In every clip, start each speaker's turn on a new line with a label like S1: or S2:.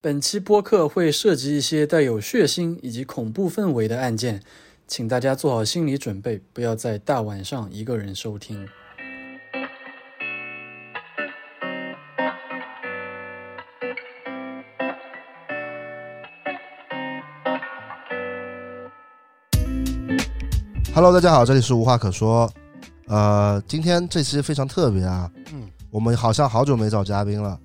S1: 本期播客会涉及一些带有血腥以及恐怖氛围的案件，请大家做好心理准备，不要在大晚上一个人收听。
S2: Hello，大家好，这里是无话可说。呃，今天这期非常特别啊，
S3: 嗯，
S2: 我们好像好久没找嘉宾了，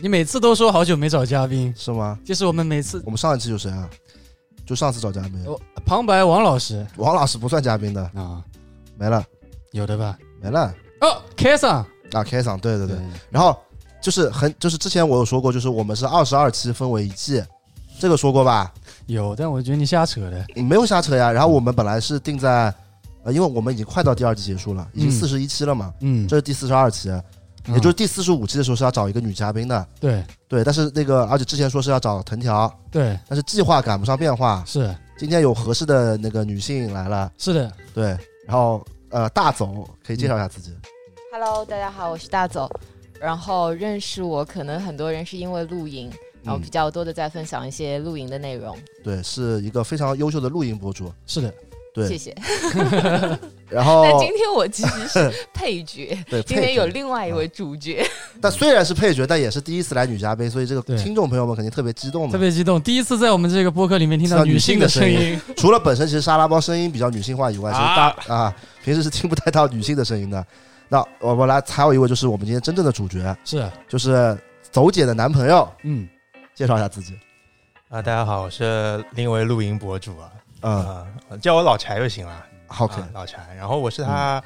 S3: 你每次都说好久没找嘉宾，
S2: 是吗？
S3: 就是我们每次
S2: 我们上一期有谁啊？就上次找嘉宾，
S3: 哦旁白王老师
S2: 王老师不算嘉宾的，
S3: 啊，
S2: 没了，
S3: 有的吧？
S2: 没了
S3: 哦，K 上，
S2: 啊！开场，对对对。然后就是很，就是之前我有说过，就是我们是二十二期分为一季，这个说过吧？
S3: 有，但我觉得你瞎扯的。
S2: 没有瞎扯呀。然后我们本来是定在，呃，因为我们已经快到第二季结束了，已经
S3: 嗯
S2: 四十一期了嘛，
S3: 嗯，
S2: 这是第四十二期，也就是第四十五期的时候是要找一个女嘉宾的。
S3: 对
S2: 对，但是那个，而且之前说是要找藤条，
S3: 对
S2: 但是计划赶不上变化。
S3: 是
S2: 今天有合适的那个女性来了，
S3: 是的，
S2: 对，然后呃，大总可以介绍一下自己，
S4: 嗯 Hello，大家好，我是大走。然后认识我，可能很多人是因为露营，
S2: 嗯
S4: 然后比较多的在分享一些露营的内容。
S2: 对，是一个非常优秀的露营博主，
S3: 是的，
S4: 谢
S2: 对，哦
S4: 谢。
S2: 然
S4: 但
S2: 后
S4: 今天我其实是配角，
S2: 对，
S4: 今天有
S2: 配角嗯
S4: 另外一位主角。
S2: 但虽然是配角，但也是第一次来女嘉宾，所以这个
S3: 对
S2: 听众朋友们肯定特别激动
S3: 特
S2: 的。
S3: 别激动，第一次在我们这个播客里面听
S2: 听到
S3: 到
S2: 女
S3: 女
S2: 性
S3: 性
S2: 的
S3: 的
S2: 声
S3: 声
S2: 音
S3: 音，
S2: 除了本身其实沙拉包声音比较女性化以外，其实大啊平时是听不太到女性的声音的。那我们来，还有一位就是我们今天真正的主角，
S3: 是，
S2: 就是走姐的男朋友，
S3: 嗯，
S2: 介绍一下自己。
S5: 啊，大家好，我是另一位露营博主啊，
S2: 嗯，
S5: 啊、叫我老柴就行了。
S2: 好可以
S5: 啊老柴，然后我是
S2: 嗯
S5: 她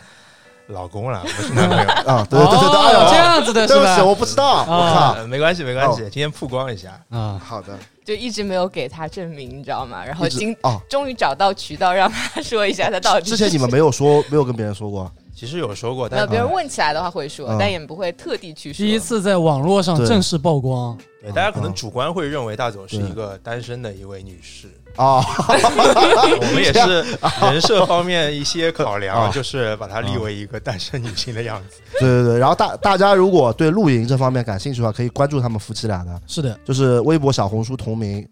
S5: 老公了，不是男朋友。
S2: 啊，对对对对，
S3: 哦
S2: 哎呦
S3: 这样子的是
S2: 对不起，
S3: 吧？
S2: 我不知道， 我
S3: 啊
S2: 靠。哦
S5: 啊，没关系，没关系，今天曝光一下。
S3: 啊，
S2: 好的，
S4: 就一直没有给他证明，你知道吗？然后
S2: 一直
S4: 今
S2: 哦，
S4: 终于找到渠道让他说一下他到底是
S2: 之前你们没有说，没有跟别人说过，
S5: 其实有说过，
S4: 没有
S5: 但
S4: 别人问起来的话会说，
S2: 嗯
S4: 但也不会特地去说。
S3: 第一次在网络上
S2: 对
S3: 正式曝光，
S5: 对
S2: 嗯
S5: 大家可能主观会认为大佐是一个单身的一位女士。
S2: 哦，
S5: 我们也是 人设方面一些考
S2: 啊
S5: 量，就是把她立为一个单身女性的样子。
S2: 对对对，然后大大家如果对露营这方面感兴趣的话，可以关注他们夫妻俩的，
S3: 是的，
S2: 就是微博、小红书同名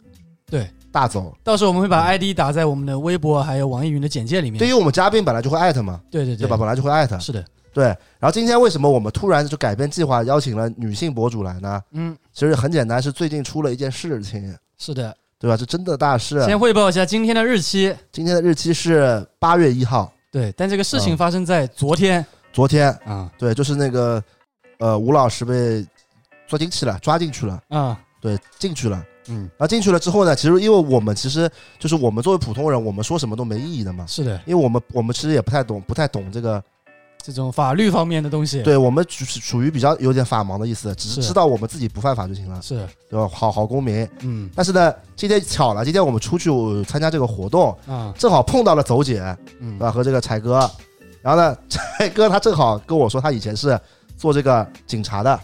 S3: 对。
S2: 大走。
S3: 到时候我们会把 ID 打在我们的微博还有网易云的简介里面。
S2: 对于我们嘉宾本来就会艾特嘛，
S3: 对对
S2: 对吧？本来就会艾特。
S3: 是的，
S2: 对，然后今天为什么我们突然就改变计划，邀请了女性博主来呢？
S3: 嗯，
S2: 其实很简单，是最近出了一件事情，
S3: 是啊的。
S2: 对吧？这真的大事。
S3: 先汇报一下今天的日期，
S2: 今天的日期是八月一号，
S3: 对，但这个事
S2: 嗯
S3: 情发生在昨天
S2: 昨天。
S3: 啊
S2: 对，就是那个呃，吴老师被抓进去了，抓进去了，
S3: 啊，
S2: 对，进去了。
S3: 嗯，
S2: 然后进去了之后呢，其实因为我们其实就是我们作为普通人，我们说什么都没意义的嘛，
S3: 是的，
S2: 因为我们我们其实也不太懂，不太懂这个，
S3: 这种法律方面的东西，
S2: 对我们属属于比较有点法盲的意思，只是
S3: 是
S2: 知道我们自己不犯法就行了，
S3: 是，
S2: 对吧？好好公民。
S3: 嗯
S2: 但是呢，今天巧了，今天我们出去呃参加这个活动，
S3: 啊，
S2: 正好碰到了走姐，对
S3: 嗯
S2: 吧？和这个柴哥，然后呢， 柴哥他正好跟我说，他以前是做这个警察的，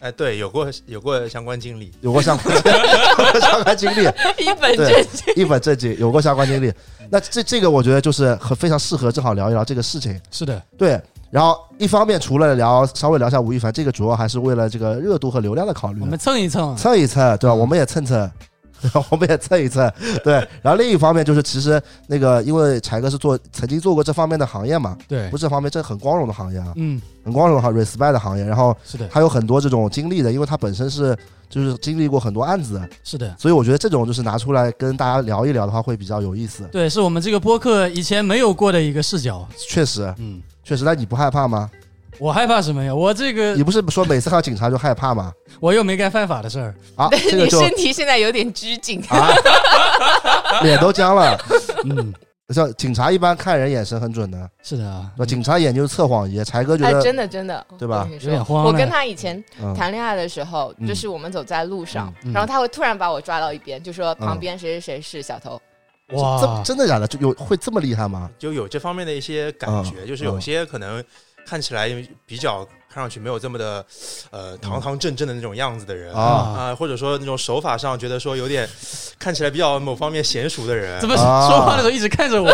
S5: 哎，对，有过有过相关经历。
S2: 有过相关有过相关经历，
S4: 一本正经，
S2: 一本正经，有过相关经历。那这这个我觉得就是很非常适合，正好聊一聊这个事情。
S3: 是的，
S2: 对，然后一方面除了聊稍微聊一下吴亦凡，这个主要还是为了这个热度和流量的考虑
S3: 我，们蹭一蹭，
S2: 蹭一蹭，对吧？我们也蹭蹭。 对吧我们也蹭一蹭，对。然后另一方面就是，其实那个，因为柴哥是做曾经做过这方面的行业嘛，
S3: 对
S2: 不，是这方面，这很光荣的行业啊，
S3: 嗯，
S2: 很光荣的行 respect 的行业。然后
S3: 是的，
S2: 他有很多这种经历的，因为他本身是就是经历过很多案子，
S3: 是的，
S2: 所以我觉得这种就是拿出来跟大家聊一聊的话，会比较有意思。
S3: 对，是我们这个播客以前没有过的一个视角，
S2: 确实，
S3: 嗯，
S2: 确实，但你不害怕吗？
S3: 我害怕什么呀？我这个
S4: 呃
S2: 你不是说每次看到警察就害怕吗？
S3: 我又没干犯法的事儿，
S2: 啊，这个
S4: 你
S2: 就
S4: 身体现在有点拘谨。
S2: 啊， 脸都僵了。
S3: 嗯，
S2: 像警察一般看人眼神很准的，
S3: 是的啊
S2: 对，吧？警察眼睛测谎仪，柴哥觉
S4: 哎，
S2: 得，
S4: 嗯真的真的，
S2: 对吧
S4: 我跟你
S3: 有点
S4: 说，
S3: 慌
S4: 我
S3: 了
S4: 跟他以前
S2: 嗯，
S4: 谈恋爱的时候，
S2: 嗯
S4: 就是我们走在路上，
S3: 嗯嗯
S4: 然后他会突然把我抓到一边，就说
S2: 嗯
S4: 旁边谁谁谁是小偷。
S3: 嗯
S2: 这
S3: 哇，
S2: 真的假的？就有会这么厉害吗？
S5: 就有这方面的一些感觉，
S2: 嗯
S5: 就是有些可能看起来比较看上去没有这么的，呃，堂堂正正的那种样子的人
S2: 啊
S5: 或者说那种手法上觉得说有点看起来比较某方面娴熟的人
S1: 怎，么
S2: 啊
S1: 说话的时候一直看着我，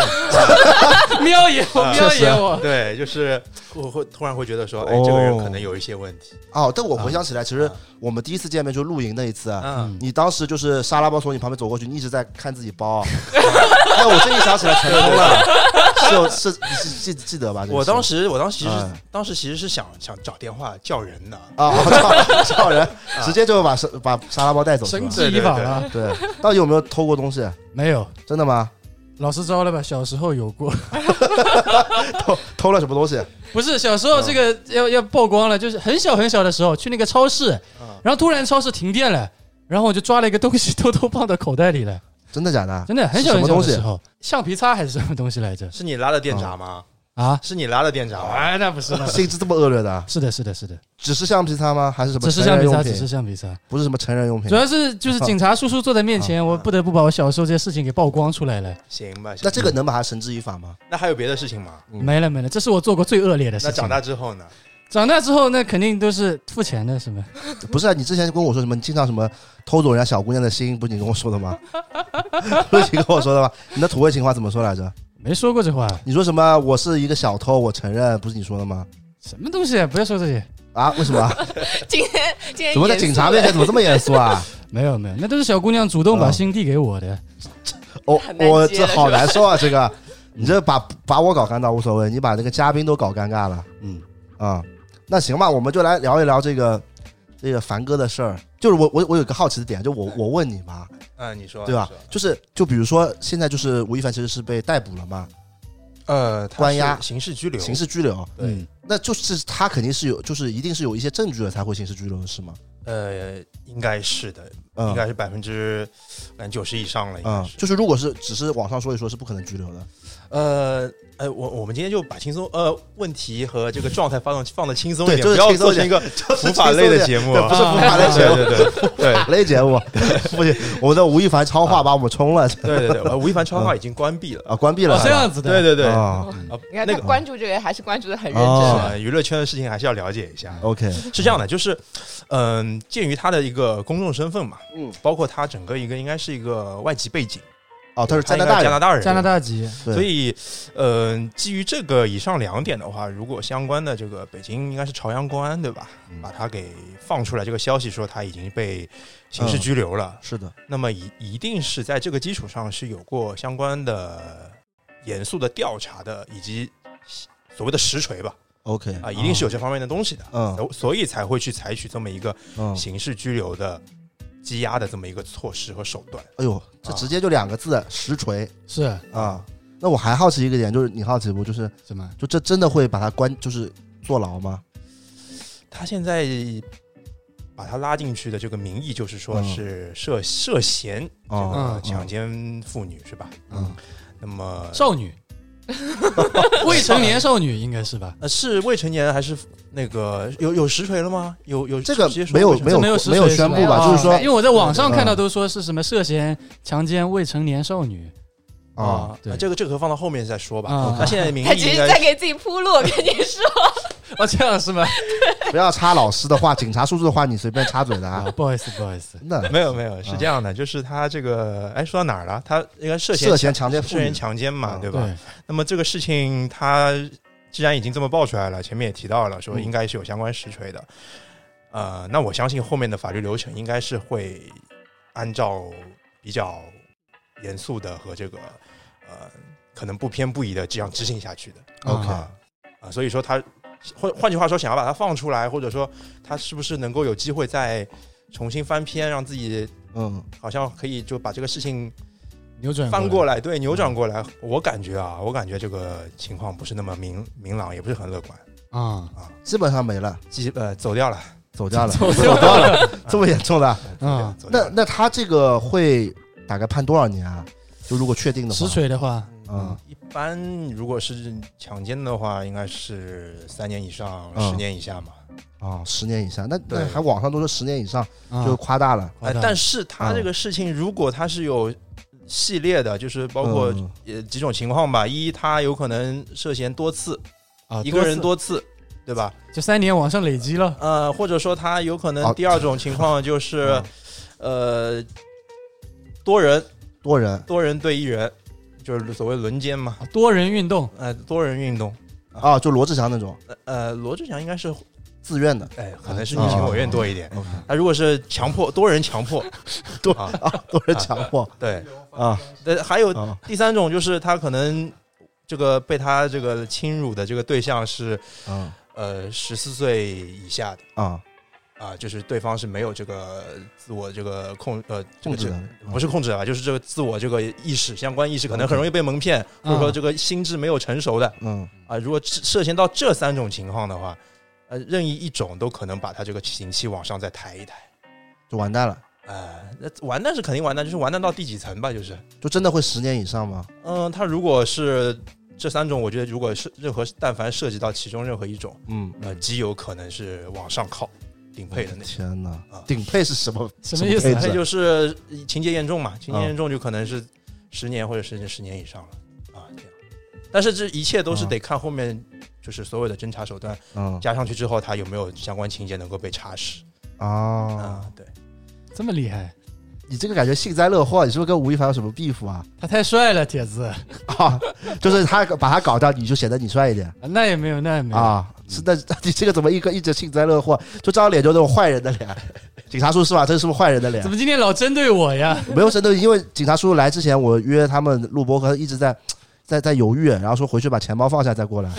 S1: 瞄一眼我，
S5: 啊
S1: 瞄一眼我。
S5: 对，就是我会突然会觉得说，哎，
S2: 哦
S5: 这个人可能有一些问题。
S2: 哦，但我回想起来，其实
S5: 啊
S2: 我们第一次见面就露营那一次，啊
S5: 嗯，
S2: 你当时就是沙拉包从你旁边走过去，你一直在看自己包。哎，我这一想起来成功了， 是有是是记记得吧？这个
S5: 我
S2: 是
S5: 当时我当时其实
S2: 嗯
S5: 当时其实是想想找电话叫人的，
S2: 啊，哦叫叫人直接就把沙把沙拉包带走是
S3: 啊绳
S2: 吧？
S3: 之以法了。
S2: 对，到底有没有偷过东西？
S3: 啊没有，
S2: 真 的吗？
S3: 老实招了吧？小时候有过，
S2: 偷偷了什么东西？
S3: 不是小时候这个要要曝光了，就是很小很小的时候去那个超市，
S5: 嗯，
S3: 然后突然超市停电了，然后我就抓了一个东西偷偷放到口袋里了，
S2: 真的假的？
S3: 真的很小很
S2: 是什么
S3: 小
S2: 东
S3: 的
S2: 西
S3: 时候，橡皮擦还是什么东西来着？
S5: 是你拉的电
S2: 嗯
S5: 闸吗？
S3: 啊？
S5: 是你拉的电闸吗？
S3: 哎，那不是，那不是
S2: 性质这么恶劣的，
S3: 是的，是的，是的，
S2: 只是橡皮擦吗？还是什么
S3: 只是
S2: 成
S3: 橡
S2: 人
S3: 皮
S2: 用
S3: 擦，
S2: 品？
S3: 只是橡皮擦。
S2: 不是什么成人用品
S3: 主。要是就是警察叔叔坐在面前，我不得不把我小时候这些事情给曝光出来了。
S5: 行吧，行
S2: 那这个能把它绳之以法吗？
S5: 那还有别的事情吗？
S2: 嗯
S3: 没了没了，这是我做过最恶劣的事
S5: 那
S3: 情。
S5: 长大之后呢？
S3: 长大之后，那肯定都是付钱的，是吗？
S2: 不是啊，你之前跟我说什么？你经常什么偷走人家小姑娘的心，不是你跟我说的吗？ 不是你跟我说的吗？你的土味情话怎么说来着？
S3: 没说过这话，
S2: 你说什么？我是一个小偷，我承认，不是你说的吗？
S3: 什么东西啊？不要说这些，
S2: 啊？为什么啊？
S4: 今天今天
S2: 怎么在
S4: 严肃
S2: 警察面
S4: 了
S2: 前怎么这么严肃 啊？
S3: 没有没有，那都是小姑娘主动把
S2: 啊
S3: 心递给我的。
S2: 我
S4: 很难
S2: 哦我
S4: 接
S2: 这
S4: 了
S2: 好
S4: 是吧
S2: 难受啊！这个，你这把把我搞尴尬无所谓，你把这个嘉宾都搞尴尬了。
S3: 嗯
S2: 啊、那行吧，我们就来聊一聊这个这个凡哥的事儿。就是我我我有个好奇的点，就我我问你嘛，
S5: 嗯，你
S4: 啊
S5: 说
S2: 对吧
S5: 你说？
S2: 就是就比如说现在就是吴亦凡其实是被逮捕了嘛，
S5: 呃，他是
S2: 关押
S5: 刑事拘留，
S2: 刑事拘留，
S5: 对，
S3: 嗯
S2: 那就是他肯定是有，就是一定是有一些证据了才会刑事拘留的是吗？
S5: 呃，应该是的，应
S2: 嗯
S5: 该是百分之嗯九十以上了，应该
S2: 嗯，
S5: 是。
S2: 就是如果是只是网上说一说，是不可能拘留的。
S5: 呃，呃，我我们今天就把轻松呃问题和这个状态放到放的轻松
S2: 对
S5: 一点，
S2: 就是
S5: 不要
S2: 轻松
S5: 做
S2: 一点
S5: 成一个
S2: 就是
S5: 普法类的节目
S2: 对，不是普法类节 目，
S5: 对对对对
S2: 雷节目， 不行，我们的吴亦凡超话把我们冲了
S5: 对对对，呃吴亦凡超话已经关闭了，
S2: 啊，关闭了
S3: 哦，
S2: 是
S3: 这
S2: 吧。
S3: 样子的。
S5: 对对对，啊，
S2: 啊
S4: 你看
S5: 那
S4: 他
S5: 个
S4: 关注这个还是关注的很认
S2: 哦
S4: 真。
S5: 呃娱乐圈的事情还是要了解一下。
S2: ，OK，
S5: 是这样的，就是，嗯、鉴于他的一个公众身份嘛，
S2: 嗯，
S5: 包括他整个一个应该是一个外籍背景，
S2: 哦，他是加
S5: 应
S2: 拿
S5: 该
S2: 大
S5: 加
S2: 人，
S5: 拿大人，
S3: 加拿大籍，
S2: 对
S5: 所以，嗯、基于这个以上两点的话，如果相关的这个北京应该是朝阳公安对吧，
S2: 嗯
S5: 把他给放出来这个消息说他已经被刑事拘留了，
S2: 是的，
S5: 那么一一定是在这个基础上是有过相关的严肃的调查的，以及所谓的实锤吧，
S2: OK，
S5: 啊，一定是有这方面的东西的，
S2: 嗯
S5: 所以才会去采取这么一个
S2: 嗯，
S5: 刑事拘留的羁押的这么一个措施和手段。
S2: 哎呦，
S5: 啊
S2: 这直接就两个字，实锤
S3: 是
S2: 啊！那我还好奇一个点，就是你好奇不？就是
S3: 什么？
S2: 就这真的会把他关，就是坐牢吗？
S5: 他现在把他拉进去的这个名义就是说
S2: 嗯
S5: 是涉、涉嫌这
S2: 哦
S5: 个
S3: 嗯
S5: 强奸妇女是吧？
S2: 嗯，
S5: 那么
S3: 少女，未成年少女应该是吧？
S5: 呃是未成年还是那个有有实锤了吗？有有
S2: 这个
S5: 直接说
S2: 没有
S5: 未成
S2: 没
S5: 年
S2: 有
S3: 没有实锤啊
S2: 没有宣布
S4: 是吧
S2: 吧？就是说
S3: 因为我在网上看到都说是什么涉嫌强奸未成年少女
S2: 啊，
S3: 对
S5: 啊这个这个放到后面再说吧。
S3: 啊
S5: 他现在的名
S4: 他
S5: 义
S4: 只
S5: 应
S4: 是
S5: 该
S4: 在给自己铺路，我跟你说，
S3: 哦，这样是吗？
S2: 不要插老师的话，警察叔叔的话，你随便插嘴的 啊
S3: 啊，，不好意思，不好意思，
S2: 真的
S5: 没有没有是这样的，就是他这个哎说到哪儿了？他应该涉嫌
S2: 啊涉嫌强奸妇
S5: 涉
S2: 女
S5: 嫌强奸嘛，
S2: 嗯
S5: 对吧？
S3: 对，
S5: 那么这个事情，它既然已经这么爆出来了，前面也提到了，说应该是有相关实锤的。呃，那我相信后面的法律流程应该是会按照比较严肃的和这个呃，可能不偏不倚的这样执行下去的。
S2: OK
S5: 啊啊，所以说他换换句话说，想要把它放出来，或者说他是不是能够有机会再重新翻篇，让自己
S2: 嗯，
S5: 好像可以就把这个事情
S3: 扭转
S5: 翻过
S3: 来，
S5: 来，对，扭转过来。我感觉啊，我感觉这个情况不是那么明明朗，也不是很乐观
S3: 啊，
S5: 啊。
S2: 基本上没了，
S5: 基呃走掉了，
S2: 走掉了，
S3: 走
S2: 走
S3: 掉
S2: 掉了， 这么严重的？
S3: 啊
S5: 呃走掉
S2: 嗯那
S5: 了
S2: 那他这个会大概判多少年啊？就如果确定的话
S3: 实，锤的话，
S2: 嗯
S5: 一般如果是强奸的话，应该是三年以上，
S2: 嗯
S5: 十年以下嘛。
S2: 啊，十年以下，那那
S5: 对
S2: 还网上都说十年以上，
S3: 啊
S2: 就夸大了，
S5: 哎，但是他这个事情，如果他是有系列的，就是包括
S2: 嗯
S5: 呃几种情况吧。一，他有可能涉嫌多次，
S3: 啊
S5: 一个人
S3: 次啊
S5: 多次，对吧？
S3: 就三年往上累积了，
S5: 呃，或者说他有可能
S2: 哦
S5: 第二种情况就是，呃，多人
S2: 多人
S5: 多人对一人，就是所谓轮奸嘛，
S3: 啊多人运动，
S5: 呃，多人运动，
S2: 啊，就罗志祥那种
S5: 呃呃，罗志祥应该是，
S2: 自愿的，
S5: 哎，可能是你情我愿多一点。他如果是强迫多人强迫，
S2: 哦 多
S5: 啊，
S2: 啊，多人强迫
S5: 对，
S2: 啊
S5: 呃，还有
S2: 啊
S5: 第三种就是他可能这个被他这个侵辱的这个对象是
S2: 啊
S5: 呃十四岁以下的
S2: 啊，
S5: 啊，就是对方是没有这个自我这个控呃这
S2: 控
S5: 个
S2: 制
S5: 这
S2: 的嗯
S5: 不是控制啊，就是这个自我这个意识相关意识可能很容易被蒙骗，或者说这个心智没有成熟的
S2: 嗯
S5: 啊，如果涉涉嫌到这三种情况的话。呃，任意一种都可能把他这个刑期往上再抬一抬，
S2: 就完蛋了，
S5: 哎、那完蛋是肯定完蛋，就是完蛋到第几层吧，就是，
S2: 就真的会十年以上吗？
S5: 嗯，他如果是这三种，我觉得如果是任何但凡涉及到其中任何一种，
S2: 嗯，
S5: 呃，极有可能是往上靠顶配的那些。
S2: 天哪
S5: 啊，
S2: 顶配是 什么
S3: 什么意思
S2: 配
S3: 啊
S5: 那
S2: 置
S5: 就是情节严重嘛，情节
S2: 啊
S5: 严重就可能是十年或者甚至十年以上了啊，这样。但是这一切都是
S2: 啊
S5: 得看后面，就是所有的侦查手段
S2: 嗯
S5: 加上去之后，他有没有相关情节能够被查实
S2: 啊，
S5: 啊？对，
S3: 这么厉害，
S2: 你这个感觉幸灾乐祸，你是不是跟吴亦凡有什么 beef 啊？
S3: 他太帅了，铁子。
S2: 啊， 就是他把他搞掉，你就显得你帅一点
S3: 那也没有，那也没有。
S2: 啊。是那， 你这个怎么一个一直幸灾乐祸？就这张脸就那种坏人的脸， 警察叔是吧？这是不是坏人的脸
S3: 怎？么今天老针对我呀？
S2: 没有针对，因为警察叔叔来之前，我约他们录播客，一直在在在犹豫，然后说回去把钱包放下 再过来。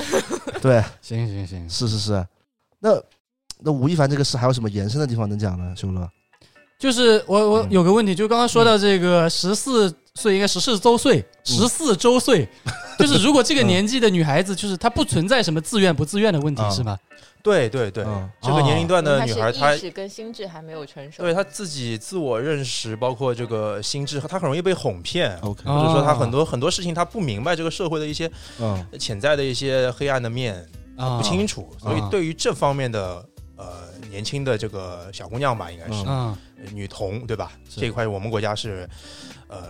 S2: 对，
S3: 行行行，
S2: 是是是。那那吴亦凡这个事还有什么延伸的地方能讲呢？修乐
S3: 就是我我
S2: 嗯
S3: 有个问题，就刚刚说到这个十四岁，应该十四周岁，十四周岁，就是如果这个年纪的女孩子，就是她不存在什么自愿不自愿的问题，
S2: 啊
S3: 是吧？
S5: 对对对
S2: 嗯，
S5: 这个年龄段的
S4: 还
S5: 女
S4: 是
S5: 孩，她
S4: 意识跟心智还没有成熟
S5: 对。她自己自我认识，包括这个心智，她很容易被哄骗。
S2: ，OK，
S3: 啊
S5: 或者说她很多很多事情她不明白这个社会的一些
S2: 嗯
S5: 潜在的一些黑暗的面
S3: 啊，
S5: 不清楚，所以
S3: 啊
S5: 对于这方面的呃年轻的这个小姑娘吧，应该是、
S3: 啊，
S5: 呃女童对吧？
S2: 是
S5: 这一块我们国家是呃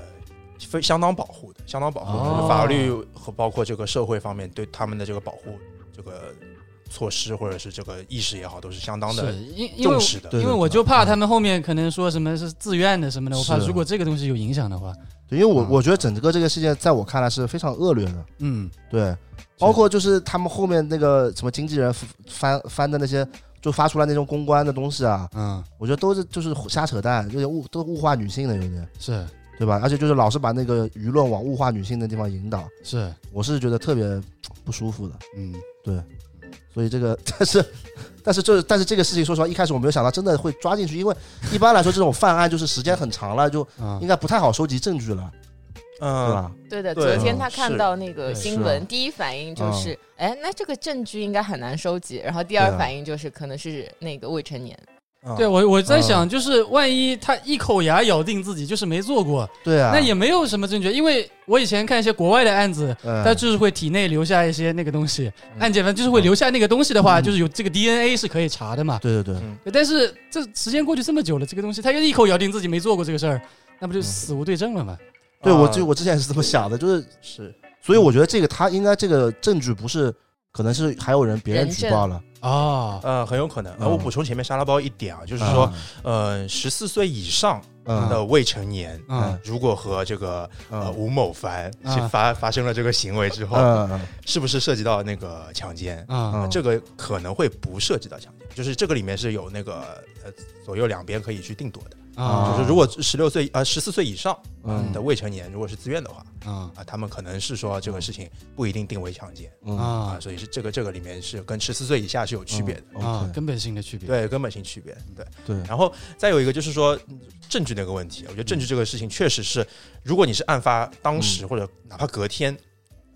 S5: 非相当保护的，相当保护的、
S3: 哦
S5: 就是法律和包括这个社会方面对他们的这个保护这个措施或者是这个意识也好，都是相当
S3: 是
S5: 的
S3: 因因为
S5: 重视的。
S2: 对
S3: 因为我就怕他们后面可能说什么是自愿的什么的，我怕
S2: 是
S3: 如果这个东西有影响的话，
S2: 对，因为我
S3: 啊
S2: 我觉得整个这个事件在我看来是非常恶劣的，
S3: 嗯，
S2: 对，包括就是他们后面那个什么经纪人翻翻的那些，就发出来那种公关的东西啊，
S3: 嗯，
S2: 我觉得都是就是瞎扯淡，有点物都物化女性的有点，
S3: 是
S2: 对吧？而且就是老是把那个舆论往物化女性的地方引导，
S3: 是，
S2: 我是觉得特别不舒服的。
S3: 嗯，
S2: 所以这个， 但是，但是这，但是这个事情，说实话，一开始我没有想到真的会抓进去，因为一般来说这种犯案就是时间很长了，就
S3: 啊
S2: 应该不太好收集证据了，对
S5: 嗯，
S2: 吧？
S4: 对的，
S5: 对
S4: 昨天他
S5: 是
S4: 看到那个
S3: 对
S4: 新
S2: 是
S4: 闻
S2: 啊，
S4: 第一反应就是，
S2: 嗯
S4: 哎，那这个证据应该很难收集。然后第
S2: 对
S4: 二
S2: 啊
S4: 反应就是，可能是那个未成年。
S5: 嗯
S3: 对我我在
S2: 啊
S3: 想，就是万一他一口牙咬定自己就是没做过，
S2: 对啊，
S3: 那也没有什么证据，因为我以前看一些国外的案子，
S2: 嗯，
S3: 他就是会体内留下一些那个东西，案件反正就是会留下那个东西的话，就是有这个 DNA 是可以查的嘛。
S2: 对对对，
S3: 但是这时间过去这么久了，这个东西他又一口咬定自己没做过这个事儿，那不就死无对证了吗？
S2: 对
S5: 啊
S3: 呃
S2: 我就我之前也是这么想的，就是
S5: 是
S2: 所以我觉得这个他应该这个证据不是，可能是还有人别人
S4: 人
S2: 举
S4: 证
S2: 报了，
S3: 哦，
S5: 呃很有可能。呃
S2: 嗯
S5: 我补充前面沙拉包一点啊，就是
S2: 啊
S5: 说，呃，十四岁以上
S2: 嗯
S5: 的未成年，
S3: 嗯
S5: 如果和这个呃
S2: 嗯
S5: 吴某凡
S3: 啊
S5: 去发发生了这个行为之后，
S2: 嗯
S5: 是不是涉及到那个强奸？
S3: 啊
S2: 嗯，
S5: 这个可能会不涉及到强奸，就是这个里面是有那个呃左右两边可以去定夺的。
S2: 啊
S5: 就是如果十六岁呃十四岁以上
S2: 嗯
S5: 的未成年，如果是自愿的话
S3: 啊
S5: 啊，他们可能是说这个事情不一定定为强奸
S2: 嗯
S5: 啊，
S3: 啊
S5: 所以是这个这个里面是跟十四岁以下是有区别的，
S3: 啊，
S2: ，OK，
S3: 根本性的区别。
S5: 对根本性区别。对，
S2: 对，
S5: 然后再有一个就是说嗯证据那个问题，我觉得
S2: 嗯
S5: 证据这个事情确实是，如果你是案发当时或者哪怕隔天，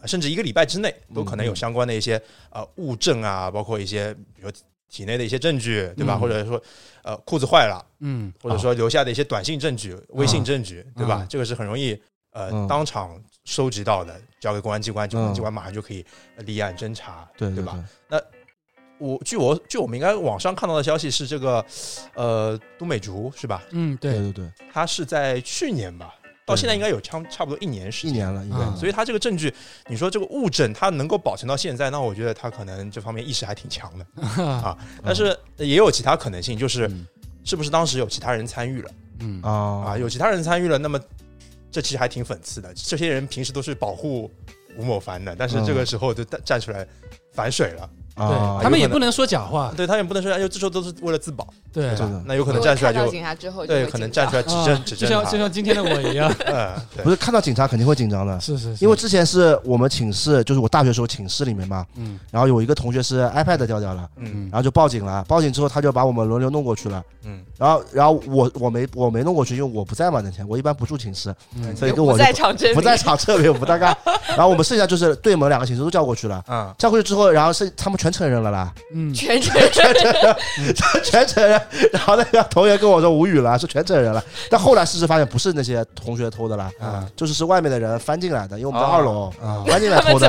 S5: 呃甚至一个礼拜之内，都可
S2: 嗯
S5: 能有相关的一些呃物证啊，包括一些比如体内的一些证据，对吧？
S3: 嗯
S5: 或者说呃裤子坏了，
S3: 嗯
S5: 或
S2: 啊
S5: 者说留下的一些短信证据、微信证据，对吧？这个是很容易呃、
S2: 嗯
S5: 当场收集到的，交给公安机关，公安机
S2: 嗯
S5: 关马上就可以立案侦查，
S2: 对
S5: 对吧？？我据我据我们应该网上看到的消息是，这个呃都美竹是吧？
S3: 嗯，
S2: 对
S3: 对，
S2: 对对，
S5: 他是在去年吧，到现在应该有差差不多一年时
S2: 一
S5: 间。
S3: 啊
S2: 年了，一年了，
S5: 所以他这个证据，你说这个物证，他能够保存到现在，那我觉得他可能这方面意识还挺强 的。啊但是也有其他可能性，就是
S3: 嗯
S5: 是不是当时有其他人参与了
S3: 嗯
S2: 啊
S5: 啊？有其他人参与了，那么这其实还挺讽刺的。这些人平时都是保护吴某凡的，但是这
S2: 嗯
S5: 个时候就站站出来反水了。
S2: 啊，
S3: 对他们也
S5: 有可能
S3: 不能说假话，
S5: 对他也不能说，哎呦，这时候都是为了自保，啊
S3: 对，
S2: 真的
S5: 那有可
S4: 可
S5: 能站出来
S4: 看到
S5: 就
S4: 警察之后就
S5: 对，
S4: 会
S5: 可能
S4: 紧张
S5: 站出来指证
S3: 啊
S5: 指
S3: 就
S5: 证
S3: 像就
S5: 他。
S3: 像今天的我一样，
S5: 嗯， 对
S2: 不，是看到警察肯定会紧张的。
S3: 是是是，
S2: 因为之前是我们寝室，就是我大学时候寝室里面嘛，
S1: 嗯
S2: 然后有一个同学是 iPad 掉掉了，
S5: 嗯
S2: 然后就报警了，报警之后他就把我们轮流弄过去了，
S5: 嗯，
S2: 然后然后我我没我没弄过去，因为我不在嘛那天，我一般不住寝室，
S1: 嗯
S2: 所以跟
S4: 不
S2: 我就
S4: 在场证 明
S2: 不在场这边我不大干，然后我们剩下就是对门两个寝室都叫过去了。
S5: 啊，
S2: 叫过去之后，然后是他们全承认了啦，
S3: 嗯，
S4: 全 程
S2: 全承认。然后那个同学跟我说无语了，说全承认了。但后来事实发现不是那些同学偷的啦，
S3: 嗯
S5: 啊
S2: 就是是外面的人翻进来的，因为我们在
S5: 哦
S2: 二楼，
S5: 啊
S2: 翻进来偷 的。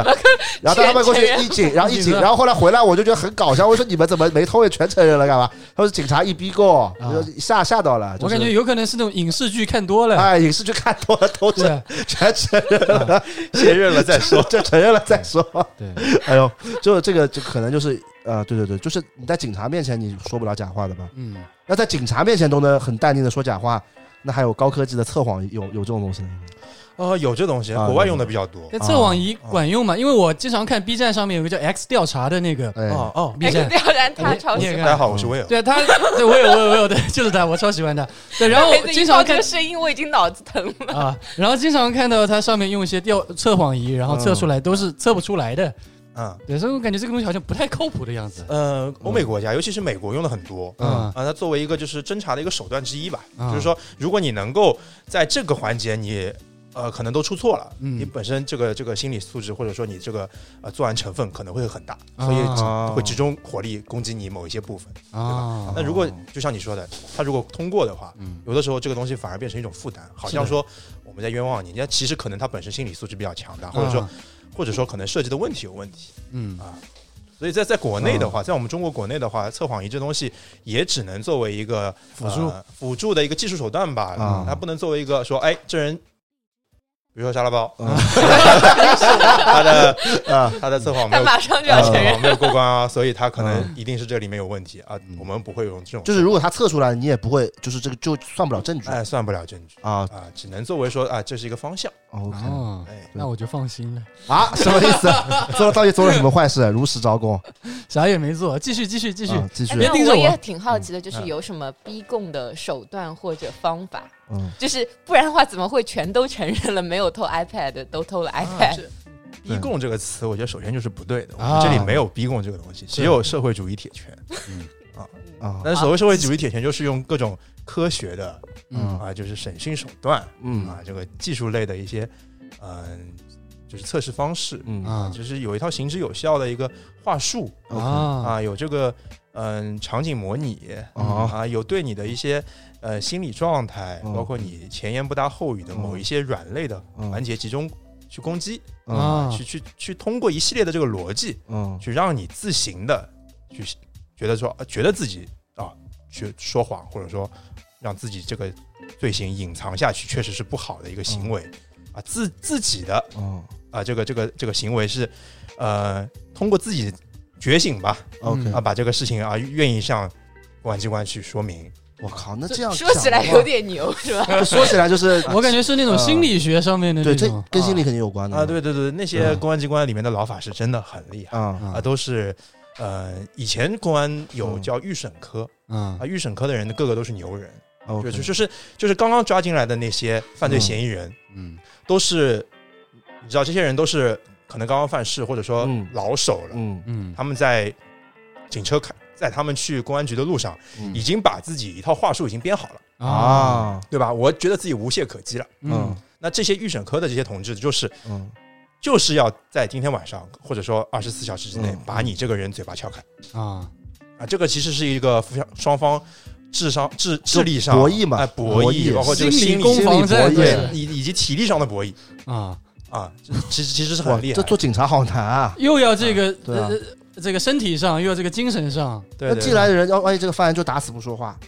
S2: 然后但他们过去一警，然后一
S3: 全承
S2: 警，
S3: 认
S2: 然后后来回来我就觉得很搞笑，我说你们怎么没偷也全承认了干嘛？他说警察一逼供，我就吓吓到了。
S3: 啊我
S2: 就是
S3: 感觉有可能是那种影视剧看多了，
S2: 哎，影视剧看多了都是
S3: 对，
S2: 全承认 了，
S5: 先认了再说。
S2: 就承认了再说。
S1: 对，
S2: 哎呦，就这个就可能就是呃，对对对，就是你在警察面前你说不了假话的吧？
S1: 嗯，
S2: 那在警察面前都能很淡定的说假话，那还有高科技的测谎有有这种东西呢？
S5: 哦，有这东西，
S2: 啊
S5: 国外用的比较多。
S3: 但测网仪管用吗？因为我经常看 B 站上面有个叫 X 调查的那个
S2: 哎，
S5: 哦哦，
S3: B 站，
S4: 要然他超
S3: 你
S4: 喜
S3: 也
S5: 大
S3: 看
S5: 家好，我是威尔。
S3: 对他，对我有我有我有，对， 就是他，我超喜欢他。对，然后
S4: 每次一
S3: 经
S4: 放
S3: 常
S4: 这
S3: 看
S4: 个声音，我已经脑子疼了。
S3: 啊，然后经常看到他上面用一些调测谎仪，然后测出来都是测不出来的。
S5: 嗯
S3: 对，所以我感觉这个东西好像不太靠谱的样子。
S5: 呃，欧美国家，尤其是美国用的很多。
S1: 嗯
S5: 啊，它作为一个就是侦查的一个手段之一吧，
S1: 啊
S5: 就是说，如果你能够在这个环节你呃可能都出错了，
S1: 嗯
S5: 你本身这个这个心理素质或者说你这个呃作案成分可能会很大，
S1: 啊
S5: 所以
S2: 啊
S5: 会集中火力攻击你某一些部分。
S3: 嗯
S1: 啊
S5: 那如果就像你说的，他如果通过的话，
S1: 嗯
S5: 有的时候这个东西反而变成一种负担，好像说我们在冤枉你，人家其实可能他本身心理素质比较强大，或者说
S1: 啊
S5: 或者说可能涉及的问题有问题。
S1: 嗯
S3: 啊
S5: 所以在在国内的话，在我们中国国内的话，测谎仪这东西也只能作为一个
S3: 辅助
S5: 呃辅助的一个技术手段吧，
S2: 嗯
S5: 它不能作为一个说，哎，这人，比如说沙拉包，
S2: 嗯
S5: 他的呃
S2: 啊，
S5: 他的测谎没
S4: 他
S5: 有
S4: 马上就要
S5: 他的
S4: 承
S5: 测
S4: 认，
S5: 谎没有过关啊，所以他可能一定是这里面有问题啊
S1: 嗯，
S5: 我们不会用这种，
S2: 就是如果他测出来，你也不会，就是这个就算不了证据
S5: 哎，算不了证据
S2: 啊。
S5: 啊，只能作为说啊，这是一个方向，
S2: OK
S1: 哦，
S5: 哎，
S3: 那我就放心了，
S2: 啊，什么意思？ 做了到底做了什么坏事？啊如实招供，
S3: 啥也没做，继续继续继续。
S2: 啊继续
S4: 哎。那
S3: 别盯着
S4: 我
S3: 我
S4: 也挺好奇的，就是有什么逼供的手段或者方法？
S2: 嗯，
S4: 就是不然的话，怎么会全都承认了没有偷 iPad 的都偷了 iPad？、
S5: 逼供这个词，我觉得首先就是不对的，我
S3: 啊
S5: 们这里没有逼供这个东西，只有社会主义铁拳。
S2: 嗯
S5: 嗯
S2: 啊，
S5: 但是所谓社会主义铁拳，就是用各种科学的
S2: 嗯
S5: 啊，就是审讯手段
S2: 嗯
S5: 啊，这个技术类的一些，嗯，就是测试方式，
S2: 嗯
S1: 啊
S5: 就是有一套行之有效的一个话术
S1: 啊
S5: 啊，有这个嗯场景模拟
S2: 啊
S5: 啊，有对你的一些呃心理状态，
S2: 嗯
S5: 包括你前言不搭后语的某一些软类的环节集中去攻击，
S2: 啊
S3: 啊
S5: 去去去通过一系列的这个逻辑，
S2: 嗯
S5: 去让你自行的去觉得说，呃觉得自己啊，去说谎，或者说让自己这个罪行隐藏下去，确实是不好的一个行为、啊，自自己的
S2: 嗯
S5: 啊，这个这个这个行为是呃，通过自己觉醒吧，
S2: ，OK
S5: 啊，。把这个事情啊，愿意向公安机关去说明。
S2: 我靠，那这样
S4: 说起来有点牛是吧？
S2: 点，说起来就是
S3: 我感觉是那种心理学上面的
S2: 呃对，
S3: 那
S2: 这
S3: 种
S2: 跟心理肯定有关的
S5: 啊，对对对，那些
S2: 嗯
S5: 公安机关里面的老法师真的很厉害
S2: 啊
S5: 啊，都是呃，以前公安有
S2: 嗯
S5: 叫预审科
S1: 啊
S5: 啊，预审科的人个个都是牛人。
S2: ，OK，
S5: 对，就就是就是刚刚抓进来的那些犯罪嫌疑人，
S1: 嗯
S5: 都是你知道，这些人都是可能刚刚犯事，或者说
S2: 嗯
S5: 老手了。
S2: 嗯
S1: 嗯
S5: 他们在警车开，在他们去公安局的路上，
S2: 嗯
S5: 已经把自己一套话术已经编好了，
S2: 啊，
S5: 对吧？我觉得自己无懈可击了。
S2: 嗯
S1: 嗯
S5: 那这些预审科的这些同志，就是
S2: 嗯
S5: 就是要在今天晚上，或者说二十四小时之内
S2: 嗯，
S5: 把你这个人嘴巴撬开
S1: 啊
S5: 啊！这个其实是一个双方智商、智智力上
S2: 博弈嘛
S5: 哎，博
S2: 博弈
S5: 弈，包括这个
S3: 心
S5: 心
S3: 理
S5: 理
S3: 攻防战，
S2: 心理博弈
S3: 对
S5: 对，以以及体力上的博弈
S1: 啊
S5: 啊，这其实其实是
S2: 哇
S5: 很厉害
S2: 这
S5: 的。
S2: 做警察好难啊！
S3: 又要这个
S2: 对啊
S3: 呃这个身体上，又要这个精神上。
S5: 对
S2: 那
S5: 对
S2: 进来的人要万一这个犯人就打死不说话，啊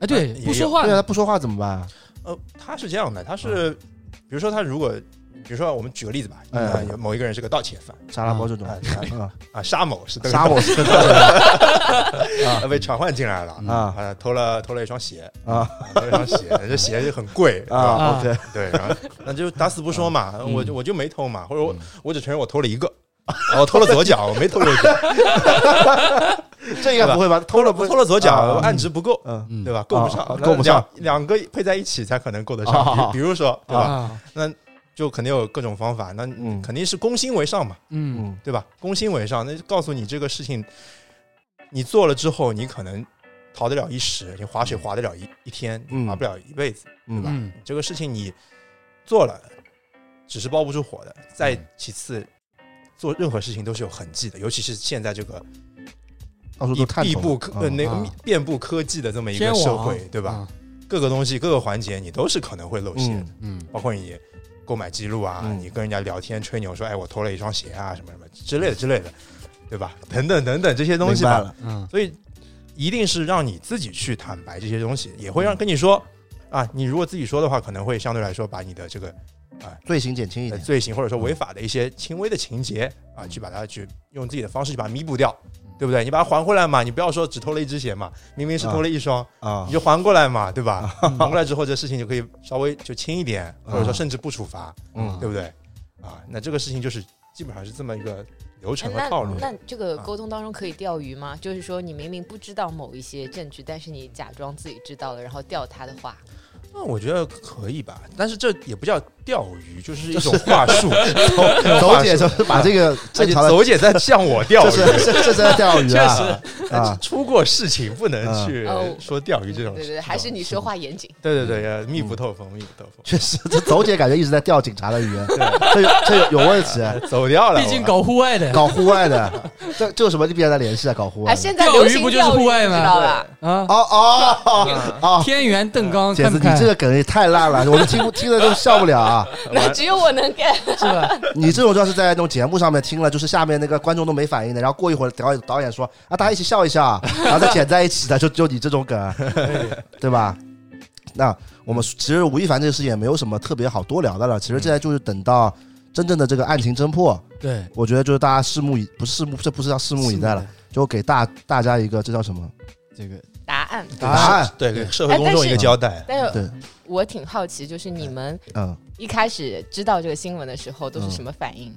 S3: 哎，对
S5: 也，有
S3: 不说话
S2: 对啊，他不说话怎么办啊？
S5: 呃，他是这样的，他是比如说他如果比如说我们举个例子吧，
S2: 哎
S5: 啊，有某一个人是个盗窃犯
S2: 沙拉波这种
S5: 啊
S2: 啊，
S5: 啊，沙某是
S2: 沙
S5: 某
S2: 我是的
S5: 啊被传唤进来了
S2: 啊
S5: 啊，偷了偷了一双鞋，
S2: 啊
S5: 啊偷了一双鞋，这鞋就很贵啊，
S2: 啊，OK，
S5: 对，然后那就打死不说嘛，我就我就没偷嘛，或者我
S2: 嗯
S5: 我只承认我偷了一个，啊我偷了左脚，我没偷右 脚，
S2: 这应该不会吧？偷了不
S5: 偷了左脚
S2: 啊
S5: 按值不够，
S2: 嗯
S3: 嗯
S5: 对吧？够不
S2: 啊啊
S5: 上，
S2: 够不上
S5: 两，两个配在一起才可能够得
S2: 啊
S5: 上。比比如说，对吧？
S3: 啊，
S5: 就肯定有各种方法，那
S2: 嗯
S5: 肯定是攻心为上嘛，
S3: 嗯
S2: 嗯
S5: 对吧？攻心为上，那就告诉你这个事情，你做了之后，你可能逃得了一时，你划水划得了一一天，
S2: 嗯
S5: 划不了一辈子。
S2: 嗯嗯
S3: 嗯
S5: 这个事情你做了，只是包不住火的。再
S2: 嗯
S5: 其次，做任何事情都是有痕迹的，尤其是现在这个
S2: 到处
S5: 一
S2: 都探
S5: 遍
S2: 头
S5: 布科、呃
S2: 嗯
S5: 那个
S3: 啊
S5: 遍布科技的这么一个
S3: 天网
S5: 社会，对吧？
S1: 啊
S5: 各个东西、各个环节，你都是可能会露馅的，
S2: 嗯
S1: 嗯
S5: 包括你购买记录啊，
S2: 嗯
S5: 你跟人家聊天吹牛说，哎，我偷了一双鞋啊，什么什么之类的之类的，对吧？等等等等这些东
S2: 明
S5: 西
S2: 白
S5: 吧，
S2: 了，
S1: 嗯
S5: 所以一定是让你自己去坦白这些东西，也
S2: 嗯
S5: 会让跟你说啊，你如果自己说的话，可能会相对来说把你的这个
S2: 罪行减轻一
S5: 呃
S2: 点，嗯
S5: 罪行或者说违法的一些轻微的情节啊，去把它去用自己的方式去把它弥补掉。对不对？你把它还回来嘛，你不要说只偷了一只鞋嘛，明明是偷了一双，
S2: 啊
S5: 你就还过来嘛，对吧？还过来之后，这事情就可以稍微就轻一点，或者说甚至不处罚，
S2: 啊嗯
S5: 对不对？啊，那这个事情就是基本上是这么一个流
S4: 哎
S5: 程
S4: 那
S5: 和套路。
S4: 那这个
S5: 啊
S4: 沟通当中可以钓鱼吗？就是说你明明不知道某一些证据，但是你假装自己知道了，然后钓他的话，
S5: 那嗯我觉得可以吧，但是这也不叫钓鱼，就是一种话 术。
S2: 走姐就是把这个
S5: 而
S2: 正
S5: 且
S2: 常的，
S5: 走姐在向我钓
S2: 这
S5: 鱼
S2: 是，这这是在钓鱼
S5: 确
S2: 啊
S5: 实
S2: 啊，
S5: 出过事情，不能去
S4: 嗯
S5: 说钓鱼这种
S4: 对
S5: 事。
S4: 对对，还是你说话严谨。
S5: 对对对，
S2: 嗯
S5: 呃密不透风，密不透风。
S2: 确实，这走姐感觉一直在钓警察的语言，这有这有有问题，啊
S5: 走掉了，
S3: 毕竟
S5: 我
S3: 搞户外 的
S2: 搞户外的，这这有什么必然的联系啊？搞户外
S4: 哎，
S2: 的，
S4: 现在流
S3: 钓
S4: 行
S3: 鱼不就是
S4: 钓
S3: 户外吗
S4: 知道吧？
S3: 啊，
S2: 哦哦哦哦，
S3: 天元邓刚，
S2: 姐
S3: 看
S2: 子
S3: 不
S2: 你
S3: 看
S2: 这个梗也太烂了，我们听不听的都笑不了啊！
S4: 那只有我能 get。
S3: 是吧？
S2: 你这种要是在那种节目上面听了，就是下面那个观众都没反应的，然后过一会儿导演导演说啊，大家一起笑一笑，然后 再剪在一起的，就就你这种梗， 对吧？那我们其实吴亦凡这个事情也没有什么特别好多聊的了，其实现在就是等到真正的这个案情侦破，
S3: 对，
S2: 我觉得就是大家拭目以不是拭目，这不是叫 拭目以待了，，就给大大家一个这叫什么
S1: 这个
S4: 答案。
S2: 答案？嗯
S5: 对给社会公
S4: 哎但
S5: 众
S4: 是
S5: 一个交代。
S4: 但
S2: 对
S4: 是我挺好奇，就是你们
S2: 嗯，
S4: 一开始知道这个新闻的时候都是什么反应？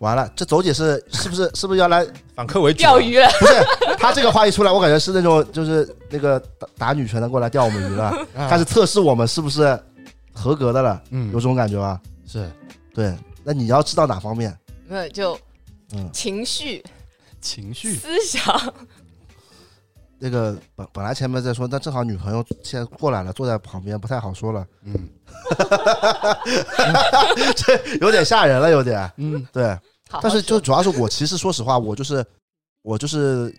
S2: 完了，这走姐是是不是是不是要来？
S5: 反客为主，啊
S4: 钓 鱼了，
S2: 不是她这个话一出来，我感觉是那种就是那个打打女拳的过来钓我们鱼了，开
S3: 啊
S2: 始测试我们是不是合格的了，
S1: 啊嗯
S2: 有这种感觉吧？
S1: 是
S2: 对，那你要知道哪方面？
S4: 那就
S2: 嗯
S4: 情绪、
S1: 情绪
S4: 思想，
S2: 那个本本来前面在说，但正好女朋友现在过来了，坐在旁边，不太好说了，
S1: 嗯
S2: 有点吓人了，有点。
S1: 嗯
S2: 对，
S4: 好好
S2: 但是就
S4: 说
S2: 主要是我其实说实话，我就是我就是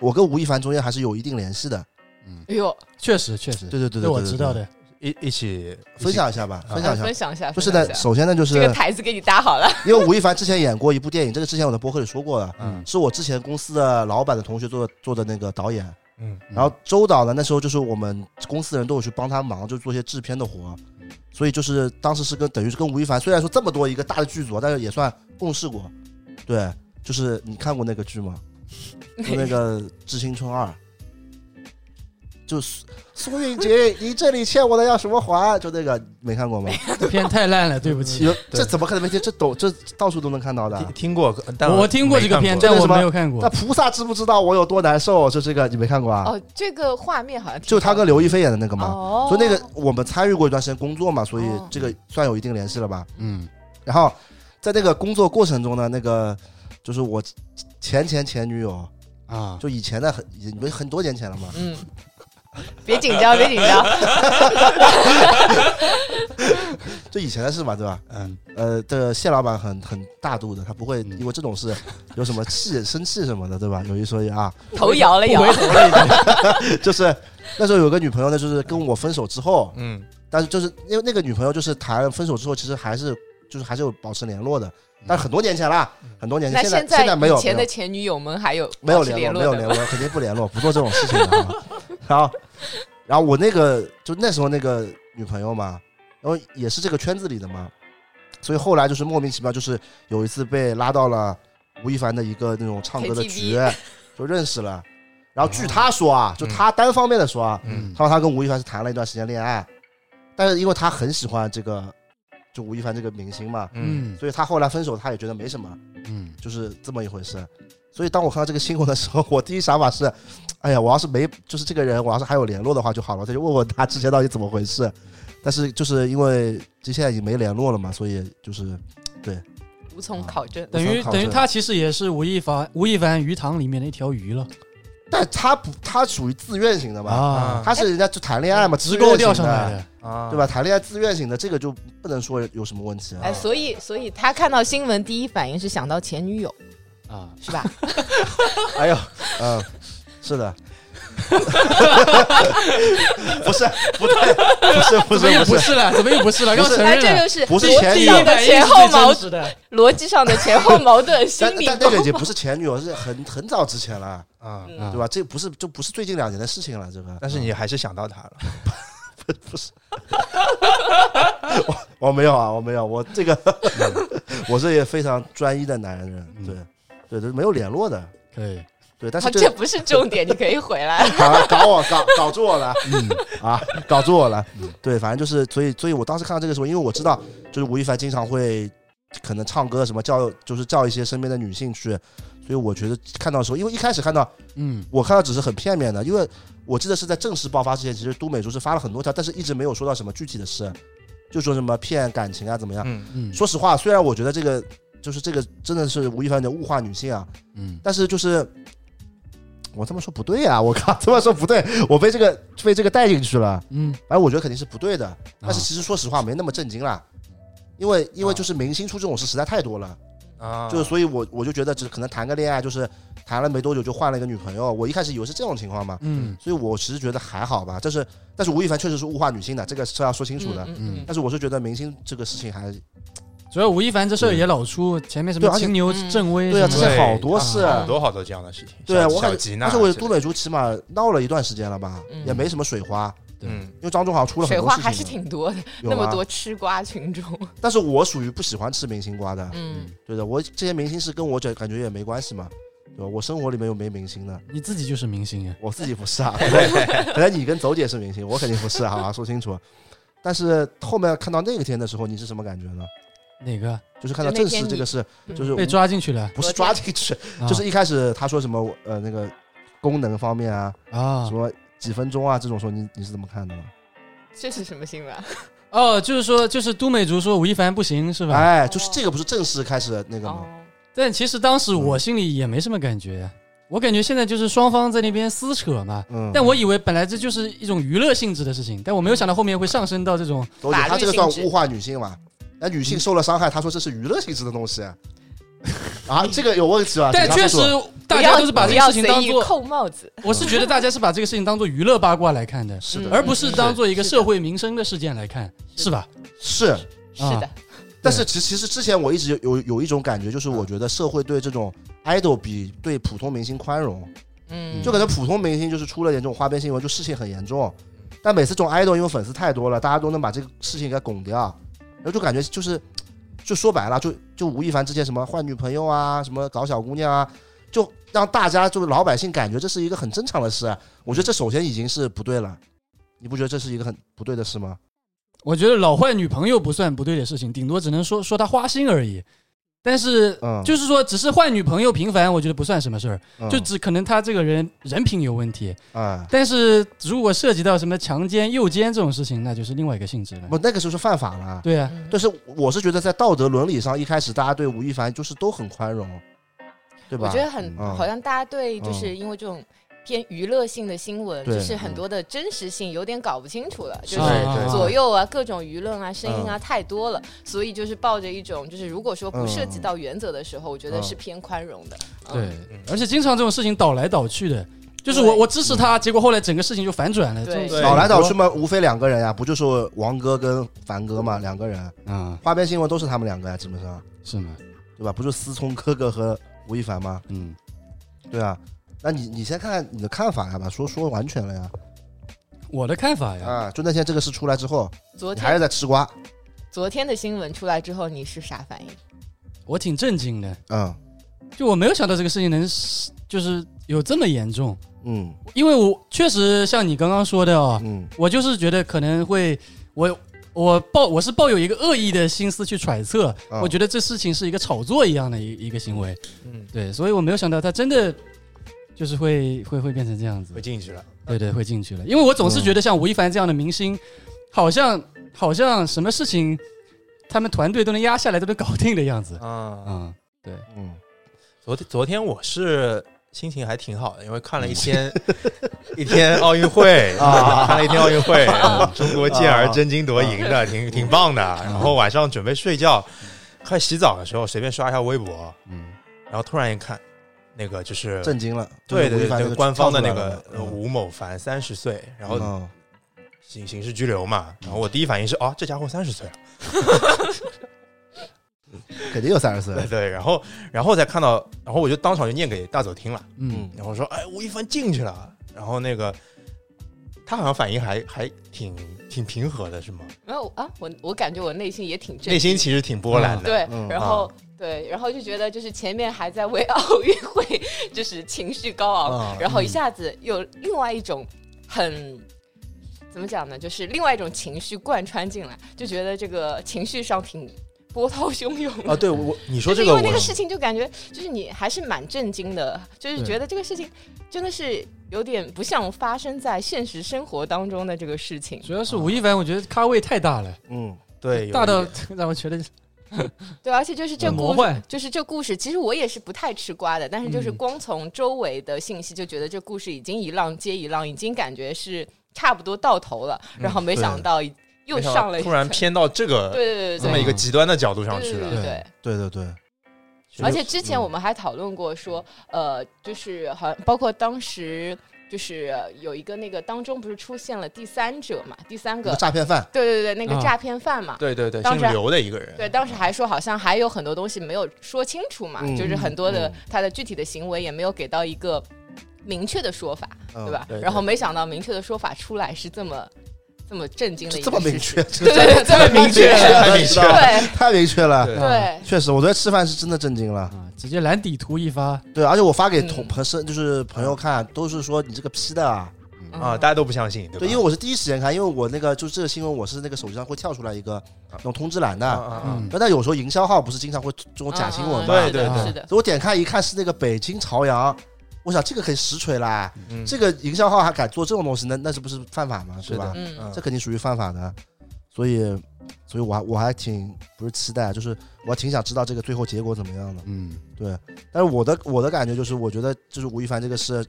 S2: 我跟吴亦凡中间还是有一定联系的。
S4: 哎呦，
S3: 确实确实，
S2: 对对对对，
S3: 这我
S2: 对
S3: 知道，啊的。
S5: 一一起
S2: 对分。享一下吧，分享一下
S4: 分。享一下，
S2: 就是
S4: 分享
S2: 呢，
S4: 一下
S2: 首先呢，就是
S4: 这个台子给你搭好了，
S2: 因为吴亦凡之前演过一部电影，这个之前我在播客里说过的，
S1: 嗯
S2: 是我之前公司的老板的同学做的做的那个导演。
S5: 嗯，
S2: 然后周导呢，那时候就是我们公司的人都有去帮他忙，就做一些制片的活，所以就是当时是跟等于是跟吴亦凡，虽然说这么多一个大的剧组，啊但是也算共事过。对，就是你看过那个剧吗？就 那个《致青春二》，就是苏运杰，你这里欠我的要什么还？就那个没看过吗？
S3: 这片太烂了，对不起。
S2: 有这怎么可能没见？这都这到处都能看到的
S5: 听。听过，但
S3: 我我听过这个
S5: 没
S3: 片，但
S5: 看过
S2: 这个
S3: 我
S2: 什么
S3: 没有看过
S2: 那。菩萨知不知道我有多难受？就这个你没看过啊？
S4: 哦，这个画面好像挺
S2: 就他跟刘亦菲演的那个嘛。
S4: 哦，
S2: 所以那个我们参与过一段时间工作嘛，所以
S4: 哦
S2: 这个算有一定联系了吧。
S1: 嗯
S2: 然后在那个工作过程中呢，那个就是我前前前女友，
S1: 啊
S2: 就以前的很已经很多年前了嘛。
S4: 嗯，别紧张，别紧 张，
S2: 就以前的事嘛，对吧？
S1: 嗯
S2: 呃，这个谢老板很很大度的，他不会因为这种事有什么气、生气什么的，对吧？有一说一啊，
S4: 头摇了摇
S3: 不，回头了已经。
S2: 就是那时候有个女朋友呢，就是跟我分手之后，
S5: 嗯，
S2: 但是就是因为那个女朋友就是谈分手之后，其实还是就是还是有保持联络的，但是很多年前啦，很多年
S4: 那
S2: 前，现
S4: 现
S2: 在在没有
S4: 以前
S2: 没
S4: 的
S2: 有
S4: 前女友们还有
S2: 没有
S4: 保持
S2: 联络，没
S4: 络
S2: 有
S4: 的
S2: 联
S4: 吗，
S2: 络，肯定不联络，不做这种事情的啊。然后，然后我那个就那时候那个女朋友嘛，然后也是这个圈子里的嘛，所以后来就是莫名其妙，就是有一次被拉到了吴亦凡的一个那种唱歌的
S4: KTV
S2: 局，就认识了。然后据他说啊，就他单方面的说啊，
S5: 嗯
S2: 他说他跟吴亦凡是谈了一段时间恋爱，但是因为他很喜欢这个，就吴亦凡这个明星嘛，
S5: 嗯，
S2: 所以他后来分手，他也觉得没什么，
S1: 嗯，
S2: 就是这么一回事。所以当我看到这个新闻的时候， 我第一想法是，哎呀，我要是没就是这个人，我要是还有联络的话就好了，再去问问他之前到底怎么回事。但是就是因为这现在已经没联络了嘛，所以就是
S4: 无从考证。
S3: 等于
S2: 考
S3: 等于
S2: 证
S3: 他其实也是吴亦凡吴亦凡鱼塘里面的一条鱼了
S2: 但他不，他属于自愿型的嘛，
S3: 啊，哎
S2: 他是人家就谈恋爱嘛，
S3: 直钩钓
S2: 掉
S3: 上来，的。
S5: 啊
S2: 对吧？？谈恋爱自愿型的，这个就不能说有什么问题啊。
S4: 哎，所以所以他看到新闻第一反应是想到前女友，
S1: 啊，
S4: 是吧？
S2: 哎呦，嗯，是的，不是，不对，不是，不
S3: 怎么又
S2: 是，
S3: 不
S2: 是，
S3: 是了？怎么又不是了？刚承
S4: 哎，
S3: 认
S4: 这
S3: 了
S4: 就。是
S2: 不是
S4: 逻
S2: 前
S3: 第
S4: 辑
S2: 女
S3: 一
S2: 友
S4: 上的
S3: 反应
S4: 前
S3: 是
S4: 后
S3: 最
S4: 矛
S3: 真实的，
S4: 逻辑上的前后矛盾，心
S2: 但
S4: 理
S2: 但那个已经
S4: 矛
S2: 不是前女友，是很很早之前了，
S5: 啊，
S4: 盾。
S1: 啊
S2: 对吧？这不是就不是最近两年的事情了，这个。
S5: 但是你还是想到他了，
S2: 不是，我我没有啊，我没有，我这个 我是一个非常专一的男人，对对对，没有联络的，
S1: 可以，
S2: 对，但
S4: 好，
S2: 是
S4: 这
S2: 这
S4: 不是重点，你可以回来。
S2: 搞啊搞我搞搞住我了，啊，搞住我了，对，反正就是，所以所以我当时看到这个时候，因为我知道就是吴亦凡经常会可能唱歌什么叫就是叫一些身边的女性去，所以我觉得看到的时候，因为一开始看到
S1: 嗯
S2: 我看到只是很片面的，因为我记得是在正式爆发之前，其实都美竹是发了很多条，但是一直没有说到什么具体的事，就说什么骗感情啊怎么样。
S5: 嗯，
S1: 嗯
S2: 说实话，虽然我觉得这个就是这个真的是吴亦凡有点物化女性啊，
S1: 嗯
S2: 但是就是我这么说不对啊，我靠，这么说不对，我被这个被这个带进去了，
S1: 嗯，
S2: 反正我觉得肯定是不对
S5: 啊
S2: 的。但是其实说实话，没那么震惊啦。因为因为
S5: 啊
S2: 就是明星出这种事实在太多了，
S5: 啊，
S2: 就是所以我我就觉得只可能谈个恋爱，就是谈了没多久就换了一个女朋友，我一开始以为是这种情况嘛，
S1: 嗯
S2: 所以我其实觉得还好吧。但是，但是吴亦凡确实是物化女性的，这个是要说清楚的。
S1: 嗯
S2: 但是我是觉得明星这个事情还
S3: 主要吴亦凡这事儿也老出，前面什么
S2: 对而且
S3: 青牛
S4: 嗯
S3: 郑微什
S2: 对啊
S3: 么
S2: 这
S3: 的，
S2: 些好多
S5: 对
S2: 事
S5: 啊好多好多这样的事情。
S2: 对
S5: 小
S2: 我感
S5: 啊小
S2: 觉
S5: 吉娜
S2: 而
S5: 之
S2: 且
S5: 类的，
S2: 我觉得都美竹起码闹了一段时间了吧，
S4: 嗯
S2: 也没什么水花，
S5: 嗯
S2: 因为张忠好像出了很
S4: 水
S2: 多
S4: 花
S2: 事情，
S4: 还是挺多的，
S2: 有
S4: 那么
S2: 啊
S4: 多。吃瓜群众。
S2: 但是我属于不喜欢吃明星瓜的，
S4: 嗯，
S2: 对的，我这些明星是跟我这感觉也没关系嘛，对吧？我生活里面又没明星的，
S1: 你自己就是明星啊，
S2: 我自己不 是啊，可能可能你跟走姐是明星，我肯定不是啊，好吧，说清楚。但是后面看到那个天的时候，你是什么感觉呢？
S1: 哪个
S2: 就是看到
S4: 就那
S2: 正
S4: 天
S2: 式这
S4: 你
S2: 个事，
S4: 嗯
S2: 就是
S3: 被抓进去了
S2: 不是
S4: 昨天
S2: 抓进去，
S1: 啊
S2: 就是一开始他说什么呃那个功能方面啊，
S1: 啊
S2: 什，么几分钟啊这种时候，你你是怎么看的呢？
S4: 这是什么新闻啊？
S3: 哦，就是说就是都美竹说吴亦凡不行是吧？
S2: 哎，就是这个不是正式开始那个吗？
S4: 哦，
S3: 但其实当
S2: 嗯
S3: 时我心里也没什么感觉呀，我感觉现在就是双方在那边撕扯嘛。
S2: 嗯，
S3: 但我以为本来这就是一种娱乐性质的事情，但我没有想到后面会上升到这种
S2: 走姐
S4: 法律
S2: 他这个算
S4: 性质
S2: 物化女性嘛？那女
S3: 嗯
S2: 性受了伤害，他说这是娱乐性质的东西 啊，这个有问题吧？
S3: 但
S2: 警察
S3: 确实
S2: 叔叔，
S3: 大家都是把这
S4: 不
S3: 个
S4: 要
S3: 事情
S4: 随
S3: 当
S4: 意
S3: 做，
S4: 扣帽子。
S3: 我是觉得大家是把这个事情当做娱乐八卦来看的，
S2: 是
S4: 嗯
S2: 的，
S3: 而不是当做一个社会民生的事件来看，是吧？
S2: 是。
S4: 是
S3: 啊
S4: 的，
S2: 但是其其实之前我一直有有有一种感觉，就是
S3: 嗯
S2: 我觉得社会对这种 idol 比对普通明星宽容，
S4: 嗯，
S2: 就可能普通明星就是出了点这种花边新闻，就事情很严重，但每次这种 idol 因为粉丝太多了，大家都能把这个事情给拱掉，然后就感觉就是，就说白了，就就吴亦凡之前什么换女朋友啊，什么搞小姑娘啊，就让大家就是老百姓感觉这是一个很正常的事，我觉得这首先已经是不对了，你不觉得这是一个很不对的事吗？
S3: 我觉得老换女朋友不算不对的事情，顶多只能说说他花心而已。但是
S2: 嗯
S3: 就是说，只是换女朋友频繁，我觉得不算什么事儿，
S2: 嗯
S3: 就只可能他这个人人品有问题。
S2: 啊，
S3: 但是如果涉及到什么强奸、诱奸这种事情，那就是另外一个性质了
S2: 不。，那个时候是犯法了。
S3: 对啊，
S4: 嗯
S2: 但是我是觉得在道德伦理上，一开始大家对吴亦凡就是都很宽容，对吧？
S4: 我觉得很
S2: 嗯
S4: 好像大家对就是因为这种偏娱乐性的新闻，
S2: 对
S4: 就是很多的真实性有点搞不清楚了，就是是。
S3: 啊
S4: 左右啊，各种舆论啊，声音啊，太多
S2: 嗯
S4: 了，所以就是抱着一种，就是如果说不涉及到原则的时候，我觉得是偏宽容的。嗯
S1: 对，
S3: 而且经常这种事情倒来倒去的，就是我
S4: 对
S3: 我支持他，结果后来整个事情就反转了。这
S4: 对
S3: 种
S2: 倒来倒去嘛，无非两个人呀、不就是王哥跟凡哥嘛，两个人。
S1: 啊，
S2: 花边新闻都是他们两个呀、基本上，
S1: 是吗？
S2: 对吧？不是思聪哥哥和吴亦凡吗？
S1: 嗯，
S2: 对啊，那你你先看看你的看法呀吧，说说完全了呀。啊
S3: 我的看法呀，
S5: 啊
S2: 啊，就那天这个事出来之后，
S4: 昨
S2: 你还是
S4: 天
S2: 在吃瓜，
S4: 昨天的新闻出来之后，你是啥反应？
S3: 我挺震惊的，
S2: 嗯
S3: 就我没有想到这个事情能就是有这么严重，
S2: 嗯
S3: 因为我确实像你刚刚说的哦，
S2: 嗯
S3: 我就是觉得可能会我。我抱我是抱有一个恶意的心思去揣测，
S2: 啊
S3: 我觉得这事情是一个炒作一样的一一个行为，
S5: 嗯，
S3: 对，所以我没有想到他真的就是会会会变成这样
S2: 嗯
S3: 子
S5: 会，进去了。
S3: 对对，会进去了。因为我总是觉得像吴亦凡这样的明星，好像好像什么事情他们团队都能压下来，都能搞定的样子。
S5: 啊，
S3: 嗯，对，
S2: 嗯，
S5: 昨天昨天我是心情还挺好的，因为看了一天一天奥运 会
S2: 啊
S5: 看了一天奥运会，嗯啊中国健儿争金夺银的，挺挺棒的。然后晚上准备睡觉，快洗澡的时候随便刷一下微博，
S3: 嗯，
S5: 然后突然一看，那个就是
S2: 震惊了，
S5: 对
S2: 就是吴
S5: 对
S2: 亦凡那
S5: 对，这
S2: 个
S5: 个官方的
S2: 跳
S5: 那
S2: 出来
S5: 个
S2: 了
S5: 呃吴某凡三十岁，然后
S2: 嗯
S5: 刑刑事拘留嘛。然后我第一反应是啊，这家伙三十岁了。
S2: 肯定有三十岁，
S5: 对对，然后然后再看到，然后我就当场就念给大佐听了，
S3: 嗯，
S5: 然后说哎，吴亦凡进去了，然后那个他好像反应还还挺挺平和的，是吗？
S4: 没有啊，我我感觉我内心也挺震惊
S5: 内心其实挺波澜的，
S4: 对
S2: 嗯，
S4: 然后、对，然后就觉得就是前面还在为奥运会 就是情绪高昂，
S5: 啊
S4: 然后一下子有另外一种很。怎么讲呢？就是另外一种情绪贯穿进来，就觉得这个情绪上挺波涛汹涌的
S5: 啊，对我你说
S4: 就是因
S5: 这个
S4: 为那
S5: 我
S4: 个事情，就感觉就是你还是蛮震惊的，就是
S3: 对
S4: 觉得这个事情真的是有点不像发生在现实生活当中的这个事情。
S3: 主要是吴亦凡，我觉得咖位太大了，
S2: 嗯
S5: 对有
S3: 大
S5: 一
S3: 到
S5: 点
S3: 让我觉得
S4: 对，而且就是这
S3: 很魔
S4: 故
S3: 幻
S4: 事，就是这故事，其实我也是不太吃瓜的，但是就是
S3: 嗯
S4: 光从周围的信息就觉得这故事已经一浪接一浪，已经感觉是差不多到头了，然后没想到又
S5: 嗯没想到
S4: 上了一
S5: 突然
S4: 层，
S5: 偏到这
S4: 对
S5: 个
S4: 对对对
S5: 这
S4: 对
S5: 么一个极端的角度
S4: 对
S5: 上去
S4: 对对
S3: 对
S4: 对
S5: 了，
S4: 对。
S2: 嗯对对对，嗯
S5: 其实
S4: 而且之前我们还讨论过说，
S5: 嗯
S4: 呃，就是好像包括当时就是呃有一个那个当中不是出现了第三者嘛，第三
S2: 一
S4: 个
S2: 个，诈骗犯，
S4: 对对对，那个
S3: 啊
S4: 诈骗犯嘛。
S5: 对对对，
S4: 当
S5: 姓
S4: 时
S5: 刘的一个人，
S4: 对，当时还说好像还有很多东西没有说清楚嘛，
S2: 嗯
S4: 就是很多的、
S2: 嗯
S4: 他的具体的行为也没有给到一个明确的说法，
S2: 嗯
S4: 对吧？
S5: 对对
S4: 然后没想到明确的说法出来是这么这么震惊的
S2: 这
S4: 一
S2: 这
S4: 个
S2: 么
S4: 事
S2: 明
S4: 情，
S2: 确，这
S4: 对对对，这么明确，
S5: 太明确了
S4: 对
S2: 太明确了。
S5: 对
S4: 对，
S2: 确实，我昨天吃饭是真的震惊了。
S3: 啊，直接蓝底图一发，
S2: 对，而且我发给同
S4: 嗯
S2: 朋友，就是朋友看，都是说你这个 P 的啊。
S4: 嗯
S5: 啊，大家都不相信，对吧
S2: 对，因为我是第一时间看，因为我那个就是这个新闻，我是那个手机上会跳出来一个那种通知栏
S5: 啊
S2: 的。
S5: 啊啊
S3: 嗯，
S2: 那但有时候营销号不是经常会这种假新闻
S4: 嗯嗯
S2: 嘛？
S4: 嗯
S5: 对
S4: 是的
S3: 对对
S4: 是的，
S2: 所以我点开一看是那个北京朝阳，我想这个可以实锤啦，
S5: 嗯
S2: 这个营销号还敢做这种东西，那那是不是犯法嘛？
S5: 是
S2: 吧？
S5: 的，
S4: 嗯
S5: 嗯
S2: 这肯定属于犯法的，所以，所以我还我还挺不是期待，啊就是我还挺想知道这个最后结果怎么样的。
S3: 嗯，
S2: 对，但是我的我的感觉就是，我觉得就是吴亦凡这个事，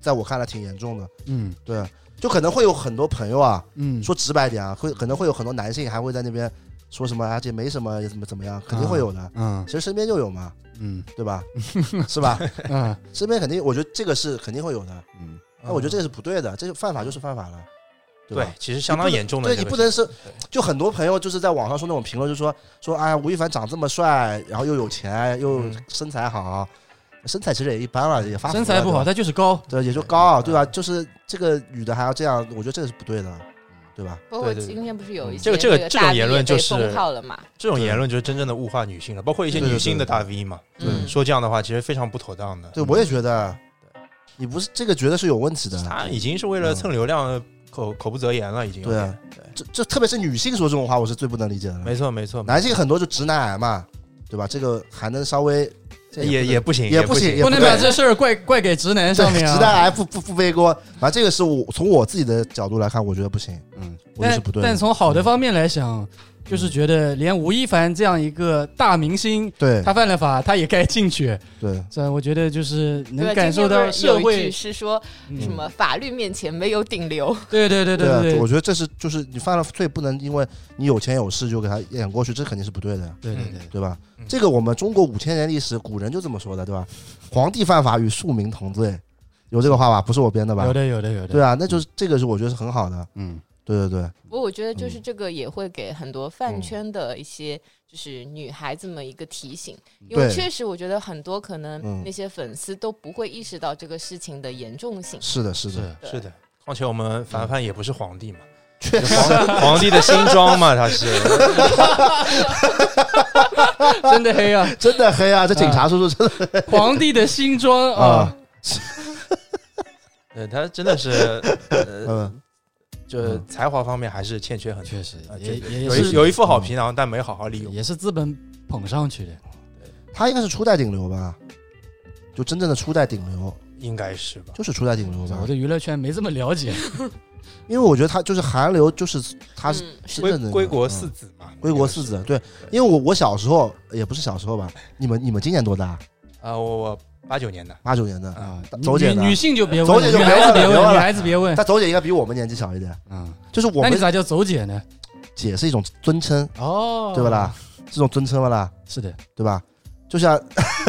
S2: 在我看来挺严重的。
S3: 嗯
S2: 对，就可能会有很多朋友啊，
S3: 嗯，
S2: 说直白点啊，会可能会有很多男性还会在那边说什么啊，这没什么，也怎么怎么样，肯定会有的。
S3: 嗯
S2: 其实身边就有嘛，
S3: 嗯
S2: 对吧？ 是吧？
S3: 嗯
S2: 身边肯定，我觉得这个是肯定会有的。
S3: 嗯，
S2: 那我觉得这个是不对的，这个犯法就是犯法了，吧
S5: 对？，其实相当严重的
S2: 对
S5: 这
S2: 你
S5: 个事情，
S2: 不能是，就很多朋友就是在网上说那种评论，就说说哎呀，吴亦凡长这么帅，然后又有钱，又
S5: 嗯
S2: 身材好，身材其实也一般了，也发福
S3: 身
S2: 了
S3: 材不 好，，
S2: 哎对吧啊
S3: 他就是高，
S2: 对，也就高，啊
S5: 对
S2: 对吧？就是这个女的还要这样，我觉得这个是不对的，
S5: 嗯
S2: 对吧？
S4: 包括
S5: 对对对
S4: 今天不是有一些
S5: 这个这个这种
S4: 大 V
S5: 言论
S4: 也被
S5: 就是
S4: 封号了嘛？
S5: 这种言论就是真正的物化女性了，包括一些
S2: 对对
S5: 女性的大 V 嘛，
S2: 对
S4: 嗯
S5: 说这样的话其实非常不妥当的。
S2: 对，我也觉得，你不是这个觉得是有问题的，
S5: 他已经是为了蹭流量口口不择言了，已经有
S2: 对啊
S5: 点。
S2: 这这特别是女性说这种话，我是最不能理解的。
S5: 没错没错，
S2: 男性很多就直男癌嘛，对吧？这个还能稍微这
S5: 也
S2: 也
S5: 也不行，
S2: 也
S5: 哎不
S2: 不行也
S3: 不能把
S2: 对
S3: 这事儿怪怪给直 男
S2: 不对
S3: 上面啊。
S2: 直男癌不不不背锅，反正这个是我从我自己的角度来看，我觉得不行。
S3: 嗯，
S2: 我觉得是
S3: 但
S2: 不嗯对的
S3: 但从好的方面来想，就是觉得连吴亦凡这样一个大明星，
S2: 对
S3: 他犯了法，他也该进去。
S2: 对，
S3: 这我觉得就是
S4: 对吧
S3: 能感受到
S4: 今天
S3: 社
S4: 不是有一句
S3: 会
S4: 是说
S3: 嗯
S4: 什么法律面前没有顶流，
S3: 对对对
S2: 啊
S3: 对
S2: 我觉得这是就是你犯了罪，不能因为你有钱有势就给他掩过去，这肯定是不对的，
S3: 对对对，
S2: 对吧？
S5: 嗯
S2: 这个我们中国五千年历史，古人就这么说的，对吧？皇帝犯法与庶民同罪，有这个话吧？不是我编的吧
S3: 有？的有的有的，
S2: 对啊，那就是这个是我觉得是很好的，
S3: 嗯
S2: 对对对，
S4: 不过我觉得
S2: 嗯
S4: 就是这个也会给很多饭圈的一些就是女孩子们一个提醒，因为
S2: 嗯对
S4: 确实我觉得很多可能
S2: 嗯
S4: 那些粉丝都不会意识到这个事情的严重性。
S2: 是的，是的，
S3: 是
S5: 是的。况且我们凡凡也不是皇帝嘛，
S2: 确实，
S5: 皇皇帝的新装嘛，他是
S3: 真的 黑啊！
S2: 真的黑啊！这警察叔叔真的
S3: 皇帝的新装啊
S2: 啊，，
S5: 对他真的是，呃，
S2: 嗯，
S5: 就是才华方面还是欠缺很多。
S1: 确实
S5: 啊
S1: 也
S5: 确
S1: 也也
S5: 有一
S1: 是
S5: 有一副好皮囊，但没好好利用。
S1: 也是资本捧上去的。
S2: 他应该是初代顶流吧？就真正的初代顶流，
S5: 应该是吧？
S2: 就是初代顶流吧
S5: 嗯
S3: 我？对娱乐圈没这么了解，
S2: 因为我觉得他就是韩流，就是他是
S4: 嗯
S2: 真
S5: 归
S2: 正的
S5: 归国四
S2: 嗯
S5: 子嘛，
S2: 归国四子，对，因为我我小时候也不是小时候吧？你们你们今年多大？
S5: 啊，我我八九年的，
S2: 八九年的
S3: 嗯
S1: 啊，
S2: 走姐
S3: 女
S2: 呢
S3: 女？性就别问
S2: 走
S3: 了，
S2: 姐就
S3: 女
S2: 别
S3: 孩子
S2: 问了
S3: 别
S2: 别问
S3: 问，
S2: 了
S3: 女孩子别问。啊
S2: 但走姐应该比我们年纪小一点，
S1: 嗯，
S2: 就是我
S3: 那你
S2: 们
S3: 咋叫走姐呢？
S2: 姐是一种尊称，
S3: 哦，
S2: 对不啦？？这种尊称不啦？
S1: 是的，
S2: 对吧？就像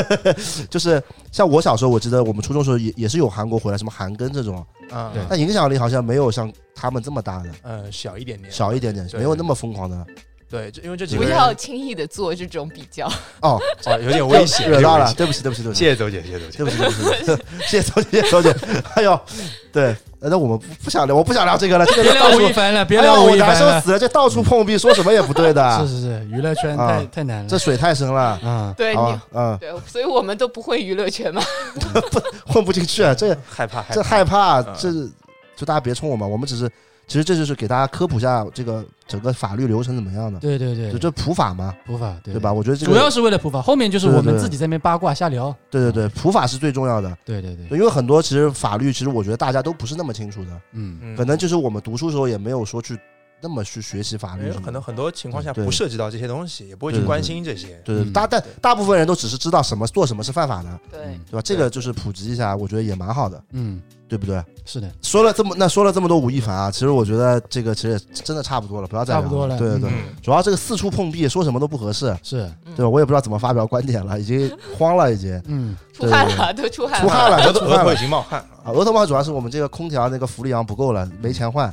S2: 就是像我小时候，我记得我们初中时候也也是有韩国回来，什么韩庚这种，
S5: 嗯，
S1: 对
S2: 但影响力好像没有像他们这么大的，
S5: 嗯，小一点点，
S2: 小一点点，
S5: 对
S2: 没有那么疯狂的。
S5: 对，这因为这几
S4: 不
S5: 个人
S4: 要轻易的做这种比 较，
S2: 哦，
S5: 哦有点危险，
S2: 惹到
S5: 有点危
S2: 了，
S5: 险
S2: 对不起，对不起，对不
S5: 谢
S2: 起，
S5: 谢走姐，谢谢走姐
S2: 对。不起，对不起，谢谢周姐，谢谢周姐。哎呦，对，那我们不不想聊，我不想聊这个了，这个
S3: 别
S2: 就到
S3: 聊
S2: 处
S3: 吴亦凡了，别
S2: 哎呦
S3: 聊吴
S2: 我
S3: 亦
S2: 难
S3: 凡
S2: 受
S3: 了。
S2: 死了，这到处碰壁，说什么也不对
S3: 是
S2: 的，
S3: 是是，娱乐圈
S2: 啊
S3: 太太难
S2: 这
S3: 了。
S2: 水太深了。
S1: 啊，
S4: 对
S2: 好
S4: 你
S2: 吧，嗯，
S4: 对，所以我们都不混娱乐圈嘛。
S2: 混不进去，这
S5: 害怕，害
S2: 这
S5: 怕，
S2: 害怕，
S5: 嗯
S2: 这就大家别冲我们，我们只是，其实这就是给大家科普一下这个整个法律流程怎么样的，
S3: 对对对
S2: 就，这普法嘛，
S1: 普法对
S2: 对？吧？我觉得这
S3: 主要
S2: 个，
S3: 是为了普法，后面就是
S2: 对对
S3: 我们
S2: 对
S3: 自己在那边八卦瞎聊。
S2: 对对对，普法是最重要的，
S1: 对对对，
S2: 对因为很多其实法律，其实我觉得大家都不是那么清楚的，
S1: 嗯，
S5: 嗯
S2: 可能就是我们读书时候也没有说去那么去学习法律
S5: 因
S2: 什
S5: 为
S2: 么的，
S5: 可能很多情况下
S2: 哎对
S5: 不涉及到这些东西，也不会
S2: 对
S5: 去
S2: 对
S5: 关
S2: 对
S5: 心这些。
S2: 对对，
S1: 嗯
S2: 大但大部分人都只是知道什么做什么是犯法的，
S4: 对，
S2: 对吧？这个就是普及一下，我觉得也蛮好的，
S1: 嗯，
S2: 对不对？
S1: 是的，
S2: 说了这么那说了这么多吴亦凡啊，其实我觉得这个其实也真的差不多了，不要再聊
S3: 差不多了
S2: 对对对，
S5: 嗯，
S2: 主要这个四处碰壁，说什么都不合适，
S1: 是，
S4: 嗯
S2: 对吧？我也不知道怎么发表观点了，已经慌了，已经
S1: 嗯，
S4: 出汗了，都出汗
S2: 出
S4: 了。
S2: 汗了，
S5: 额
S2: 都
S5: 头
S2: 出
S5: 额
S2: 汗
S5: 头
S2: 了
S5: 已。经冒汗了。
S2: 啊，额头帽主要是我们这个空调那个氟利昂不够了，没钱换。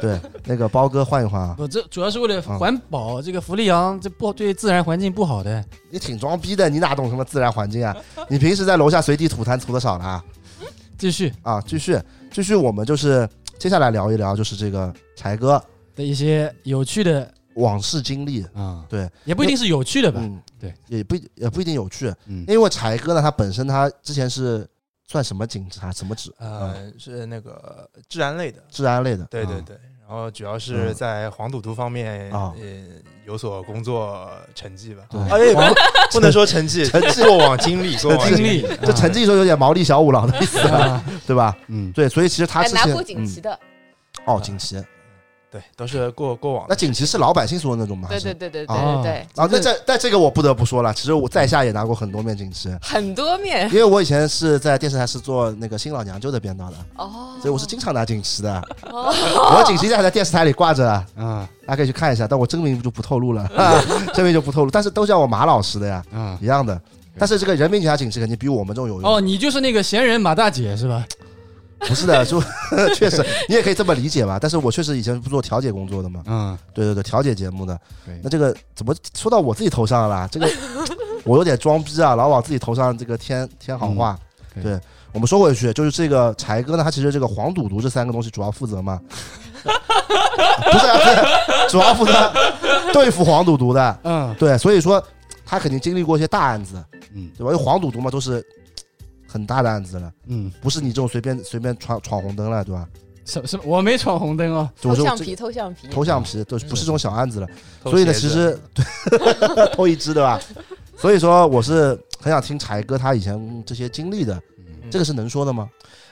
S2: 对，那个包哥换一换啊，
S3: 我这主要是为了
S2: 嗯
S3: 环保，这个氟利昂这不对自然环境不好的。
S2: 你挺装逼的，你哪懂什么自然环境啊？你平时在楼下随地吐痰吐的少了啊？
S3: 继续
S2: 啊，继续继续，我们就是接下来聊一聊，就是这个柴哥
S3: 的一些有趣的，
S2: 往事经历。
S1: 啊，
S2: 嗯对，
S3: 也不一定是有趣的吧。
S2: 嗯，
S1: 对，
S2: 也不也不一定有趣，
S1: 嗯，
S2: 因为柴哥呢，他本身他之前是算什么警察，什么治
S5: 呃，
S2: 嗯
S5: 是那个治安类的，
S2: 治安类的，
S5: 对对
S2: 啊
S5: 对。然后主要是
S2: 嗯
S5: 在黄赌毒方面，
S2: 啊
S5: 呃，有所工作成绩吧。
S2: 对
S5: 哎，不不能说成绩，
S2: 成绩
S5: 过往经历，过往
S2: 经啊
S3: 经历
S2: 这成绩说有点毛利小五郎的意思，
S3: 啊，
S2: 对吧？
S1: 嗯，
S2: 对，所以其实他
S4: 还
S2: 之
S4: 哎拿
S2: 前
S4: 过锦旗
S2: 嗯
S4: 的，
S2: 哦，锦旗，
S5: 对，都是过过往
S2: 那锦旗是老百姓说的那种吗？
S4: 对
S2: 还是
S4: 对对对对
S2: 啊
S4: 对对，
S2: 啊，那这但这个我不得不说了，其实我在下也拿过很多面锦旗，
S4: 很多面
S2: 因为我以前是在电视台是做那个新老娘舅的编导的，
S4: 哦。
S2: 所以我是经常拿锦旗的。
S4: 哦
S2: 我锦旗现在还在电视台里挂着，
S1: 啊
S2: 大家可以去看一下，但我真名就不透露了，啊真名就不透露，但是都叫我马老师的呀，
S1: 啊，
S2: 一样的。但是这个人民警察警示肯定比我们这种有用，
S3: 哦，你就是那个闲人马大姐是吧？
S2: 不是的，就 确实你也可以这么理解吧。但是我确实以前不做调解工作的嘛，
S1: 嗯，
S2: 对对对，调解节目的
S1: 对。
S2: 那这个怎么说到我自己头上了啦？ 这个我有点装逼啊，老往自己头上这个添添好话。
S1: 嗯
S2: 对，我们说回去，就是这个柴哥呢，他其实这个黄赌毒这三个东西主要负 责嘛，不是、啊，不是主要负责对付黄赌毒的。
S3: 嗯，
S2: 对，所以说他肯定经历过一些大案子，
S1: 嗯
S2: 对吧？因为黄赌毒嘛，都是很大的案子了，
S1: 嗯，
S2: 不是你这种随便随便闯闯红灯了，对吧？
S3: 什什么我没闯红灯哦，
S2: 就我
S4: 偷
S2: 就
S4: 橡
S2: 这
S4: 皮，偷橡皮，
S2: 头像皮，都不是这种小案子了。
S5: 偷
S2: 所以呢，
S5: 鞋子
S2: 其实对 偷一只对吧？所以说我是很想听柴哥他以前这些经历的，
S1: 嗯
S5: 嗯
S2: 这个是能说的吗？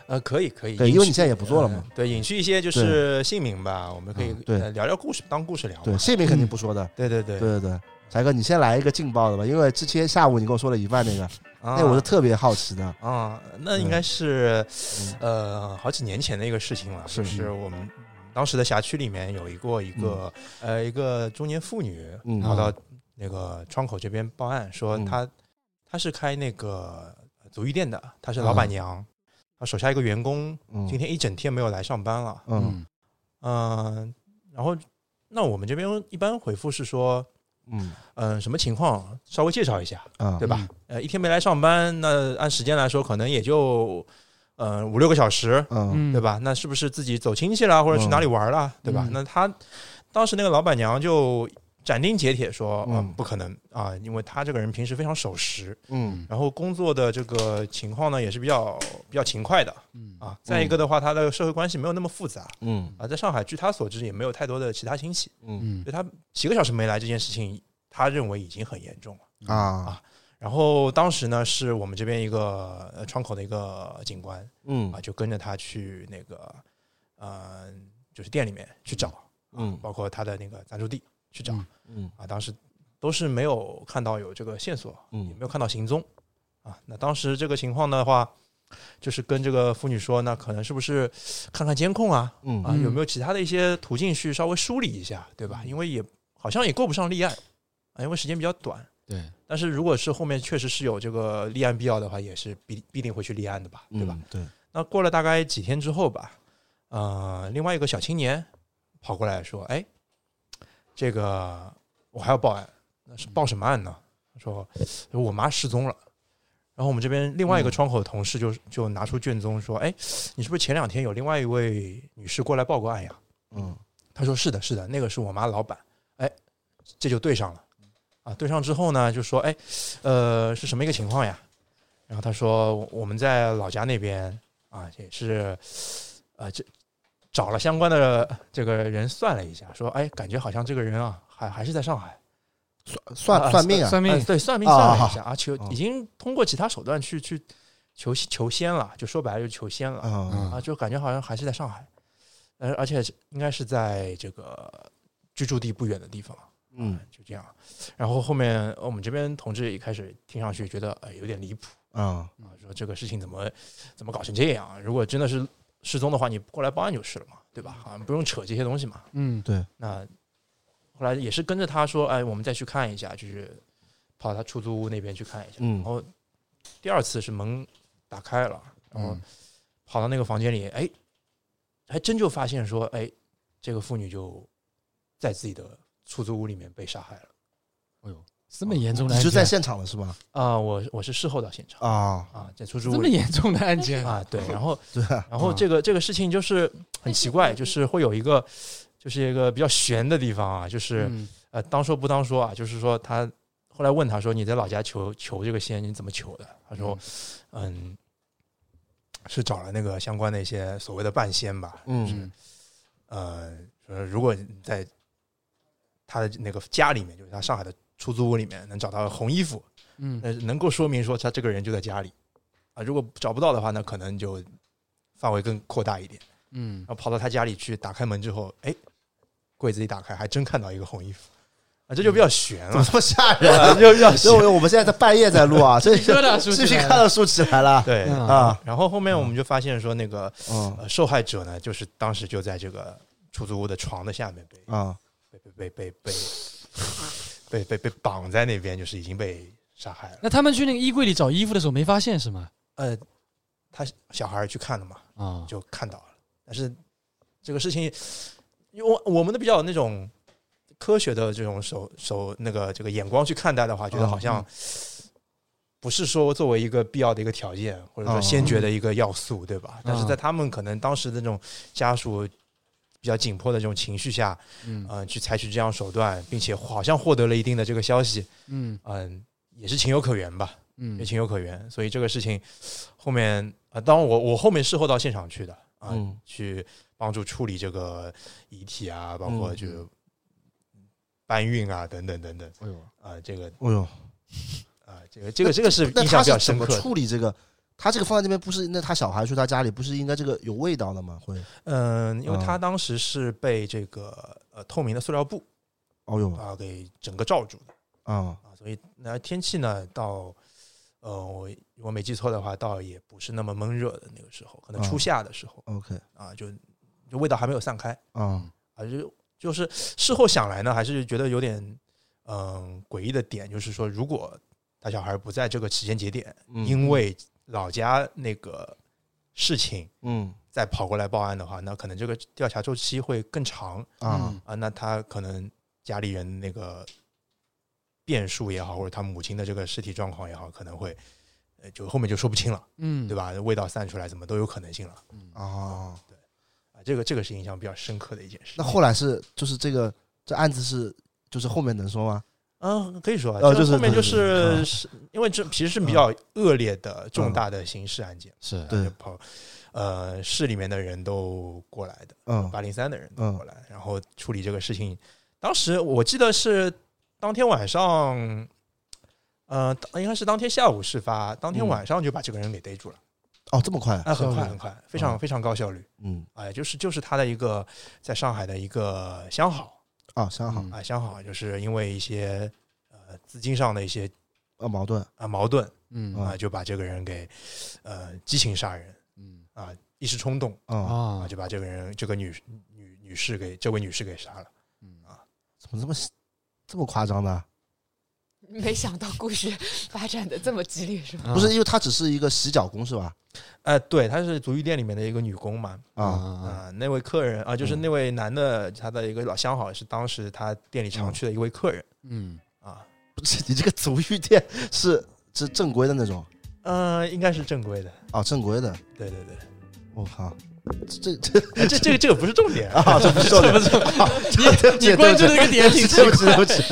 S5: 呃可以可以，
S2: 对，
S5: 隐
S2: 因为你
S5: 去
S2: 现在也不做了嘛。
S5: 呃对，隐去一些就是姓名吧，我们可以
S2: 嗯对
S5: 呃聊聊故事，当故事聊嘛。
S2: 对，姓名肯定不说的。
S5: 对对对
S2: 对对对，柴哥，你先来一个劲爆的吧，因为之前下午你跟我说了一半那个，
S5: 啊
S2: 那我是特别好奇的。
S5: 啊，那
S2: 嗯
S5: 应该是呃好几年前的一个事情了，就是我们当时的辖区里面有一过一个呃一个中年妇女
S2: 嗯
S5: 跑到那个窗口这边报案，说
S2: 嗯
S5: 她她是开那个足浴店的，她是老板娘，她手下一个员工
S2: 嗯
S5: 今天一整天没有来上班了，
S2: 嗯
S5: 嗯，然后那我们这边一般回复是说，
S2: 嗯
S5: 嗯，什么情况稍微介绍一下，
S2: 啊
S5: 对吧？呃，一天没来上班，那按时间来说，可能也就呃五六个小时，
S2: 嗯
S3: 嗯，
S5: 对？吧？那是不是自己走亲戚啦，或者去哪里玩啦，对吧
S3: 嗯？
S5: 那他当时那个老板娘就斩钉截铁说，
S2: 嗯
S5: 嗯、不可能啊，因为他这个人平时非常守时，
S2: 嗯
S5: 然后工作的这个情况呢也是比较比较勤快的
S1: 嗯
S5: 啊。再一个的话，他的社会关系没有那么复杂
S2: 嗯
S5: 啊，在上海，据他所知也没有太多的其他亲戚，
S2: 嗯
S1: 嗯
S5: 所以他几个小时没来这件事情，他认为已经很严重了。
S2: 啊
S5: 然后当时呢，是我们这边一个呃窗口的一个警官，
S2: 嗯
S5: 啊，就跟着他去那个，呃，就是店里面去找，
S2: 嗯
S5: 包括他的那个暂住地去找、
S1: 嗯
S2: 嗯
S5: 啊。当时都是没有看到有这个线索，也
S2: 嗯
S5: 没有看到行踪啊。那当时这个情况的话，就是跟这个妇女说，那可能是不是看看监控啊，
S2: 嗯
S5: 啊，
S3: 嗯
S5: 有没有其他的一些途径去稍微梳理一下，对吧？因为也好像也够不上立案啊，因为时间比较短。
S1: 对，
S5: 但是如果是后面确实是有这个立案必要的话，也是必必定会去立案的吧，对吧？？
S2: 嗯对，
S5: 那过了大概几天之后吧，呃，另外一个小青年跑过来说：“哎，这个我还要报案，那是报什么案呢？”他说：“我妈失踪了。”然后我们这边另外一个窗口的同事就就拿出卷宗说：“哎，你是不是前两天有另外一位女士过来报过案呀
S2: 嗯？”
S5: 他说：“是的，是的，那个是我妈老板。”哎，这就对上了啊！对上之后呢，就说：“哎，呃，是什么一个情况呀？”然后他说：“我们在老家那边啊，也是呃，这找了相关的这个人算了一下，说，哎，感觉好像这个人啊，还还是在上海。
S2: 算
S5: 啊
S2: 算命啊，
S3: 算
S5: 哎
S3: 命，
S5: 对，算命
S2: 啊
S5: 算了一下，啊，求
S2: 啊
S5: 已经通过其他手段去去求求仙了，就说白了就求仙了
S2: 嗯
S5: 啊，就感觉好像还是在上海，呃，而且应该是在这个居住地不远的地方。
S2: 嗯
S5: 就这样，然后后面我们这边同志一开始听上去觉得呃有点离谱。
S2: 嗯
S5: 啊，说这个事情怎么怎么搞成这样啊？如果真的是失踪的话，你过来报案就是了嘛，对吧？好像不用扯这些东西嘛。
S1: 嗯
S5: 那后来也是跟着他说，哎，我们再去看一下，就是跑他出租屋那边去看一下。然
S2: 嗯
S5: 后第二次是门打开了，然后
S2: 哦
S1: 嗯
S5: 跑到那个房间里，哎，还真就发现说，哎，这个妇女就在自己的出租屋里面被杀害了。
S3: 这么严重的
S2: 你
S3: 案
S2: 就在
S3: 件，
S2: 现场了是吧？
S5: 啊，我我是事后到现场
S2: 啊，
S5: 啊，在出租
S3: 这
S5: 屋
S3: 么
S5: 里
S3: 严重的案件，
S5: 啊，对，然后
S2: 对啊，
S5: 然后这个这个事情就是很奇怪，就是会有一个，就是一个比较悬的地方啊，就是
S1: 嗯
S5: 呃当说不当说啊，就是说他后来问他说你在老家求求这个仙你怎么求的？他说嗯，是找了那个相关的一些所谓的半仙吧，
S2: 嗯
S1: 嗯
S5: 呃，说如果你在他的那个家里面，就是他上海的出租屋里面能找到红衣服，
S1: 嗯
S5: 那能够说明说他这个人就在家里啊，如果找不到的话，那可能就范围更扩大一点。
S1: 嗯
S5: 然后跑到他家里去，打开门之后，哎，柜子一打开，还真看到一个红衣服，啊，这就比较悬
S2: 怎么
S5: 了，
S2: 这么吓人？
S5: 啊就比较
S2: 因
S5: 悬。
S2: 为我们现在在半夜在录啊，这
S3: 疙瘩竖起来
S2: 视
S3: 了
S2: 频看到竖起来了
S5: 对，
S1: 嗯
S2: 啊，
S5: 然后后面我们就发现说，那个、
S2: 嗯
S5: 呃、受害者呢，就是当时就在这个出租屋的床的下面被
S2: 啊
S5: 被被被被被被被绑在那边，就是已经被杀害了。
S3: 那他们去那个衣柜里找衣服的时候没发现是吗？
S5: 呃，他小孩儿去看了嘛，
S1: 啊，
S5: 就看到了，但是这个事情，因为我我们的比较那种科学的这种手手那个这个眼光去看待的话，觉得好像不是说作为一个必要的一个条件，或者说
S2: 嗯
S5: 先决的一个要素，对吧？但是在他们可能当时的这种家属比较紧迫的这种情绪下，
S1: 嗯
S5: 嗯、去采取这样手段，并且好像获得了一定的这个消息，
S1: 嗯
S5: 嗯、也是情有可原吧，也
S1: 嗯
S5: 情有可原。所以这个事情后面啊、呃当然我我后面事后到现场去的啊，
S2: 嗯
S5: 去帮助处理这个遗体啊，包括
S2: 嗯
S5: 就搬运啊，等等等等
S1: 哎呦，
S5: 啊，这个
S2: 哎呦，
S5: 啊，这个这个这个是
S2: 那
S5: 印象
S2: 他
S5: 比较
S2: 是
S5: 深
S2: 怎么
S5: 刻的。
S2: 处理这个？他这个放在这边不是？那他小孩去他家里不是应该这个有味道的吗？会，
S5: 嗯，因为
S2: 嗯
S5: 他当时是被这个呃透明的塑料布
S2: 哦呦
S5: 啊给整个罩住的
S2: 啊
S5: 啊，所以那天气呢到。呃，我我没记错的话，倒也不是那么闷热的那个时候，可能初
S2: 嗯
S5: 夏的时候、
S2: ，OK
S5: 啊，就就味道还没有散开，
S2: 啊
S5: 啊，就就是事后想来呢，还是觉得有点嗯、诡异的点，就是说，如果他小孩不在这个时间节点，
S2: 嗯
S5: 因为老家那个事情
S2: 嗯
S5: 再跑过来报案的话，那可能这个调查周期会更长
S2: 啊
S1: 嗯
S5: 啊。那他可能家里人那个变数也好，或者他母亲的这个尸体状况也好，可能会呃，就后面就说不清了，
S3: 嗯，
S5: 对吧？味道散出来怎么都有可能性了
S2: 哦，
S5: 啊，这个这个是印象比较深刻的一件事。
S2: 那后来是就是这个这案子是就是后面能说吗？
S5: 嗯，可以说啊，
S2: 呃
S5: 这
S2: 就是嗯
S5: 后面就
S2: 对对对
S5: 是是因为这其实是比较恶劣的重大的刑事案件，
S3: 是
S2: 对
S5: 就跑呃市里面的人都过来的，
S2: 嗯
S5: 八零三的人都
S2: 嗯
S5: 过来，然后处理这个事情。当时我记得是当天晚上，呃，当应该是当天下午事发，当天
S2: 嗯
S5: 晚上就把这个人给逮住了，
S2: 哦，这么快？
S5: 哎、很快
S2: 效率
S5: 很快，非常、
S2: 嗯
S5: 非常高效率，
S2: 嗯
S5: 哎、就是就是他的一个在上海的一个相好
S2: 啊，想好
S5: 啊、相好就是因为一些呃资金上的一些
S2: 啊矛盾
S5: 啊矛盾
S1: 嗯
S5: 啊、就把这个人给呃激情杀人
S1: 嗯
S5: 啊、一时冲动
S3: 哦
S2: 啊，
S5: 啊、
S1: 啊，
S5: 就把这个人这个女女女士给这位女士给杀了。
S1: 嗯
S2: 怎么这么这么夸张呢？
S4: 没想到故事 发展的这么激烈，
S3: 嗯
S4: 是吧？嗯
S2: 不是，因为他只是一个洗脚工是吧？
S5: 呃，对，她是足浴店里面的一个女工嘛，
S3: 嗯
S2: 啊，
S5: 啊、那位客人啊、就是
S2: 嗯
S5: 那位男的，他的一个老相好，是当时他店里常去的一位客人
S1: 嗯
S5: 啊，
S2: 不是你这个足浴店是是正规的那种
S5: 呃，应该是正规的，
S2: 哦，正规的。
S5: 对对 对，
S2: 我靠，这这
S5: 哎这这个这个不是重点啊，
S2: 啊，这不是重点， 对不
S3: 你
S2: 起，对
S3: 关
S2: 不
S3: 注的，
S2: 起
S3: 这个点挺奇
S2: 对
S3: 怪
S2: 不起，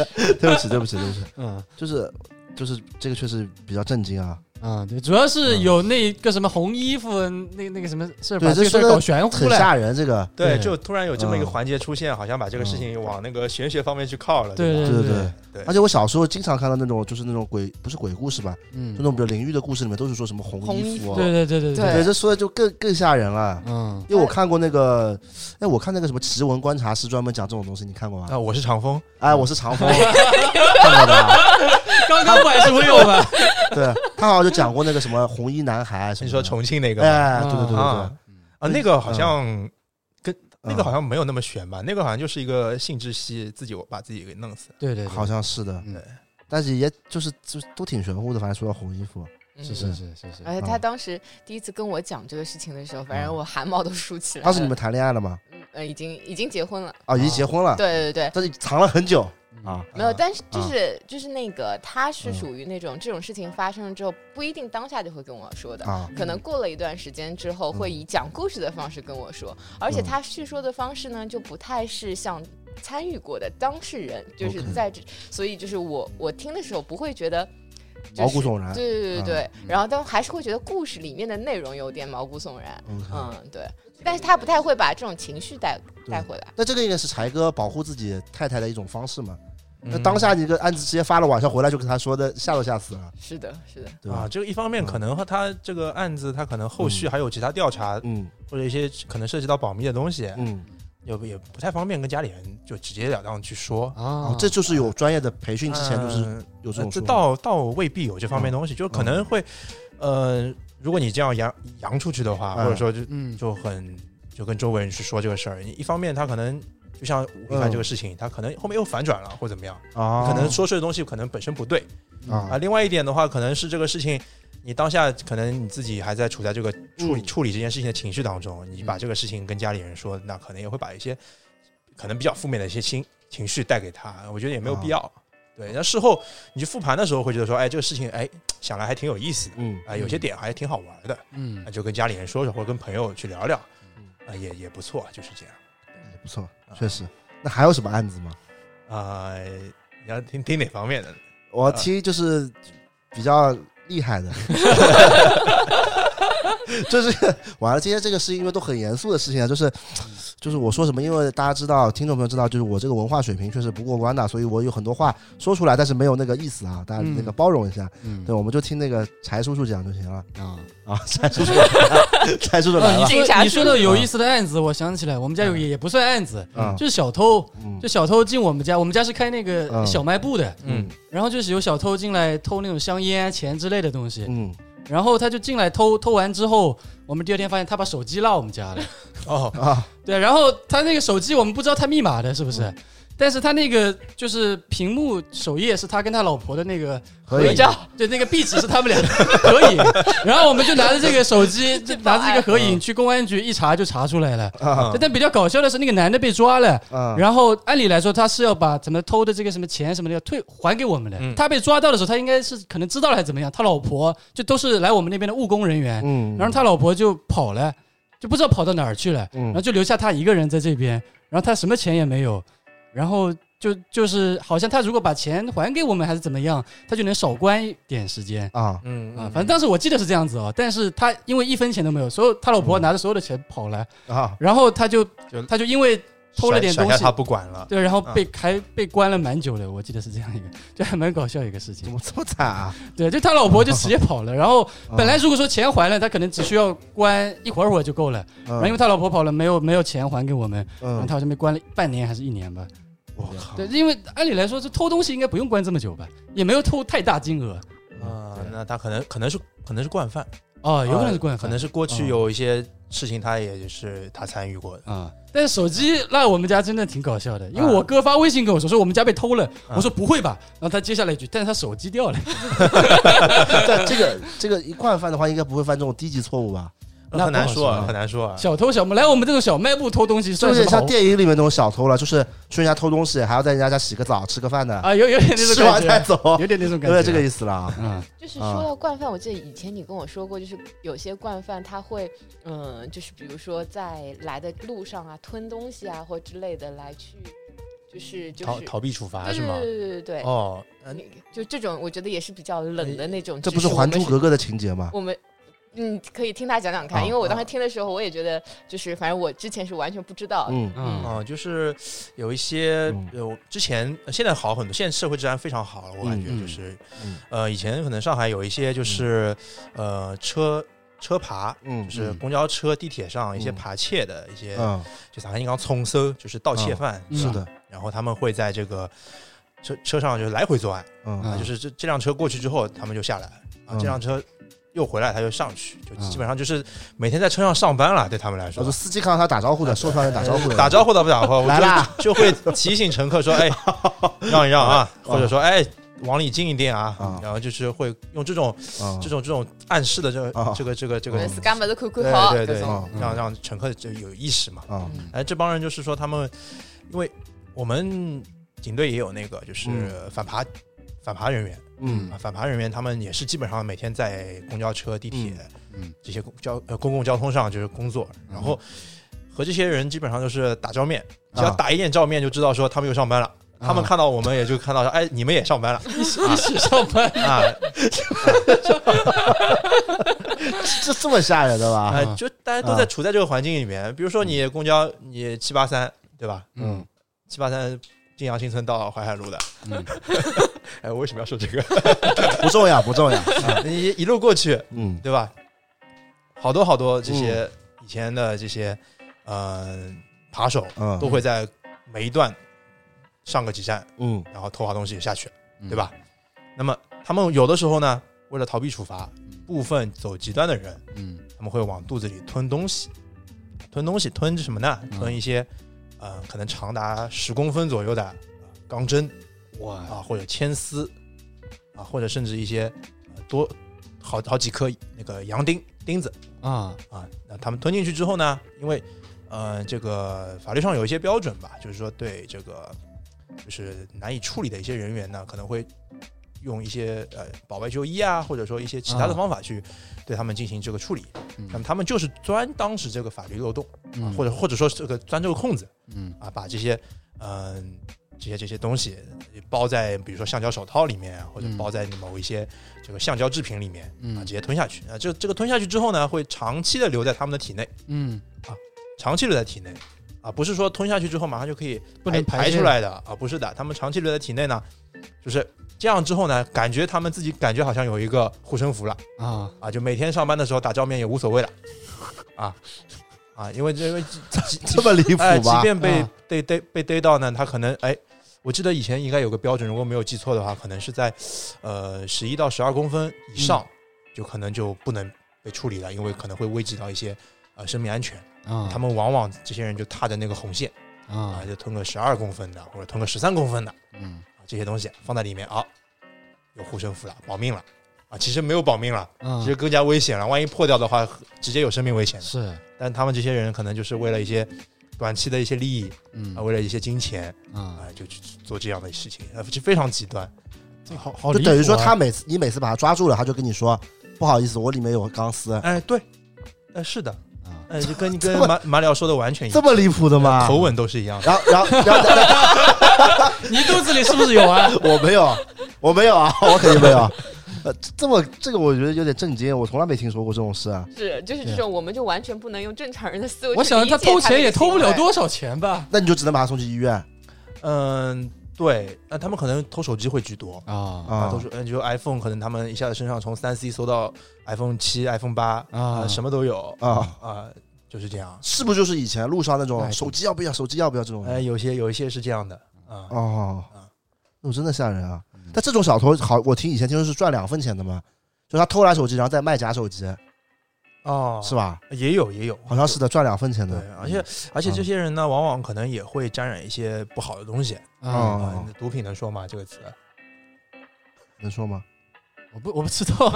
S2: 对不起，对不起，对不起，对不起，
S1: 嗯
S2: 就是就是这个确实比较震惊啊，
S1: 啊，对，
S3: 主要是有那个什么红衣服，那那个什么事儿
S2: 对
S3: 把这
S2: 这
S3: 个事儿
S2: 说得
S3: 搞玄乎
S2: 很
S3: 了。
S2: 吓人。这个，
S5: 对，
S1: 对
S5: 就突然有这么一个
S2: 嗯
S5: 环节出现，好像把这个事
S2: 嗯
S5: 情往那个玄学方面去靠了，
S3: 对
S5: 吧
S2: 对
S3: 对
S2: 对
S5: 对
S2: 而且我小时候经常看到那种就是那种鬼，不是鬼故事吧，就
S1: 嗯
S2: 那种比较淋浴的故事里面都是说什么红
S4: 红
S2: 衣
S4: 衣
S2: 服，啊
S3: 对对对对
S4: 对
S2: 对，这说的就更更吓人了。
S1: 嗯
S2: 因为我看过那个，哎，我看那个什么奇闻观察室专门讲这种东西，你看过吗？
S4: 哦
S5: 啊，我是长风，
S2: 哎，我是长 风看过的啊，
S3: 刚刚晚是不是有吧？
S2: 对他好像就讲过那个什么红衣男孩什么的，
S5: 你说重庆那个吗
S2: 哎，
S4: 嗯
S2: 对对对对对
S5: 啊，啊，那个好像跟那个
S2: 嗯
S5: 好像没有那么悬吧，那个好像就是一个性窒息，自己把自己给弄死，
S3: 对对，
S2: 好像是的，
S1: 嗯
S2: 但是也就是就是都挺玄乎的，反正说到红衣服，
S4: 嗯
S1: 是是是是是，
S4: 而
S2: 嗯
S4: 且他当时第一次跟我讲这个事情的时候，反正我汗毛都竖起来了。
S2: 当时你们谈恋爱了吗？
S4: 嗯呃已经已经结婚了，
S2: 啊，已经结婚了，
S4: 哦对对嗯对，
S2: 但是藏了很久啊，
S4: 没有，
S5: 啊
S4: 但是就
S2: 啊
S4: 是就是那个他是
S2: 嗯
S4: 属于那种这种事情发生了之后不一定当下就会跟我说的，
S2: 啊
S4: 可能过了一段时间之后，会
S2: 嗯
S4: 以讲故事的方式跟我说，而且
S2: 嗯
S4: 他叙说的方式呢，就不太是像参与过的当事人，就是在这，所以就是我我听的时候不会觉得就是
S2: 啊毛骨悚然
S4: 对对对对对
S1: 嗯，
S4: 然后但还是会觉得故事里面的内容有点毛骨悚然，
S2: 嗯
S4: 嗯，对，但是他不太会把这种情绪带
S2: 对
S4: 带回来，
S2: 那这个应该是柴哥保护自己太太的一种方式嘛？那
S5: 嗯
S2: 当下你这个案子直接发了，晚上回来就跟他说的，吓都吓死了，
S4: 是的，是的，
S2: 对
S5: 啊，
S2: 吧？
S5: 这个一方面可能和他这个案子，他可能后续还有其他调查，
S2: 嗯
S5: 或者一些可能涉及到保密的东西，
S2: 嗯，
S5: 也不也不太方便跟家里人就直截了当去说。
S1: 啊
S2: 哦，这就是有专业的培训之前就是
S5: 嗯
S2: 有这种
S5: 呃这
S2: 说嗯法
S5: 倒倒未必有这方面东西，就可能会，呃，如果你这样扬扬出去的话，
S2: 嗯
S5: 或者说就
S1: 嗯
S5: 就很就跟周围人去说这个事儿，一方面他可能就像吴亦
S2: 嗯
S5: 凡这个事情，他可能后面又反转了或怎么样，
S2: 啊，
S5: 可能说出的东西可能本身不对啊。
S2: 啊
S5: 另外一点的话，可能是这个事情。你当下可能你自己还在处在这个处理、
S2: 嗯
S5: 处理这件事情的情绪当中，你把这个事情跟家里人说，那可能也会把一些可能比较负面的一些情情绪带给他，我觉得也没有必
S3: 啊
S5: 要。对，那事后你去复盘的时候会觉得说，哎，这个事情哎想来还挺有意思的，
S2: 嗯
S5: 啊、有些点还挺好玩的，
S1: 嗯
S5: 那就跟家里人说说，或者跟朋友去聊聊，啊、
S2: 嗯
S5: 也也不错，就是这样。
S2: 不错，确实。那还有什么案子吗？
S5: 啊、你要听听哪方面的呢？
S2: 我听就是比较厉害 的，就是完了。今天这个是因为都很严肃的事情啊，就是就是我说什么，因为大家知道，听众朋友知道，就是我这个文化水平确实不过关的，所以我有很多话说出来，但是没有那个意思啊，大家那个包容一下。
S1: 嗯
S2: 对，我们就听那个柴叔叔讲就行 了
S1: 啊
S2: 啊，柴叔叔来了，柴叔叔来
S3: 啊
S2: 了
S3: 你
S4: 警察
S3: 说你
S4: 叔
S3: 说
S4: 叔
S3: 的有
S2: 嗯
S3: 意思的案子，我想起来，我们家有个也不算案子，
S2: 啊，
S3: 就是小偷，
S2: 嗯
S3: 就小偷进我们家，我们家是开那
S2: 嗯
S3: 个小卖部的，
S5: 嗯，
S3: 然后就是有小偷进来偷那种香烟啊、钱之类的东西，
S2: 嗯
S3: 然后他就进来偷，偷完之后，我们第二天发现他把手机落我们家了，
S5: 哦，
S2: 啊嗯
S3: 对，然后他那个手机我们不知道他密码的是不是，但是他那个就是屏幕首页是他跟他老婆的那个
S2: 合
S4: 合
S2: 影
S4: 照，
S3: 对，那个壁纸是他们俩的合影， 然后我们就拿着这个手机，就拿 着这个合
S2: 嗯
S3: 影去公安局一查就查出来了。
S2: 啊
S3: 但但比较搞笑的是，那个男的被抓了，
S2: 啊
S3: 嗯然后按理来说他是要把怎么偷的这个什么钱什么的要退还给我们的。
S5: 嗯
S3: 他被抓到的时候，他应该是可能知道了还是怎么样，他老婆就都是来我们那边的务工人员，
S2: 嗯
S3: 然后他老婆就跑了，就不知道跑到哪儿去了，
S2: 嗯
S3: 然后就留下他一个人在这边，然后他什么钱也没有，然后就就是好像他如果把钱还给我们还是怎么样，他就能少关一点时间
S2: 啊
S5: 嗯
S3: 啊。反正当时我记得是这样子哦，但是他因为一分钱都没有，所有他老婆拿着所有的钱跑了，
S2: 啊
S3: 然后他就
S5: 就
S3: 他就因为偷了点
S5: 甩
S3: 东
S5: 甩
S3: 西
S5: 下他。不管了，
S3: 对，然后
S2: 啊
S3: 被还被关了蛮久的，我记得是这样一个， 就还蛮搞笑一个事
S2: 怎
S3: 情。
S2: 么这么惨啊？
S3: 对，就他老婆就直接跑了，然后
S2: 啊
S3: 本来如果说钱还了，他可能只需要关一会儿会儿就够了，然后因为他老婆跑了，没有没有钱还给我们，然后
S2: 啊嗯，啊
S3: 他好像被关了半年还是一年吧。
S2: 我靠，
S3: 对，因为按理来说，这偷东西应该不用关这么久吧，也没有偷太大金额。
S5: 啊，那他可能可能是可能是惯犯，
S3: 嗯哦，有可能是
S5: 呃
S3: 惯
S5: 可
S3: 犯，
S5: 能是过去
S3: 嗯
S5: 有一些事情他也是他参与过的。
S3: 啊、但是手机落我们家真的挺搞笑的，因为
S5: 啊
S3: 我哥发微信跟我说说我们家被偷了，
S5: 啊
S3: 我说不会吧，然后他接下来一句，但是他手机掉了，
S2: 但这个这个一惯犯的话，应该不会犯这种低级错误吧？
S3: 那
S5: 很难说
S3: 不好
S5: 啊，
S3: 说
S5: 很难说啊。
S3: 小偷小摸来我们这种小卖部偷东西
S2: 就
S3: 算
S2: 有
S3: 什
S2: 点
S3: 么
S2: 像
S3: 好？
S2: 电影里面那种小偷了，就是去人家偷东西，还要在人家家洗个澡、吃个饭的，
S3: 啊，有有点那
S2: 吃
S3: 种
S2: 完再
S3: 感觉，
S2: 走，
S3: 有点那种
S2: 有
S3: 感觉，
S2: 点这个意思了啊。
S3: 嗯
S4: 就是
S2: 啊
S4: 说到惯犯，我记得以前你跟我说过，就是有些惯犯他会，嗯，就是比如说在来的路上啊，吞东西啊或之类的来去，就是就
S5: 逃
S4: 是
S5: 逃避处罚
S4: 对
S5: 是
S4: 对
S5: 吗
S4: 对？对对对，
S5: 哦，呃
S4: 你就这种我觉得也是比较冷的那种。
S2: 哎这
S4: 只
S2: 不是《
S4: 我
S2: 还
S4: 们
S2: 珠格格》的情节吗？
S4: 我们。嗯，可以听他讲讲看，
S2: 啊
S4: 因为我当时听的时候，我也觉得就是，反正我之前是完全不知道的。
S2: 嗯
S3: 嗯
S5: 哦，就是有一些有之前呃现在好很多，现在社会治安非常好了，我感觉
S3: 嗯嗯嗯
S5: 就是
S2: 嗯，
S5: 呃，以前可能上海有一些就是呃车车爬。
S2: 嗯
S5: 就是公交车、地铁上一些
S2: 嗯
S5: 扒窃的一些，
S2: 嗯，
S5: 就啥刚刚冲搜，就是盗窃犯，
S3: 嗯
S2: 是的，
S5: 然后他们会在这个车车上就是来回作案，
S2: 嗯
S5: 啊，就是这这辆车过去之后，他们就下来，啊，
S2: 嗯
S5: 这辆车又回来，他就上去，就
S3: 嗯
S5: 基本上就是每天在车上上班了，对他们来
S2: 我
S5: 说
S2: 说，司机看到他打招呼
S3: 啊
S2: 的，售票员打招呼的，
S5: 打招呼打不打呼，我
S2: 来啦
S5: 就就会提醒乘客 说，哎，让一让啊，或者说哎。往里近一点啊
S2: 嗯，
S5: 然后就是会用这种
S2: 嗯
S5: 这种这种暗示的这
S2: 嗯
S5: 这个这个这
S4: 我
S5: 个
S4: 们，scam 都可可
S5: 对
S4: 好，
S5: 对
S4: 各
S5: 对
S4: 种，
S2: 嗯
S5: 让让乘客就有意识嘛。
S2: 啊
S4: 嗯
S5: 哎，这帮人就是说他们，因为我们警队也有那个就是反扒、反扒人员，
S2: 嗯
S5: 啊，反扒人员他们也是基本上每天在公交车、地铁、
S3: 嗯
S5: 这些公交呃公共交通上就是工作，然后和这些人基本上就是打照面，只要
S2: 啊
S5: 打一点照面就知道说他们又上班了。他们看到我们，也就看到说，哎，你们也上班了
S3: 啊 一起一起上班，
S5: 啊！
S2: 这这么吓人的
S3: 啊
S2: 吧？
S5: 哎，就大家都在处在这个环境里面。比如说你公交，你七八三，对吧？
S2: 嗯，
S5: 七八三晋阳新村到淮海路的，
S3: 嗯
S5: 哎，我为什么要说这个？
S2: 不重要，不重要。
S5: 你一路过去，
S2: 嗯
S5: 对吧？好多好多这些以前的这些，嗯，扒手
S2: 嗯
S5: 都会在每一段上个几站，
S2: 嗯
S5: 然后偷好东西下去，对吧？那么他们有的时候呢，为了逃避处罚，部分走极端的人，
S1: 嗯
S5: 他们会往肚子里吞东西，吞东西吞什么呢？吞一些，嗯，可能长达十公分左右的呃钢针，
S1: 哇
S5: 啊，或者铅丝啊，或者甚至一些呃多好好几颗那个洋钉钉子
S1: 啊
S5: 啊。那他们吞进去之后呢，因为呃这个法律上有一些标准吧，就是说对这个就是难以处理的一些人员呢，可能会用一些呃保外就医啊，或者说一些其他的
S1: 啊
S5: 方法去对他们进行这个处理。
S1: 嗯
S5: 那么他们就是钻当时这个法律漏洞，
S3: 嗯
S5: 啊、或
S1: 者
S5: 者或者说这个钻这个空子。
S1: 嗯
S5: 啊，把这些嗯、这些这些东西包在比如说橡胶手套里面啊，或者
S1: 嗯
S5: 包在某一些这个橡胶制品里面啊，
S1: 嗯
S5: 直接吞下去啊。这这个吞下去之后呢，会长期的留在他们的体内，
S1: 嗯
S5: 长期留在体内啊，不是说吞下去之后马上就可以
S3: 不能
S5: 排
S3: 排泄
S5: 出来的啊，不是的，他们长期留在体内呢，就是这样之后呢，感觉他们自己感觉好像有一个护身符了。
S1: 啊
S5: 啊，就每天上班的时候打照面也无所谓了，啊啊，因为因为
S2: 这么离谱
S5: 哎，即
S2: 吧？
S5: 便被、
S3: 啊
S5: 逮逮被逮到呢，他可能哎，我记得以前应该有个标准，如果没有记错的话，可能是在呃十一到十二公分以上，就可能就不能被处理了，因为可能会危及到一些呃生命安全。
S3: 嗯
S1: 啊
S5: 他们往往这些人就踏着那个红线
S1: 啊
S5: 啊，，就吞个十二公分的或者吞个十三公分的
S1: 嗯
S5: 啊这些东西放在里面啊，有护身符了，保命了啊，其实没有保命了，
S1: 啊
S3: 嗯
S5: 其实，更加危险了，万一破掉的话，直接有生命危险的。
S1: 是，
S5: 但他们这些人可能就是为了一些短期的一些利益
S1: 嗯
S5: 啊，为了一些金钱
S1: 啊，
S3: 嗯
S5: 啊，就去做这样的事情，呃，就非常极端。
S3: 这好好
S5: 哦
S2: 就
S3: 离谱啊
S2: 等于说他每次你每次把他抓住了，他就跟你说不好意思，我里面有钢丝，
S5: 哎，对，呃，是的，
S1: 啊
S5: 呃，就跟
S2: 这
S5: 跟
S2: 么
S5: 马马里奥说的完全 一
S2: 这
S5: 样，
S2: 么离谱的吗？
S5: 口吻都是一样的。
S2: 然后，然后，然后，然后
S3: 你肚子里是不是有 啊？
S2: 我没有，我没有啊，我肯定没有。呃，这么这个我觉得有点震惊，我从来没听说过这种事啊。
S4: 是就是这
S3: 对
S4: 种，我们就完全不能用正常人的思维去
S3: 我
S4: 理
S3: 想
S4: 解的行
S3: 他
S4: 为。
S3: 偷钱也偷不了多少钱吧？
S2: 那你就只能把他送去医院啊
S5: 嗯，对，那他们可能偷手机会居多。
S1: 啊
S5: 啊，
S2: 啊
S5: 都。是，嗯，就 iPhone，可能他们一下子身上从三 C 搜到 iPhone 七、iPhone 八
S1: 啊
S5: 啊，什么都有
S2: 啊
S5: 啊，就是这样。
S2: 是不是就是以前路上那种
S5: 哎
S2: 手机要不要，手机要不要这种？
S5: 哎，有些有一些是这样的
S2: 嗯
S5: 啊，
S2: 哦
S5: 啊，嗯
S2: 那我真的吓人啊！但这种小偷好，我听以前听说是赚两分钱的嘛，就他偷来手机，然后再卖假手机，
S5: 哦，
S2: 是吧？
S5: 也有也有，
S2: 好像是的，赚两分钱
S5: 对
S2: 的。，嗯
S5: 而且而且这些人呢，往往可能也会沾染一些不好的东西
S2: 哦嗯
S1: 啊，
S5: 啊。毒品能说吗？这个词？
S2: 能说吗？
S3: 我不我不知 道，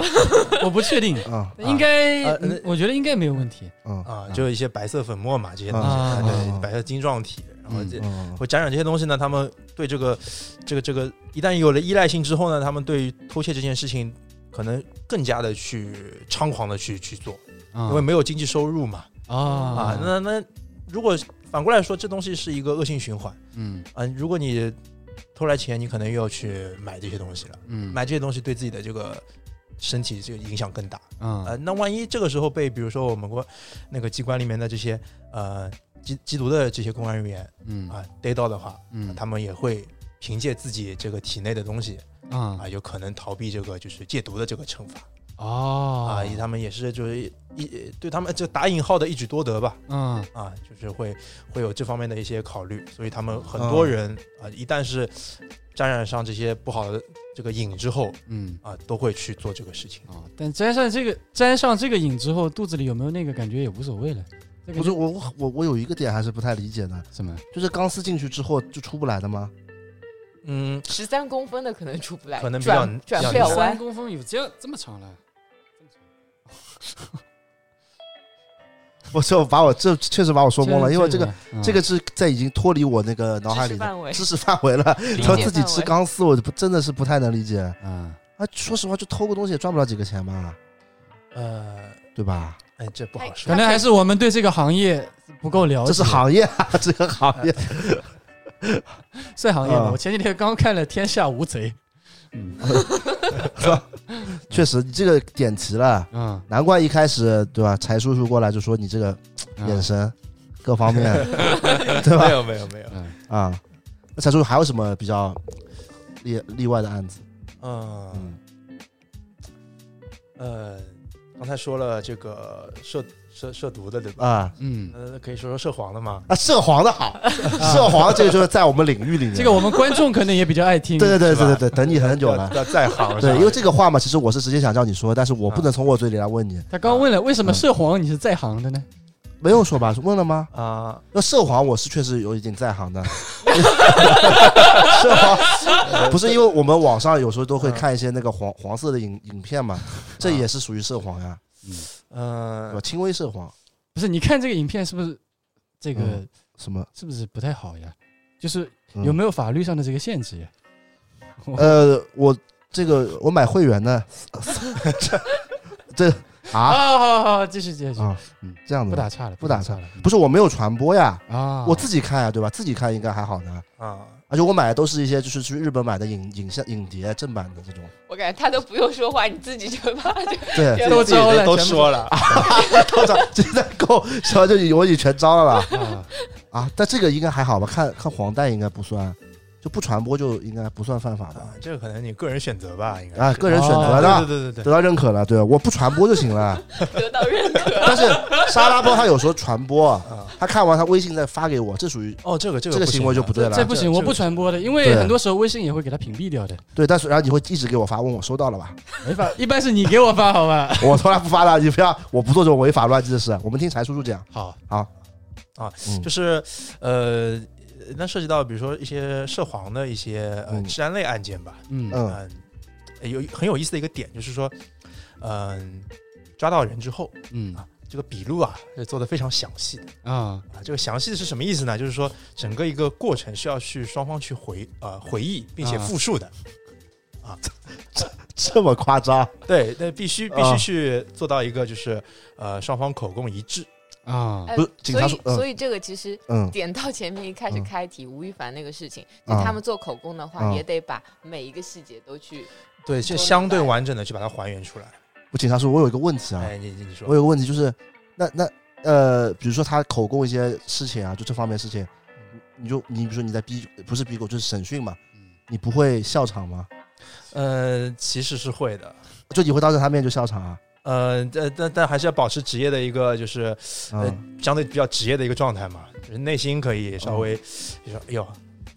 S3: 我不确定，
S2: 啊
S3: 应该
S5: 啊那
S3: 我觉得应该没有问题。
S2: 嗯
S5: 啊，就是一些白色粉末嘛，这些东西，
S3: 啊
S5: 对，白色晶状体，然后
S1: 嗯
S5: 这
S2: 嗯，
S5: 会沾染这些东西呢，他们对这个这个这个一旦有了依赖性之后呢，他们对于偷窃这件事情。可能更加的去猖狂的去去做，
S3: 啊
S5: 因为没有经济收入嘛
S1: 啊
S5: 啊，那那如果反过来说，这东西是一个恶性循环
S1: 嗯
S5: 啊。如果你偷来钱，你可能又要去买这些东西了，
S1: 嗯
S5: 买这些东西对自己的这个身体这个影响更大。
S1: 啊
S3: 嗯
S5: 呃，那万一这个时候被比如说我们国那个机关里面的这些呃缉缉毒的这些公安人员
S1: 嗯
S5: 啊逮到的话，
S1: 嗯
S5: 他们也会凭借自己这个体内的东西
S1: 啊
S3: 嗯
S5: 啊，有可能逃避这个就是戒毒的这个惩罚
S1: 哦
S5: 啊，以他们也是就是一一对他们就打引号的一举多得吧
S1: 嗯
S5: 啊，就是会会有这方面的一些考虑，所以他们很多人啊，一旦是沾染上这些不好的这个瘾之后
S1: 嗯
S5: 啊，都会去做这个事情。
S1: 啊
S3: 哦但沾上这个沾上这个瘾之后，肚子里有没有那个感觉也无所谓了。这个
S2: 不是我我我我有一个点还是不太理解的，
S1: 什么
S2: 就是钢丝进去之后就出不来的吗？
S5: 嗯，
S4: 十三公分的可能出不来，
S5: 可能比较
S4: 转转
S5: 比
S4: 不
S5: 较
S4: 了
S5: 难
S4: 弯
S3: 三。公分有这样这么长了？
S2: 我这把我这确实把我说懵了，因为这个
S3: 嗯
S2: 这个是在已经脱离我那个脑海里
S4: 知识
S2: 的
S4: 范围
S2: 知识范围了。他
S4: 解
S2: 自己
S4: 范
S2: 吃
S4: 围
S2: 钢丝，我就不真的是不太能理解。
S3: 嗯
S1: 啊
S2: 啊，说实话，就偷个东西也赚不了几个钱吧，
S5: 呃，
S2: 对吧？
S5: 哎，这不好说
S3: 可。能还是我们对这个行业不够了解，
S2: 这是行业啊， 这个行 业
S3: 算行业吧。
S2: 啊
S3: 我前几天刚看了《天下无贼》，
S2: 确实你这个点题了，
S3: 嗯
S1: 啊
S2: 难怪一开始对吧？柴叔叔过来就说你这个
S3: 嗯
S2: 眼神各方面， 对
S5: 没
S2: 吧？
S5: 有没有没有，
S2: 啊，那柴叔叔还有什么比较例例外的案子？
S5: 嗯
S2: 嗯，
S5: 呃，刚才说了这个涉涉涉毒的对吧？
S2: 啊
S1: 嗯
S5: 呃，可以说说涉黄的嘛。
S2: 啊，涉黄 的好，涉黄这个就是在我们领域里面，
S3: 这个我们观众可能也比较爱听。
S2: 对对对对
S5: 是吧
S2: 对对，等你很久了
S5: 要，要在行
S2: 对，因为这个话嘛，其实我是直接想叫你说，但是
S3: 嗯
S2: 我不能从我嘴里来问你，
S3: 他刚问了为什
S2: 嗯
S3: 么涉黄你是在行的呢？
S2: 没有说吧？问了吗？
S5: 啊，
S2: 那涉黄我是确实有一点 在行的， 涉 黄不是因为我们网上有时候都会看一些那个黄黄色的影影片嘛，这也是属于涉黄呀，对吧
S5: 嗯，
S2: 轻微涉黄，
S3: 不是，你看这个影片是不是这个、
S2: 嗯什么？
S3: 是不是不太好呀？就是
S2: 嗯
S3: 有没有法律上的这个限制呀？
S2: 呃，我这个我买会员的，这这
S3: 啊，
S2: 啊
S3: 好好好，继续继续，
S2: 啊
S1: 嗯，
S2: 这样
S3: 不
S2: 子
S3: 打
S2: 的，
S3: 岔了，
S2: 不
S3: 打
S2: 打岔
S3: 了
S2: 不是我没有传播呀，
S3: 啊！
S2: 我自己看呀，对吧？自己看应该还好呢，
S5: 啊，
S2: 而且我买的都是一些就是去日本买的影影像影碟正版的这种，
S4: 我感觉他都不用说话，你自己就把就
S2: 对。
S3: 都
S5: 自己
S3: 招了，
S5: 都
S3: 全部啊
S5: 说了，
S2: 道长这在够，然后就我已经全招了吧？
S3: 啊，
S2: 啊，但这个应该还好吧？看看黄带应该不算，就不传播就应该不算犯法吧
S5: 啊？这个可能你个人选择吧，应该
S2: 啊，
S5: 是
S2: 个人选择
S5: 对
S2: 的，
S5: 对对对
S2: 得到认可了，对吧，我不传播就行 了。
S4: 得到认可。
S2: 但是沙拉波他有时候传播，嗯
S5: 对啊，
S2: 他看完他微信再发给我，这属于
S5: 哦，这个这个
S2: 这个
S5: 行
S2: 行为就
S5: 啊
S2: 不对了
S3: 这不行，我不传播的，因为
S2: 对
S3: 很多时候微信也会给他屏蔽掉的。
S2: 对。但是然后你会一直给我发，问我收到了吧？
S3: 没法，一般是你给我发好吧？
S2: 我从来不发的，你不要，我不做这种违法乱纪的事。我们听柴叔叔讲，
S3: 好，
S5: 啊
S2: 嗯
S5: 就是呃，那涉及到比如说一些涉黄的一些呃
S2: 嗯
S5: 治安类案件吧，
S3: 嗯
S2: 嗯
S5: 嗯，有很有意思的一个点就是说，嗯，抓到人之后，
S3: 嗯
S5: 这个笔录啊是做的非常详细的
S3: 啊
S5: 啊。这个详细的是什么意思呢？就是说整个一个过程是要去双方去回呃回忆并且
S3: 啊
S5: 复述的，
S2: 这么夸 张？
S5: 对，那必须必
S2: 啊
S5: 须去做到一个就是呃双方口供一致。
S3: 啊
S4: 哎
S2: 不是警
S4: 所
S2: 察
S4: 以
S2: 说，嗯
S4: 所以这个其实
S2: 嗯
S4: 点到前面一开始
S2: 嗯
S4: 开题吴亦凡那个事情，就
S2: 嗯
S4: 他们做口供的话，
S2: 嗯
S4: 也得把每一个细节都去
S5: 对，就
S4: 明
S5: 相对
S4: 白
S5: 完整的去把它还原出来。
S2: 我警察叔，我有一个问题啊，
S5: 哎，你你你
S2: 我
S5: 说，
S2: 有个问题就是，那那呃，比如说他口供一些事情啊，就这方面的事情，你就你比如说你在逼，不是逼供就是审讯嘛，
S5: 嗯
S2: 你不会笑场吗？
S5: 呃，其实是会的，
S2: 就你会当着他面就笑场啊？
S5: 呃，但但但还是要保持职业的一个就是呃
S2: 嗯，
S5: 相对比较职业的一个状态嘛，就是内心可以
S2: 哦
S5: 稍微就说，哎呦，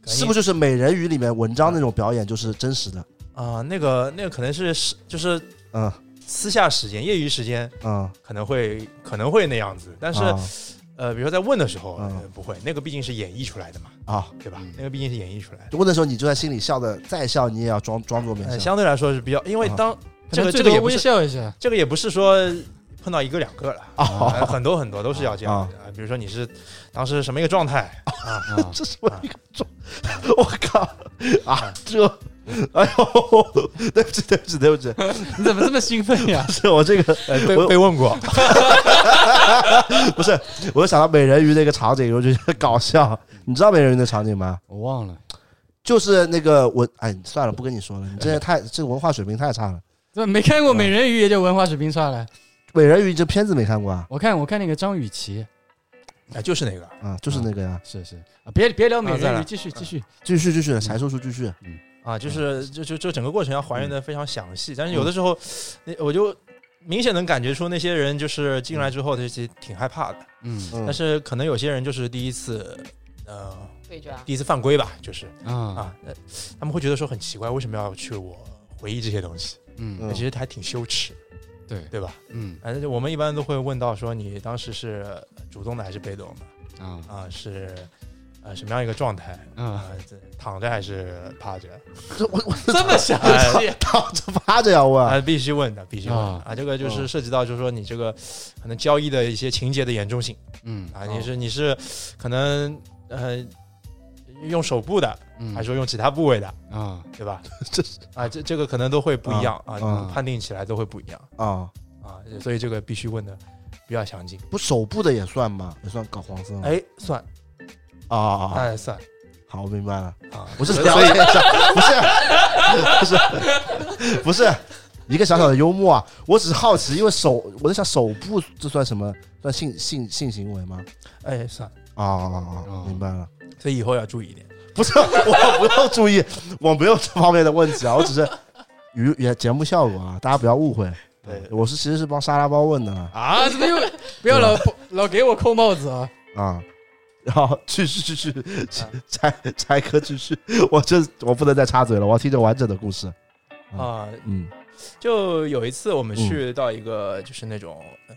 S2: 是不是
S5: 是
S2: 就是《美人鱼》里面文章那种表演就是真实的？
S5: 啊？那个那个可能是是就是
S2: 嗯
S5: 私下时间、业余时间
S2: 嗯，
S5: 可能会可能会那样子，但是
S2: 啊
S5: 呃，比如说在问的时候
S2: 嗯
S5: 呃不会，那个毕竟是演绎出来的嘛，
S2: 啊，
S5: 对吧
S3: 嗯？
S5: 那个毕竟是演绎出来的，
S2: 就问的时候你就在心里笑的，再笑你也要装装作没
S5: 呃
S2: 事。
S5: 相对来说是比较，因为
S2: 啊
S5: 当
S3: 可
S5: 这
S3: 能
S5: 个这
S3: 最
S5: 个
S3: 多
S5: 也不
S3: 微
S5: 是
S3: 笑一下，
S5: 这个也不是说碰到一个两个了。
S2: 啊，
S5: 呃很多很多都是要这样的，啊比如说你是当时什么一个状态啊？
S3: 啊
S2: 这是我一个装，我靠啊，这，哎呦，对不起对不起对不起，
S3: 你怎么这么兴奋 呀？
S2: 是我这 个
S5: 呃 被
S2: 我
S5: 被问过，
S2: 不是，我想到美人鱼那个场景，我就觉得搞笑。你知道美人鱼的场景吗？
S3: 我忘了，
S2: 就是那个我，哎，算了，不跟你说了，你这太这个文化水平太差了。
S3: 怎么没看过《美人鱼》也就文化水平差了？
S2: 美人鱼这片子没看过啊？
S3: 我看我看那个张雨绮，
S5: 哎，就是那个，
S2: 啊，就是那个呀、
S3: 是是啊，别别聊《美
S5: 啊再
S3: 人鱼
S5: 来》，
S3: 继续继续
S2: 继续继续，柴叔叔继续。
S5: 啊，就是就就就整个过程要还原的非常详细，但是有的时候，那我就明显能感觉出那些人就是进来之后，他其实挺害怕的，
S3: 嗯
S2: 嗯
S5: 但是可能有些人就是第一次，呃，
S4: 对抓。
S5: 第一次犯规吧，就是
S3: 啊
S5: 啊，呃他们会觉得说很奇怪，为什么要去我回忆这些东西？
S3: 嗯
S2: 嗯
S5: 其实还挺羞耻，
S3: 对
S5: 对吧？
S3: 嗯
S5: 反正我们一般都会问到说你当时是主动的还是被动的
S3: 啊
S5: 啊？是呃什么样一个状态？
S3: 啊，
S5: 啊，这躺着还是趴着？
S2: 这我我
S3: 这么详细
S2: 躺着趴着呀，我
S5: 啊，必须问的，必须问的
S3: 啊
S5: 啊！这个就
S2: 嗯
S5: 是涉及到，就是说你这个可能交易的一些情节的严重性
S3: 嗯
S5: 啊，你是你是可能呃用手部的，
S3: 嗯
S5: 还是说用其他部位的，
S3: 啊
S5: 对吧？
S2: 这
S5: 啊，这这个可能都会不一样啊，
S2: 啊
S5: 判定起来都会不一样
S2: 啊，
S5: 啊，所以这个必须问的比较详尽。
S2: 不手部的也算吗？也算搞黄色吗？
S5: 哎，算，
S2: 啊嗯啊啊！
S5: 哎，算
S2: 好，我明白了，
S5: 啊，
S2: 不是
S5: 所以
S2: 了解一下，不是 不是不是一个小小的幽默啊，我只是好奇，因为手我在想手部这算什么？算性性性行为吗？
S5: 哎算，
S2: 啊啊啊啊
S3: 哦！
S2: 明白了，
S5: 所以以后要注意一点。
S2: 不是 我不用注意，我没有这方面的问题啊，我只是娱也节目效果啊，大家不要误会。
S5: 对
S2: 我是其实是帮沙拉包问的啊
S3: 啊，怎么又不要老老给我扣帽子啊？
S2: 啊，然后去去去去，柴柴哥去去， 我这我不能再插嘴了，我要听着完整的故事。嗯
S5: 啊，
S2: 嗯
S5: 就有一次我们去到一个就是那种呃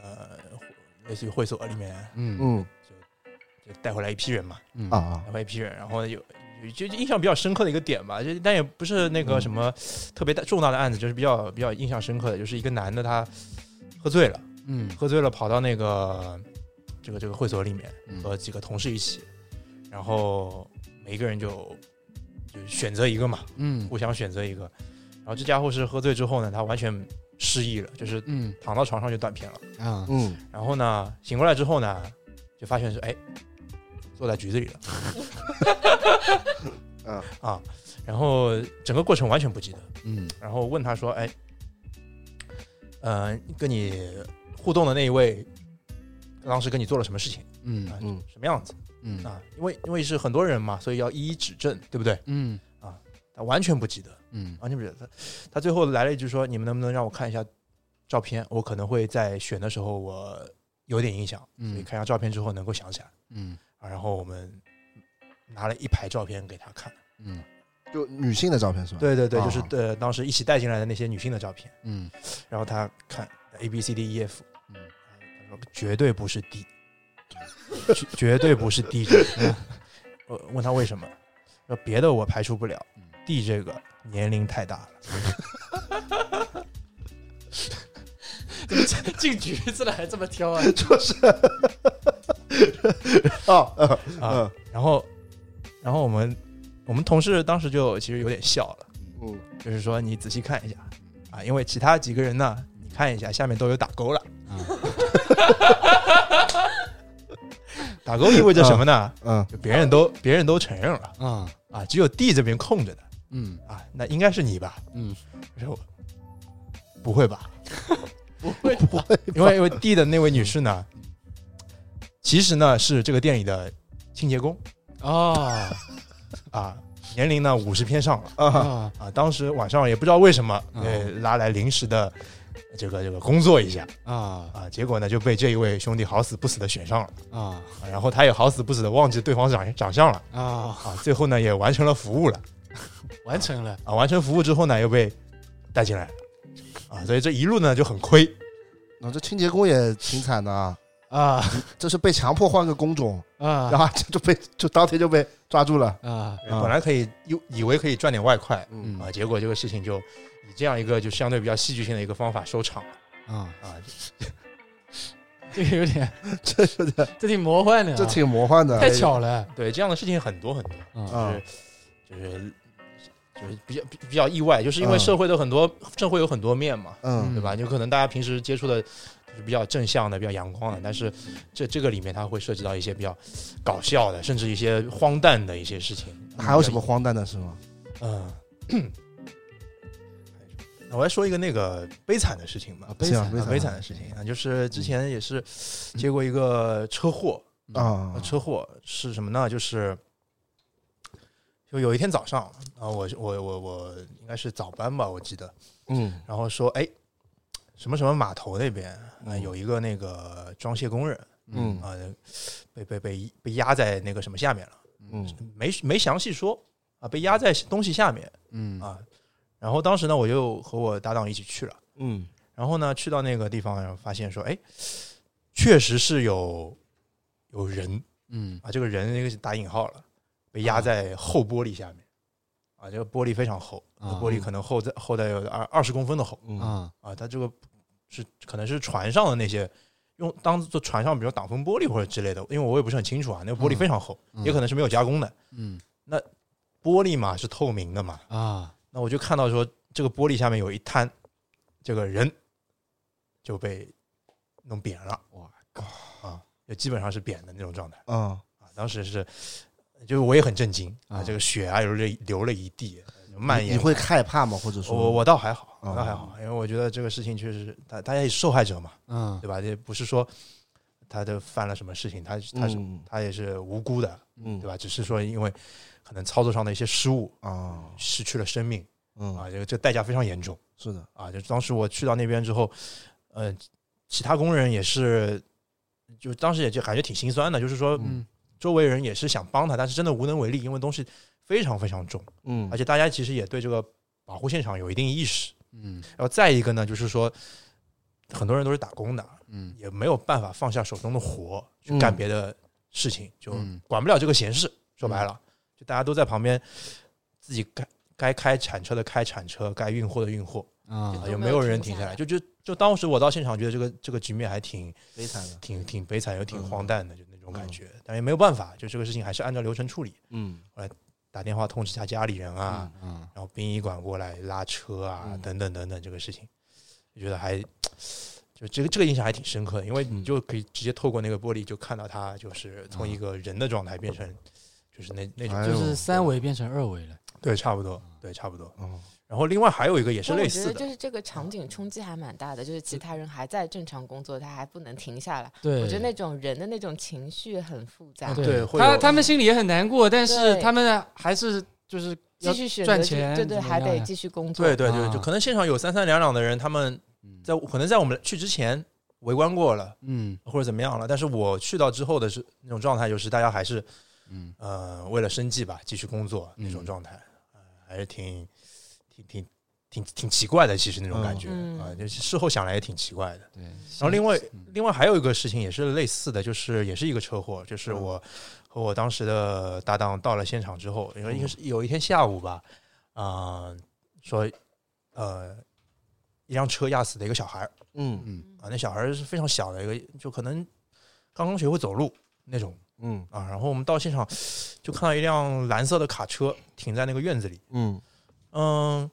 S5: 类似于会所里面，
S3: 嗯
S2: 嗯
S5: 就带回来一批人嘛。
S3: 嗯
S2: 啊啊
S5: 然后一批人，然后有有就印象比较深刻的一个点吧，就但也不是那
S2: 嗯
S5: 个什么特别大重大的案子，就是比较比较印象深刻的，就是一个男的他喝醉了，
S3: 嗯
S5: 喝醉了跑到那个这个这个会所里面
S3: 嗯
S5: 和几个同事一起，然后每一个人就就选择一个嘛，
S3: 嗯
S5: 互相选择一个，然后这家伙是喝醉之后呢，他完全失忆了，就是
S3: 嗯
S5: 躺到床上就断片了，
S3: 啊
S2: 嗯，
S5: 然后呢醒过来之后呢，就发现是哎坐在局子里了。
S2: 嗯
S5: 啊，然后整个过程完全不记得。
S3: 嗯
S5: 然后问他说：“哎，呃，跟你互动的那一位，当时跟你做了什么事情？
S3: 嗯
S5: 啊，
S2: 嗯
S5: 什么样子
S3: 嗯
S5: 啊？因为因为是很多人嘛，所以要一一指证，对不对？
S3: 嗯
S5: 他完全不记得，
S3: 嗯
S5: 完全不记得。他他最后来了一句说：‘你们能不能让我看一下照片？我可能会在选的时候我有点影响，所以
S3: 嗯
S5: 看一下照片之后能够想起来。
S3: 嗯’
S5: 啊，然后我们拿了一排照片给他看。
S3: 嗯
S2: 就女性的照片是吧？，
S5: 对对对，就是
S2: 啊
S5: 呃，当时一起带进来的那些女性的照片，
S3: 嗯
S5: 然后他看 A B C D E F，
S3: 嗯
S5: 他说绝对不是 D，绝绝对不是 D 这个，呃，问他为什么，说别的我排除不了
S1: 嗯
S5: ，D 这个年龄太大了。
S3: 进局子了还这么 挑啊？
S2: 哦，嗯
S5: 啊，然后，然后我们我们同事当时就其实有点笑了，
S2: 嗯，
S5: 就是说你仔细看一下啊，因为其他几个人呢，你看一下下面都有打勾了。
S1: 啊
S5: 打勾意味着什么呢？
S2: 嗯
S5: 就别人都别人都承认了
S1: 啊，
S5: 啊，只有 D 这边空着的
S1: 嗯
S5: 啊，那应该是你吧？
S1: 嗯，
S5: 我说不会吧？
S3: 不 会，
S5: 因为因为 D 的那位女士呢，其实呢是这个店里的清洁工
S3: 哦
S5: 啊，年龄呢五十偏上了。
S2: 啊，
S3: 啊，
S5: 啊，当时晚上也不知道为什么，
S1: 嗯
S5: 呃，拉来临时的这个这个工作一下
S1: 啊
S5: 啊，结果呢就被这一位兄弟好死不死的选上了，
S1: 啊
S5: 啊然后他也好死不死的忘记对方长长相了
S1: 啊，
S5: 啊，最后呢也完成了服务了
S3: 完成了，
S5: 啊，完成服务之后呢又被带进来了啊，所以这一路呢就很亏，
S2: 那哦这清洁工也挺惨的啊，
S3: 啊
S2: 这是被强迫换个工种，
S3: 啊
S2: 然后就就被就当天就被抓住了。
S3: 啊
S2: 啊
S5: 本来可以以以为可以赚点外快
S1: 嗯
S5: 啊，结果这个事情就以这样一个就相对比较戏剧性的一个方法收场了
S1: 啊，
S5: 啊，
S3: 这个有点，
S2: 这有点，
S3: 这挺魔幻的啊，
S2: 这挺魔幻的。
S3: 太巧了
S5: 对，这样的事情很多很多。
S1: 啊
S2: 啊，
S5: 就是就是比较比比较意外，就是因为
S2: 嗯
S5: 社会的很多、社会有很多面嘛，
S2: 嗯
S5: 对吧？有可能大家平时接触的就是比较正向的、比较阳光的，但是这这个里面它会涉及到一些比较搞笑的，甚至一些荒诞的一些事情。
S2: 还有什么荒诞的事吗？
S5: 嗯？ 我来说一个那个悲惨的事情吧，
S2: 悲惨嗯
S5: 啊悲惨的事情啊，就是之前也是接过一个车祸，
S2: 啊
S5: 呃，车祸是什么呢？就是就有一天早上啊，我是我我我应该是早班吧，我记得，
S2: 嗯
S5: 然后说哎，什么什么码头那边啊、
S2: 嗯
S5: 有一个那个装卸工人
S2: 嗯
S5: 啊、被被被被压在那个什么下面了，
S2: 嗯
S5: 没没详细说啊，被压在东西下面
S1: 嗯
S5: 啊。然后当时呢，我就和我搭档一起去了，
S2: 嗯
S5: 然后呢，去到那个地方，然后发现说，哎，确实是有有人
S1: 嗯
S5: 啊，这个人那个是打引号了，被
S1: 啊
S5: 压在后玻璃下面，啊，这个玻璃非常厚，
S1: 啊
S5: 这个玻璃可能厚在厚在有二二十公分的厚
S2: 嗯
S1: 啊
S5: 啊，它这个是可能是船上的那些用当做船上比如挡风玻璃或者之类的，因为我也不是很清楚啊，那个玻璃非常厚，
S1: 嗯
S5: 也可能是没有加工的，
S1: 嗯
S5: 玻璃嘛是透明的嘛，
S1: 啊
S5: 那我就看到说这个玻璃下面有一滩，这个人就被弄扁了，
S1: 哇
S5: 啊，就基本上是扁的那种状态。
S2: 啊
S5: 啊，当时是，就是我也很震惊啊，
S1: 啊
S5: 这个血啊流了流了一地，蔓
S2: 你
S5: 延。
S2: 你会害怕吗？或者说
S5: 我我倒还好，
S2: 啊
S5: 我倒还好，因为我觉得这个事情确实，他他也是受害者嘛，
S3: 嗯
S1: 啊
S5: 对吧？这不是说他的犯了什么事情，他他是
S2: 嗯
S5: 他也是无辜的，
S2: 嗯
S5: 对吧？只是说因为可能操作上的一些失误，
S2: 啊
S5: 失去了生命
S2: 嗯
S5: 啊，这个这个代价非常严重
S2: 是的
S5: 啊！就当时我去到那边之后，呃，其他工人也是，就当时也就感觉挺心酸的，就是说
S3: 嗯
S5: 周围人也是想帮他，但是真的无能为力，因为东西非常非常重，
S2: 嗯
S5: 而且大家其实也对这个保护现场有一定意识。
S1: 嗯
S5: 然后再一个呢，就是说很多人都是打工的，
S1: 嗯
S5: 也没有办法放下手中的活去干
S2: 嗯
S5: 别的事情，就
S1: 嗯
S5: 管不了这个闲事。说白了，就大家都在旁边自己该该开铲车的开铲车，该运货的运货，
S1: 啊
S5: 啊，
S4: 都
S5: 也
S4: 没
S5: 没
S4: 有
S5: 有人
S4: 停
S5: 停
S4: 下
S5: 下
S4: 来
S5: 来。就就就当时我到现场，觉得这个这个局面还挺
S2: 悲惨的
S5: 挺挺悲惨又挺
S2: 嗯
S5: 荒诞的，就那种感觉。但也没有办法，就这个事情还是按照流程处理，
S2: 嗯
S5: 打电话通知他家里人
S3: 嗯
S4: 嗯
S5: 啊，
S1: 啊
S5: 然后殡仪馆过来拉车啊，
S2: 嗯
S5: 等等等等，这个事情，我觉得还就这个这个印象还挺深刻的，因为
S4: 嗯
S5: 你就可以直接透过那个玻璃就看到他，就是从一个人的状态变成，就是那那种，
S2: 哎
S3: 就
S2: 呦
S3: 是三维变成二维了，
S5: 对，差不多，对，差不多。
S2: 哦
S5: 然后另外还有一个也是
S4: 但我
S5: 类
S4: 觉
S5: 似
S4: 得
S5: 的，
S4: 就是这个场景冲击还蛮大的，就是其他人还在正常工作，他还不能停下来。
S3: 对，
S4: 我觉得那种人的那种情绪很复杂，
S5: 对会
S3: 他
S5: 有
S3: 他们心里也很难过，但是
S4: 对
S3: 他们还是就是
S4: 继
S3: 要
S4: 续选择
S3: 赚
S4: 去，
S3: 钱
S4: 对对，
S3: 怎么
S4: 还
S3: 样
S4: 得
S3: 呀
S4: 继续工作。
S5: 对对对，
S1: 啊
S5: 就可能现场有三三两两的人，他们
S3: 嗯
S5: 在可能在我们去之前围观过了。
S1: 嗯
S5: 或者怎么样了。但是我去到之后的是那种状态，就是大家还是
S1: 嗯
S5: 呃为了生计吧，继续工作
S1: 嗯
S5: 那种状态，呃还是挺挺挺挺挺奇怪的，其实那种感觉
S4: 嗯
S5: 啊，就是事后想来也挺奇怪的。
S6: 对，
S5: 然后另外另外还有一个事情也是类似的，就是也是一个车祸，就是我和我当时的搭档到了现场之后，因为一个是有一天下午吧，啊、说呃一辆车压死了一个小孩儿
S2: 嗯
S6: 嗯
S5: 啊，那小孩儿是非常小的一个，就可能刚刚学会走路那种
S2: 嗯
S5: 啊。然后我们到现场就看到一辆蓝色的卡车停在那个院子里，
S2: 嗯
S5: 嗯，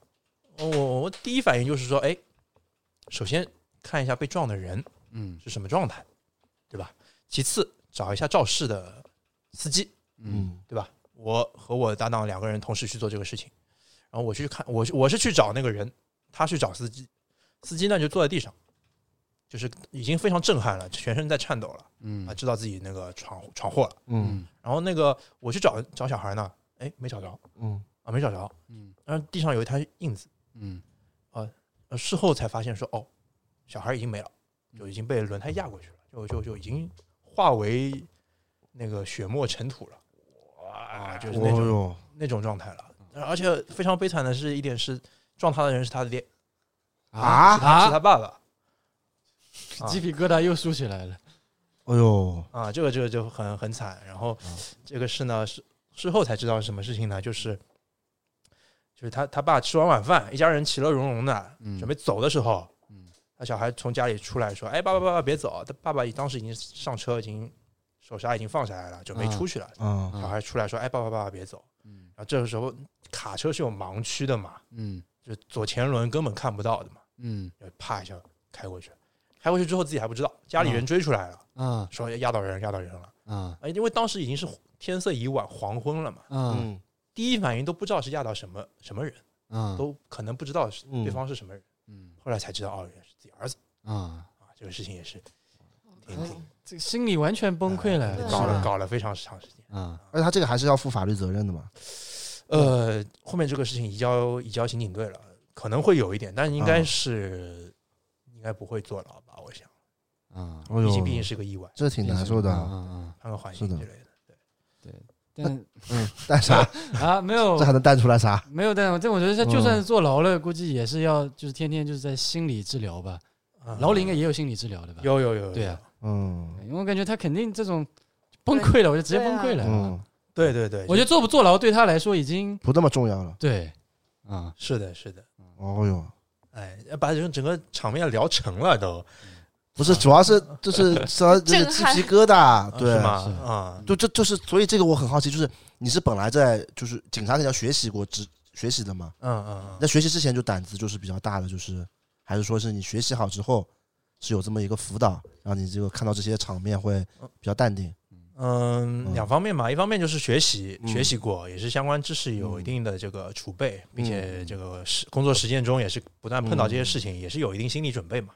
S5: 我我第一反应就是说，哎，首先看一下被撞的人。
S6: 嗯
S5: 是什么状态，对吧？其次，找一下肇事的司机，
S6: 嗯，
S5: 对吧？我和我搭档两个人同时去做这个事情，然后我去看，我我是去找那个人，他去找司机，司机呢就坐在地上，就是已经非常震撼了，全身在颤抖了
S6: 嗯
S5: 啊，知道自己那个闯闯祸了。
S2: 嗯
S5: 然后那个我去找找小孩呢，哎，没找着
S2: 嗯
S5: 啊，没找着，
S6: 嗯
S5: 然后地上有一滩印子，
S6: 嗯
S5: 呃事后才发现说，哦，小孩已经没了，
S6: 嗯
S5: 就已经被轮胎压过去了，就就就已经化为那个血沫尘土了，啊，就是那种、
S2: 哦
S5: 那种状态了。而且非常悲惨的是一点是，撞他的人是他的爹，是
S2: 呦啊，
S5: 他是
S3: 啊
S5: 他，爸爸啊
S3: 鸡皮疙瘩又竖起来了。
S2: 哎呦，
S5: 啊，这个这个就很很惨。然后这个事呢是事后才知道是什么事情呢，就是。就是他他爸吃完晚饭，一家人其乐融融的，
S6: 嗯
S5: 准备走的时候，
S6: 嗯
S5: 他小孩从家里出来说：“哎，爸爸，爸爸，别走！”他爸爸当时已经上车，已经手刹已经放下来了，准备出去了。
S2: 嗯
S5: 小孩出来说：“哎，爸爸，爸爸，别走！”
S6: 啊嗯
S5: 然后这个时候卡车是有盲区的嘛，
S6: 嗯
S5: 就左前轮根本看不到的嘛，
S6: 嗯
S5: 就啪一下开过去，开过去之后自己还不知道，家里人追出来了，
S6: 啊
S5: 说压到人，压到人了。
S6: 啊
S5: 哎，因为当时已经是天色已晚，黄昏了嘛，
S6: 啊
S2: 嗯
S5: 第一反应都不知道是压到什么什么人，
S3: 嗯
S6: 啊
S5: 都可能不知道是
S2: 嗯
S5: 对方是什么人，
S6: 嗯
S5: 后来才知道哦，原来是自己儿子
S6: 啊
S5: 啊，这个事情也是挺挺。
S3: 哎这个心理完全崩溃了
S5: 对，
S4: 是
S5: 哎
S4: 吧
S5: 搞了搞了非常长时间。
S6: 啊
S2: 而且他这个还是要负法律责任的嘛，
S5: 呃，后面这个事情移交移交刑警队了，可能会有一点，但应该是、应该不会坐牢吧？我想，
S6: 啊！
S2: 哎呦
S5: 毕竟毕竟是个意外，
S2: 这挺难受
S6: 啊
S2: 的，
S6: 啊！
S5: 判个缓刑
S2: 是
S5: 之
S2: 的
S5: 类的。
S3: 但
S2: 嗯， 但啥？
S3: 啊没有
S2: 这还能淡出来啥？
S3: 没有，但但我觉得他就算是坐牢了，估计也是要就是天天就是在心理治疗吧。
S5: 啊
S3: 牢里应该也有心理治疗的吧？
S5: 有有有有
S3: 对啊，
S2: 嗯
S3: 因为我感觉他肯定这种崩溃了，我就直接崩溃了。
S2: 嗯，
S5: 对对对，
S3: 我觉得坐不坐牢对他来说已经
S2: 不那么重要了。
S3: 对
S6: 啊，
S5: 是的，是的。
S2: 哦呦，
S5: 哎，把这整个场面聊成了都，
S2: 不是，主要是就是主要这个鸡
S4: 震撼
S2: 皮疙瘩，啊对
S5: 是吗？
S6: 是
S5: 啊，
S2: 就这就是，所以这个我很好奇，就是你是本来在就是警察肯定要学习过知学习的嘛？
S5: 嗯嗯
S2: 在学习之前就胆子就是比较大的，就是还是说是你学习好之后是有这么一个辅导，让你这个看到这些场面会比较淡定。
S5: 嗯，嗯，
S2: 嗯
S5: 两方面嘛，一方面就是学习，
S2: 嗯
S5: 学习过，也是相关知识有一定的这个储备，并且
S2: 嗯
S5: 这个实工作实践中也是不断碰到这些事情，也是有一定心理准备嘛。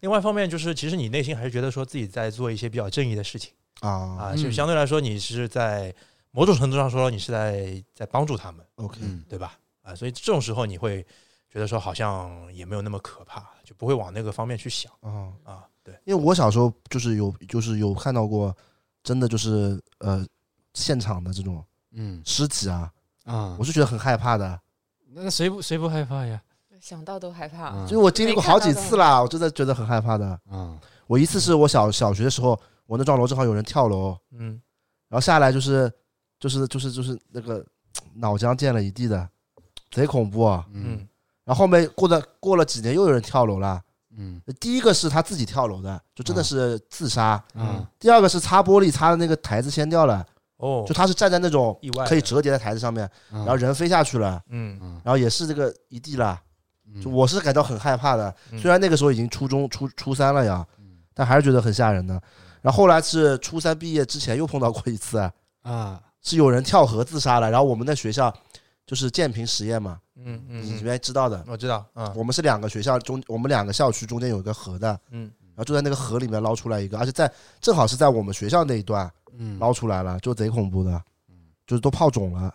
S5: 另外一方面就是，其实你内心还是觉得说自己在做一些比较正义的事情
S2: 啊
S5: 啊，
S3: 嗯
S5: 就相对来说你是在某种程度上说你是在在帮助他们，
S2: ，OK，
S6: 嗯
S5: 对吧？啊，所以这种时候你会觉得说好像也没有那么可怕，就不会往那个方面去想
S2: 啊，
S5: 啊。对，
S2: 因为我小时候就是有就是有看到过，真的就是呃现场的这种
S6: 嗯
S2: 尸体啊，
S6: 啊
S2: 我，是觉得很害怕的，
S3: 嗯那谁不谁不害怕呀？
S4: 想到都害怕。
S6: 啊
S2: 因为我经历过好几次啦，我真的觉得很害怕的。
S6: 啊
S2: 我一次是我小小学的时候，我那幢楼正好有人跳楼，
S5: 嗯
S2: 然后下来就是就是就是就是那个脑浆溅了一地的，贼恐怖、啊。
S6: 嗯
S5: 嗯
S2: 然后后面过了过了几年又有人跳楼了，
S6: 嗯
S2: 第一个是他自己跳楼的，就真
S5: 嗯
S2: 的是自杀；
S6: 啊
S2: 第二个是擦玻璃擦的那个台子掀掉了，
S5: 哦
S2: 就，他是站在那种
S5: 意外
S2: 可以
S5: 的
S2: 折叠的台子上面，
S6: 然
S3: 嗯
S2: 然后人飞下去了，
S5: 嗯
S6: 啊，
S2: 然后也是这个一地了。
S6: 嗯
S2: 就我是感到很害怕的，
S5: 嗯
S2: 虽然那个时候已经初中初初三了呀，但还是觉得很吓人
S5: 嗯
S2: 的。然后后来是初三毕业之前又碰到过一次，
S6: 啊
S2: 是有人跳河自杀了。然后我们的学校就是建平实验嘛，
S5: 嗯
S2: 你
S5: 嗯
S2: 应
S5: 嗯，
S2: 该知道的。
S5: 我知道，嗯
S2: 我们是两个学校中，我们两个校区中间有一个河的，
S5: 嗯
S2: 然后就在那个河里面捞出来一个，而且在正好是在我们学校那一段
S6: 嗯
S2: 捞出来了，就贼恐怖的，就是都泡肿了。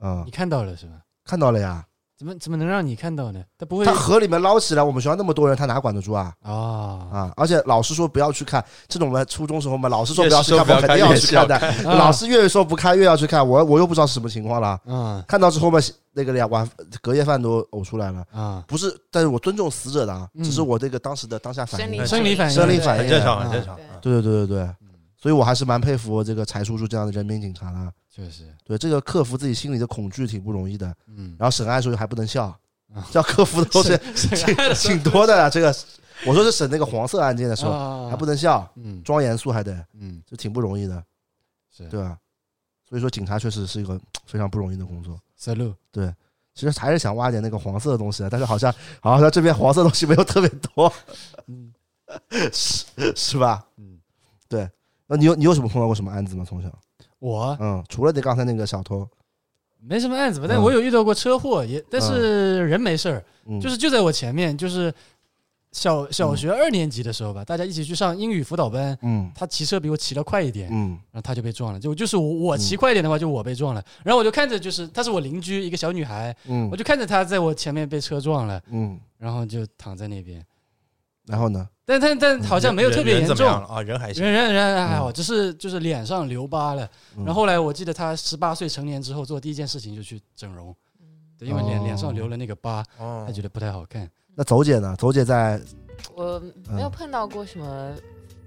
S2: 嗯
S3: 你，看到了是吧？
S2: 看到了呀，
S3: 怎么怎么能让你看到呢？他不会
S2: 他河里面捞起来，我们学校那么多人，他哪管得住啊？
S3: 啊
S2: 啊！而且老师说不要去看，这种我们初中时候嘛，老师说不要去
S5: 越
S2: 看，
S5: 是说
S2: 我
S5: 不要
S2: 肯定
S5: 看
S2: 要
S5: 越
S2: 去
S5: 是
S2: 看
S5: 要
S2: 的。
S3: 啊
S2: 老师越说不看越要去看，我我又不知道是什么情况了。
S6: 啊
S3: 嗯
S2: 看到之后嘛，那个两晚隔夜饭都呕出来了。
S6: 啊
S2: 不是，但是我尊重死者的啊，
S3: 嗯
S2: 只是我这个当时的当下反应。
S5: 生
S3: 理反应
S2: 生理反应
S5: 很正常，很
S6: 啊嗯
S5: 正常。
S4: 对
S5: 啊
S2: 对对对对对，所以我还是蛮佩服这个柴叔叔这样的人民警察的。
S6: 确实，
S2: 对，这个克服自己心里的恐惧挺不容易的。
S6: 嗯，
S2: 然后审案的时候还不能笑，要克服的都 是
S3: 是
S2: 挺挺多的啦。这个我说是审那个黄色案件 的时候
S6: 啊
S2: 还不能笑，
S6: 嗯
S2: 装严肃还得，
S6: 嗯
S2: 这挺不容易的，
S6: 是
S2: 对吧？所以说警察确实是一个非常不容易的工作。
S6: ，salute，
S2: 其实还是想挖点那个黄色的东西啊的，但是好像 好像这边黄色的东西没有特别多，
S6: 嗯
S2: 是是吧？
S6: 嗯
S2: 那你有你有什么碰到过什么案子吗？从小，
S3: 我
S2: 嗯，除了你刚才那个小偷，
S3: 没什么案子吧，
S2: 嗯
S3: 但我有遇到过车祸，也但是人没事儿，
S2: 嗯，
S3: 就是就在我前面，就是小小学二年级的时候吧，大家一起去上英语辅导班，
S2: 嗯
S3: 他骑车比我骑得快一点，
S2: 嗯
S3: 然后他就被撞了，就就是我我骑快一点的话，就我被撞了，然后我就看着就是她是我邻居一个小女孩，
S2: 嗯
S3: 我就看着她在我前面被车撞了，
S2: 嗯，
S3: 然后就躺在那边，
S2: 然后呢？
S3: 但但但好像没有
S5: 人
S3: 特别
S5: 人
S3: 严
S5: 怎么
S3: 重，
S5: 样了啊？人还行
S3: 人人人还好，只是就是脸上留疤了。然后后来我记得她十八岁成年之后做第一件事情就去整容，对，因为脸
S2: 哦
S3: 脸上留了那个疤，
S5: 哦
S3: 她觉得不太好看。
S2: 那走姐呢？走姐在
S4: 我没有碰到过什么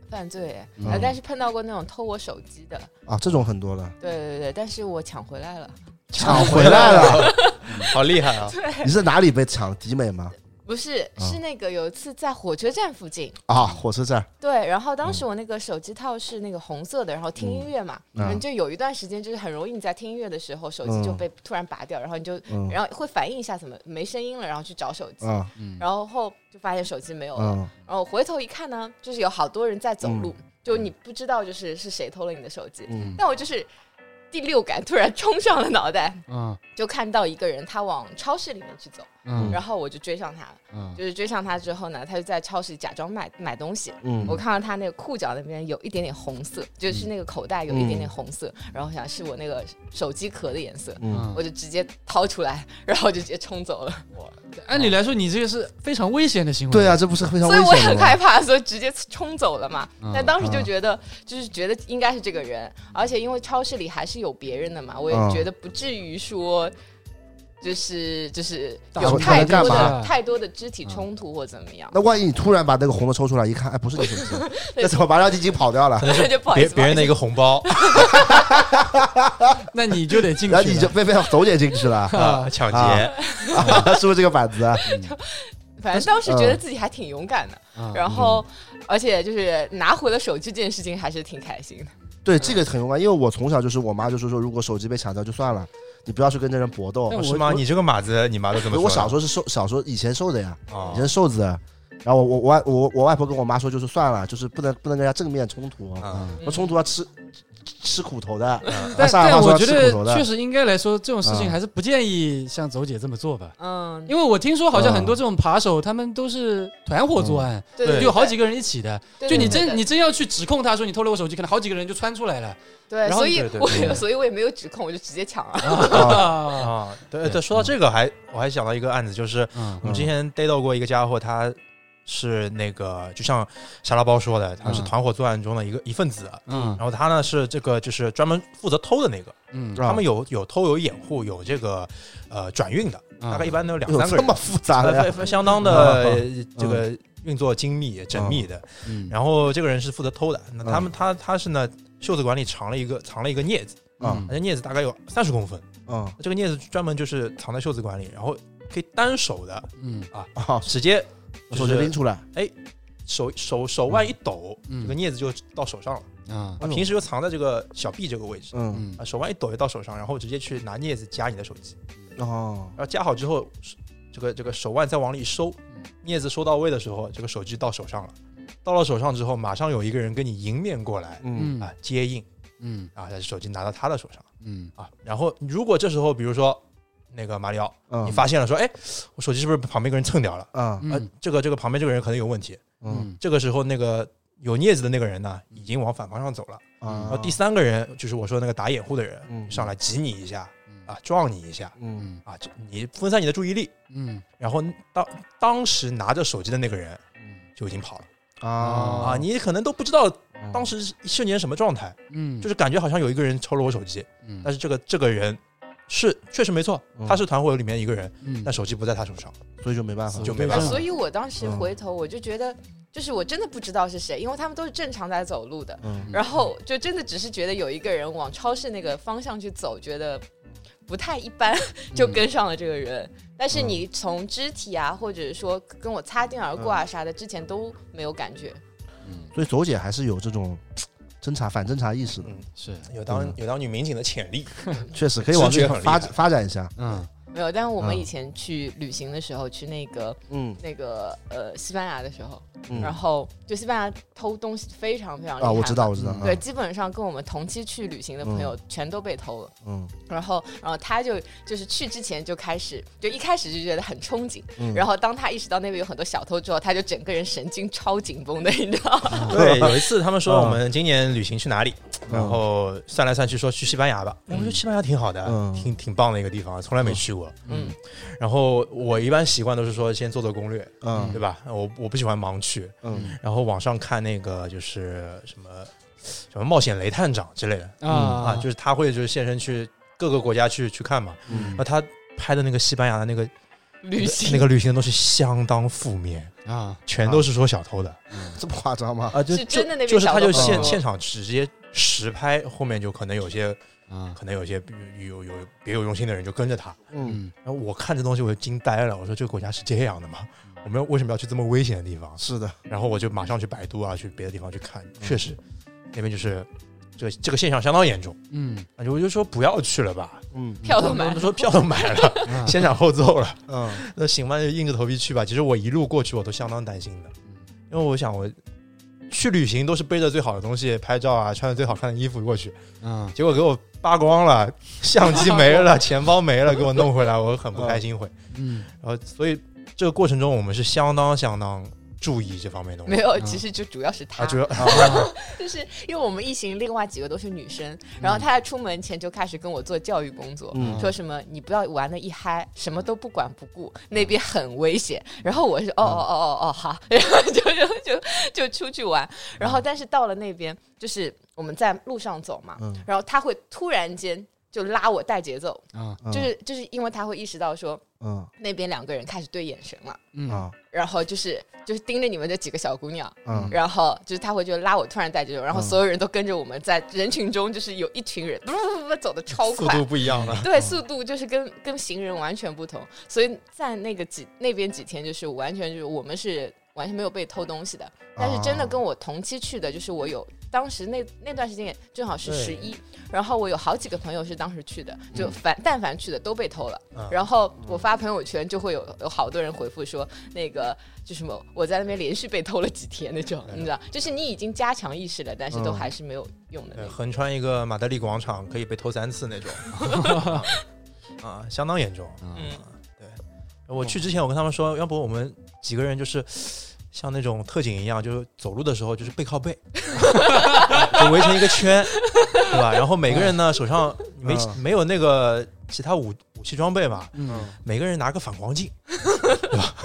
S4: 犯罪，
S2: 嗯
S4: 呃但是碰到过那种偷我手机的，
S2: 啊，这种很多了，
S4: 对对对，但是我抢回来了，
S2: 抢回来了。
S5: 好厉害啊！
S2: 你是哪里被抢？迪美吗？
S4: 不是，
S2: 啊
S4: 是那个有一次在火车站附近，
S2: 啊，火车站。
S4: 对，然后当时我那个手机套是那个红色的，然后听音乐嘛，
S2: 嗯啊
S4: 嗯，就有一段时间就是很容易你在听音乐的时候，手机就
S2: 嗯
S4: 被突然拔掉，然后你就，
S2: 嗯
S4: 然后会反应一下怎么没声音了，然后去找手机，
S2: 啊
S4: 然后后就发现手机没有了，
S2: 嗯
S4: 然后哦回头一看呢，就是有好多人在走路，就你不知道就是是谁偷了你的手机，
S2: 嗯
S4: 但我就是第六感突然冲上了脑袋，
S6: 啊
S4: 就看到一个人他往超市里面去走，
S6: 嗯
S4: 然后我就追上他了，
S6: 啊
S4: 就是追上他之后呢，他就在超市假装买买东西。
S2: 嗯
S4: 我看到他那个裤脚那边有一点点红色，就是那个口袋有一点点红色，然后我想是我那个手机壳的颜色，
S2: 嗯，
S4: 我就直接掏出来，然后我就直接冲走了。
S3: 按理来说，你这个是非常危险的行为。
S2: 对啊，，这不是非常危
S4: 所以我也
S2: 险的
S4: 很
S2: 吗
S4: 害？怕，所以直接冲走了嘛。
S6: 嗯
S4: 但当时就觉得，就是觉得应该是这个人，而且因为超市里还是有别人的嘛，我也
S2: 嗯
S4: 觉得不至于说。就是就是
S3: 打
S4: 有
S2: 算
S4: 太
S2: 他在干
S4: 多
S3: 嘛
S4: 的太多的肢
S6: 嗯
S4: 体冲突或怎么样
S2: 那，万一你突然把那个红的抽出来一看，哎，不是你手 机，那怎么办？然后你已经跑掉了，
S4: 那 就不好意
S5: 别
S4: 思。
S5: 别人的一个红包
S3: 那你就得进去
S2: 然
S3: 了。
S2: 后你就被被走姐进去 了，
S5: 啊，抢劫，
S2: 啊是不是这个板子？
S4: 反正当时
S6: 嗯
S4: 觉得自己还挺勇敢的，
S6: 啊
S4: 然后，而且就是拿回了手机这件事情，还是挺开心的。
S3: 嗯
S2: 对，这个很有关，因为我从小就是我妈就是说，如果手机被抢掉就算了，你不要去跟这人搏斗
S3: 但。
S5: 哦
S3: 我
S5: 是吗？
S3: 我
S5: 你这个码子，你妈都这么说的？
S2: 我小时候是瘦，小时候以前瘦的呀，
S5: 啊
S2: 以前瘦子。然后我我我外我我外婆跟我妈说，就是算了，就是不能不能跟人家正面冲突，
S5: 啊
S2: 那冲突要吃吃吃苦头的。啊
S3: 但
S2: 上海
S3: 但
S2: 话说
S3: 我
S2: 要
S3: 觉
S2: 吃苦头
S3: 得
S2: 的
S3: 确。实应该来说，这种事情
S2: 嗯
S3: 还是不建议像走姐这么做吧。
S4: 嗯，
S3: 因为我听说好像
S2: 嗯
S3: 很多这种扒手，他们都是团伙作案，
S4: 对
S5: 对
S4: 对，
S3: 就有好几个人一起的。
S4: 对，
S3: 就
S4: 对
S3: 你
S4: 对
S3: 真你真要去指控他说你偷了我手机，可能好几个人就窜出来了。
S4: 对，
S3: 然后
S4: 所以
S5: 对对
S4: 我
S5: 对
S4: 也所以我也没有指控，我就直接抢了。
S2: 嗯
S3: 啊，
S5: 啊！对对，说到这个，还我还想到一个案子，就是
S3: 嗯
S5: 我们之前逮到过一个家伙，他是那个就像沙拉包说的，他是
S6: 嗯
S5: 团伙作案中的一个一份子。
S6: 嗯
S5: 然后他呢是这个就是专门负责偷的那个，
S6: 嗯
S2: 啊
S5: 他们有有偷有掩护有这个呃转运的，大概一般都有两
S2: 嗯有
S5: 三个
S2: 哎这
S5: 人
S2: 么，复杂的
S5: 呃
S2: 呀？啊嗯
S5: 非相当的呃这个运作精密缜密的。
S6: 嗯
S5: 然后这个人是负责偷的，那他们他他是呢袖子管里藏了一个藏了一个镊子，
S2: 嗯
S5: 那镊子大概有三十公分，
S2: 嗯
S5: 这个镊子专门就是藏在袖子管里，然后可以单手的
S6: 嗯
S2: 啊，
S5: 直接
S2: 手机
S5: 就
S2: 拎
S5: 是
S2: 出来，
S5: 手手手腕一抖，
S6: 嗯
S5: 这个镊子就到手上了。
S6: 啊
S5: 啊平时就藏在这个小臂这个位置。
S2: 嗯
S6: 嗯
S5: 啊，手腕一抖就到手上，然后直接去拿镊子夹你的手机，
S2: 哦，
S5: 然后夹好之后，这个这个手腕再往里一收，
S6: 嗯
S5: 镊子收到位的时候，这个手机到手上了。到了手上之后，马上有一个人跟你迎面过来
S2: 嗯
S6: 嗯
S5: 啊，接应
S6: 嗯
S5: 啊，把手机拿到他的手上
S6: 嗯
S5: 啊。然后如果这时候，比如说那个马里奥，
S2: 嗯，
S5: 你发现了说，哎，我手机是不是被旁边一个人蹭掉了？
S3: 嗯
S2: 啊
S5: 啊，这个这个旁边这个人可能有问题。
S2: 嗯
S6: 嗯
S5: 这个时候，那个有镊子的那个人呢，已经往反方向走了。
S3: 嗯
S2: 啊
S5: 然后第三个人就是我说的那个打掩护的人，
S2: 嗯
S5: 上来挤你一下，啊撞你一下
S2: 嗯
S5: 啊，这你分散你的注意力，
S1: 嗯
S5: 然后当当时拿着手机的那个人
S1: 嗯
S5: 就已经跑了
S1: 哦
S5: 啊，你可能都不知道
S2: 嗯
S5: 当时是一瞬间什么状态，
S1: 嗯，
S5: 就是是感觉好像有一个人抽了我手机，
S1: 嗯，
S5: 但是这个这个人是确实没错，他是团伙里面一个人，
S1: 嗯
S5: 但手机不在他手上，
S2: 所以就没办法，
S5: 就没办
S4: 啊
S5: 法
S4: 所以我当时
S2: 嗯
S4: 回头我就觉得，就是我真的不知道是谁，因为他们都是正常在走路的，
S2: 嗯
S4: 然后就真的只是觉得有一个人往超市那个方向去走，觉得不太一般， 就
S2: 嗯
S4: 跟上了这个人。但是你从肢体啊，或者说跟我擦肩而过
S2: 嗯
S4: 啊啥的，之前都没有感觉。
S2: 所以走姐还是有这种侦查反侦查意识的，
S5: 嗯
S1: 是
S5: 有当
S2: 嗯
S5: 有当女民警的潜力，
S2: 确实可以往
S5: 直觉
S2: 这
S5: 很
S2: 个
S5: 厉
S2: 发
S5: 害
S2: 发展一下。
S1: 嗯
S4: 没有，但是我们
S2: 嗯
S4: 以前去旅行的时候，去那个
S2: 嗯
S4: 那个呃西班牙的时候，
S2: 嗯
S4: 然后就西班牙偷东西非常非常厉害
S2: 啊，我知道
S4: 嘛。
S2: 我知道，
S4: 对，
S2: 嗯
S4: 基本上跟我们同期去旅行的朋友全都被偷了。
S2: 嗯
S4: 然后，然后他就就是去之前就开始，就一开始就觉得很憧憬，
S2: 嗯，
S4: 然后当他意识到那边有很多小偷之后，他就整个人神经超紧绷的，你知道吗？
S5: 对，有一次他们说
S2: 嗯
S5: 我们今年旅行去哪里，
S2: 哦嗯
S5: 然后算来算去说去西班牙吧。我说西班牙挺好的，
S2: 嗯
S5: 挺挺棒的一个地方，从来没去过。
S4: 嗯，
S5: 然后我一般习惯都是说先做做攻略，
S2: 嗯
S5: 对吧？我我不喜欢盲去，
S2: 嗯
S5: 然后网上看那个就是什么什么冒险雷探长之类的啊，就是他会就是现身去各个国家去去看嘛。
S2: 嗯
S5: 然后他拍的那个西班牙的那个
S4: 旅
S5: 那
S4: 行
S5: 个旅行的东西相当负面，
S1: 啊
S5: 全都是说小偷的。
S2: 这么夸张吗？
S5: 啊，就是
S4: 真的那边
S5: 就是
S4: 找
S5: 他
S4: 到
S5: 就
S4: 很
S5: 现
S2: 多
S5: 现场直接实拍，后面就可能有些
S1: 啊
S5: 可能有些有有有别有用心的人就跟着他。
S2: 嗯，
S1: 嗯
S5: 然后我看这东西我就惊呆了，我说这个国家是这样的吗？我们为什么要去这么危险的地方？
S2: 是的，
S5: 然后我就马上去百度啊，去别的地方去看，确实那边就是这个这个现象相当严重。
S1: 嗯
S5: 啊我就说不要去了吧，
S2: 嗯
S4: 票都买
S5: 他们
S4: 了，
S5: 说票都买了，
S1: 啊
S5: 先斩后奏了。
S2: 嗯
S5: 那行吧，就硬着头皮去吧。其实我一路过去我都相当担心的，因为我想我去旅行都是背着最好的东西拍照啊，穿着最好看的衣服过去，
S1: 啊
S5: 结果给我扒光了，相机没了，钱包没了，给我弄回来，我很不开心会。
S1: 嗯
S5: 然后所以这个过程中我们是相当相当注意这方面的 东
S4: 没
S5: 西。
S4: 有，
S1: 嗯
S4: 其实就主要是他，
S5: 啊，主要
S4: 就是因为我们一行另外几个都是女生，然后他在出门前就开始跟我做教育工作。
S2: 嗯
S4: 说什么你不要玩的一嗨，什么都不管不顾，那边很危险。然后我是哦哦哦哦哦好，然后就就就就出去玩。然后但是到了那边，就是我们在路上走嘛，
S2: 嗯
S4: 然后他会突然间就拉我带节奏，
S1: 啊
S2: 嗯，
S4: 就是就是因为他会意识到说
S2: 嗯
S4: 那边两个人开始对眼神了，
S1: 嗯
S2: 啊
S4: 然后就是就是盯着你们这几个小姑娘，
S2: 嗯
S4: 然后就是他会就拉我突然带节奏，然后
S2: 嗯
S4: 所有人都跟着我们在人群中，就是有一群人不不不不走的超
S5: 速
S4: 快，
S5: 度不一样了。
S4: 对，速度就是跟跟行人完全不同，所以在那个几那边几天，就是完全就是我们是完全没有被偷东西的。但是真的跟我同期去的，就是我有当时那那段时间也正好是
S5: 对
S4: 十一，然后我有好几个朋友是当时去的，就凡、但凡去的都被偷了。
S5: 嗯
S4: 然后我发朋友圈就会有有好多人回复说，那个就什么我在那边连续被偷了几天那种，你知道，就是你已经加强意识了，但是都
S2: 嗯
S4: 还是没有用的那
S5: 对，
S4: 种。
S5: 横穿一个马德里广场可以被偷三次那种， 啊，相当严重。
S1: 啊
S4: 嗯，
S2: 嗯
S5: 我去之前，我跟他们说，要不我们几个人就是像那种特警一样，就是走路的时候就是背 靠背，就围成一个圈，对吧？然后每个人呢手上没
S2: 嗯
S5: 没有那个其他武武器装备嘛，
S1: 嗯
S5: 每个人拿个反光 镜，对吧？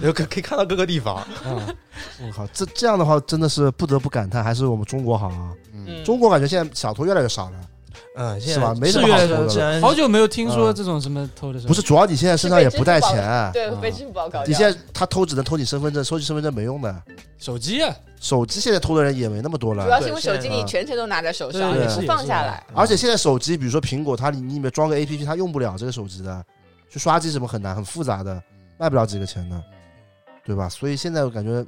S5: 就可可以看到各个地方。
S1: 啊
S2: 我靠，嗯这这样的话真的是不得不感叹，还是我们中国好啊！
S4: 嗯
S2: 中国感觉现在小偷越来越少了，
S5: 嗯，现
S2: 是吧
S5: 在
S2: 没什
S5: 治
S2: 么
S5: 愈
S2: 好
S5: 的
S2: 说的
S5: 治安
S3: 好久没有听说这种什么偷的什么，
S2: 不是主要你现在身上也不带钱，
S4: 对，
S1: 啊
S4: 被支付宝搞
S2: 你
S4: 掉。
S2: 现在他偷只能偷你身份证，收集身份证没用的，
S3: 手机啊，
S2: 手机现在偷的人也没那么多
S4: 主要
S2: 了。
S4: 是因为手机你全程都拿在手上，
S2: 对
S4: 你
S2: 是
S4: 不放下来。
S3: 啊
S2: 而且现在手机，比如说苹果，它里你里面装个 APP，它用不了这个手机的，去刷机什么很难，很复杂的，卖不了几个钱的，对吧？所以现在我感觉，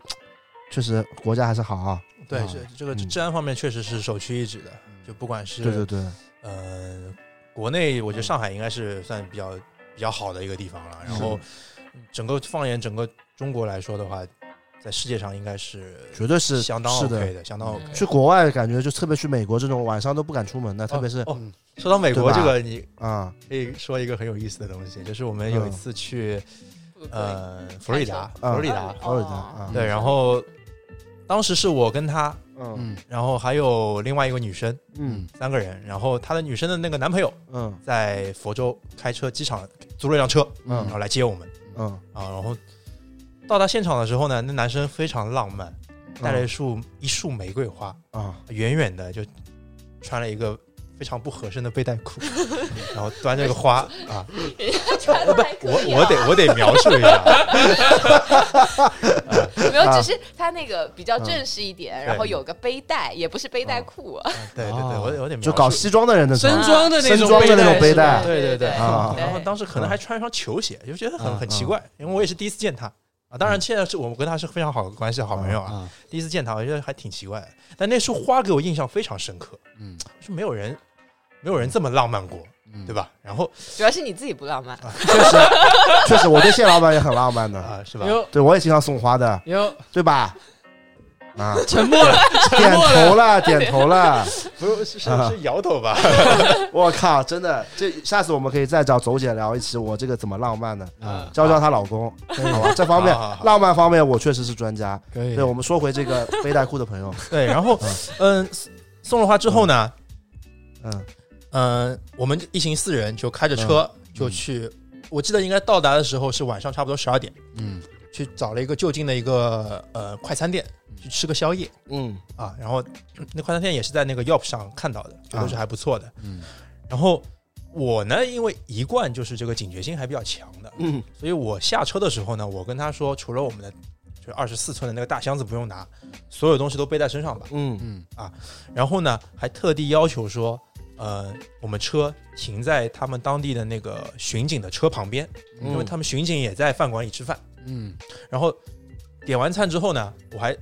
S2: 确实国家还是好啊。
S5: 对
S1: 啊
S5: 这这个
S2: 嗯
S5: 治安方面确实是首屈一指的，就不管是
S2: 对嗯对对，
S5: 呃，国内我觉得上海应该是算比较比较好的一个地方了。然后整个放眼整个中国来说的话，在世界上应该是
S2: 绝对是
S5: 相当
S2: 是的
S5: OK 的，相当 OK。
S4: 嗯
S2: 去国外感觉就特别去美国这种晚上都不敢出门的，特别是
S5: 哦，说到美
S2: 对
S5: 国
S2: 吧
S5: 这个，你
S2: 啊，
S5: 可以说一个很有意思的东西，就是我们有一次去 呃佛罗里达，
S2: 嗯
S5: 佛罗里达，
S2: 佛罗里达啊
S4: 哦
S5: 对，然后当时是我跟他，
S2: 嗯
S6: 嗯
S5: 然后还有另外一个女生，
S6: 嗯
S5: 三个人，然后她的女生的那个男朋友
S2: 嗯
S5: 在佛州开车机场租了一辆车，然
S6: 嗯
S5: 后来接我们
S2: 嗯，
S5: 啊，然后到达现场的时候呢，那男生非常浪漫，带了一束一束玫瑰花，
S2: 啊
S5: 远远的就穿了一个非常不合身的背带 裤，然后端着个花啊，
S4: 人家穿的还
S5: 我
S4: 可以啊
S5: 我得我得描述一下，
S4: 没有，
S2: 啊
S4: 只是他那个比较正式一点，然后有个背带，也不是背带裤，啊
S5: 对对对，我得我得描述
S2: 啊就搞西装的人那种
S3: 深，装的那
S2: 深
S3: 种
S2: 装的那种
S3: 是
S2: 背
S3: 吧
S2: 带
S5: 对对
S4: 对
S5: 对
S2: 啊嗯
S5: 然后
S4: 对
S5: 当时可能还穿一双球鞋，就觉得很
S6: 啊
S5: 很奇怪，因为我也是第一次见他啊。当然，现在是我们跟他是非常好的关系，好朋友啊
S6: 啊。
S5: 第一次见他，我觉得还挺奇怪的。但那束花给我印象非常深刻，
S6: 嗯
S5: 说没有人没有人这么浪漫过，
S6: 嗯
S5: 对？吧？然后
S4: 主要是你自己不浪漫。
S2: 确实确实，我对谢老板也很浪漫的，
S5: 啊，是吧？
S3: 有
S2: 对我也经常送花的，
S3: 有
S2: 对吧？啊，
S3: 沉默了，
S2: 点头了，点头了，
S5: 不是是是
S2: 啊
S5: 是摇 头吧？
S2: 我靠，真的，这下次我们可以再找走姐聊一期，我这个怎么浪漫的，
S6: 啊
S2: 教教她老公，好吧？这方面
S5: 好好好
S2: 浪漫方面我确实是专家。
S3: 可以
S2: 对，我们说回这个背带裤的朋友，
S5: 对，然后嗯，送了花之后呢，
S2: 嗯
S5: 嗯，我们一行四人就开着车
S6: 嗯
S5: 就去，我记得应该到达的时候是晚上差不多十二点，
S6: 嗯
S5: 去找了一个就近的一个呃快餐店去吃个宵夜。
S2: 嗯
S5: 啊，然后嗯那快餐店也是在那个 Yelp 上看到的，觉得是
S2: 啊
S5: 还不错的。
S6: 嗯
S5: 然后我呢，因为一贯就是这个警觉性还比较强的，
S2: 嗯
S5: 所以我下车的时候呢，我跟他说，除了我们的就二十四寸的那个大箱子不用拿，所有东西都背在身上吧。
S2: 嗯
S6: 嗯
S5: 然后呢，还特地要求说，呃，我们车停在他们当地的那个巡警的车旁边，因为
S2: 嗯
S5: 他们巡警也在饭馆里吃饭。
S6: 嗯
S5: 然后点完餐之后呢，我还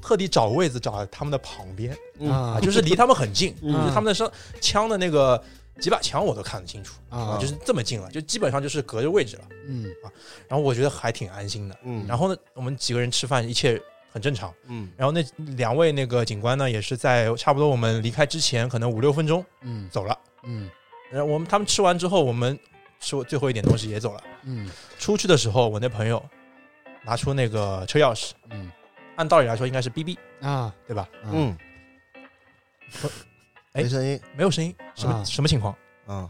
S5: 特地找位子找到他们的旁边。啊，
S6: 啊
S5: 就是离他们很近，
S2: 嗯
S5: 就是他们的声枪的那个几把枪我都看得清楚
S6: 啊
S5: 就是这么近了，就基本上就是隔着位置了。
S6: 嗯
S5: 然后我觉得还挺安心的。
S2: 嗯
S5: 然后呢，我们几个人吃饭，一切很正常。
S2: 嗯
S5: 然后那两位那个警官呢，也是在差不多我们离开之前，可能五六分钟
S6: 嗯
S5: 走了。
S6: 嗯
S5: 然后我们他们吃完之后，我们吃最后一点东西也走了。
S6: 嗯
S5: 出去的时候，我那朋友拿出那个车钥匙，
S6: 嗯
S5: 按道理来说应该是 BB
S6: 啊
S5: 对吧？
S2: 嗯，
S5: 哎
S2: 没声音
S5: 没有声音，什么、
S6: 啊
S5: 什么情况？
S2: 啊，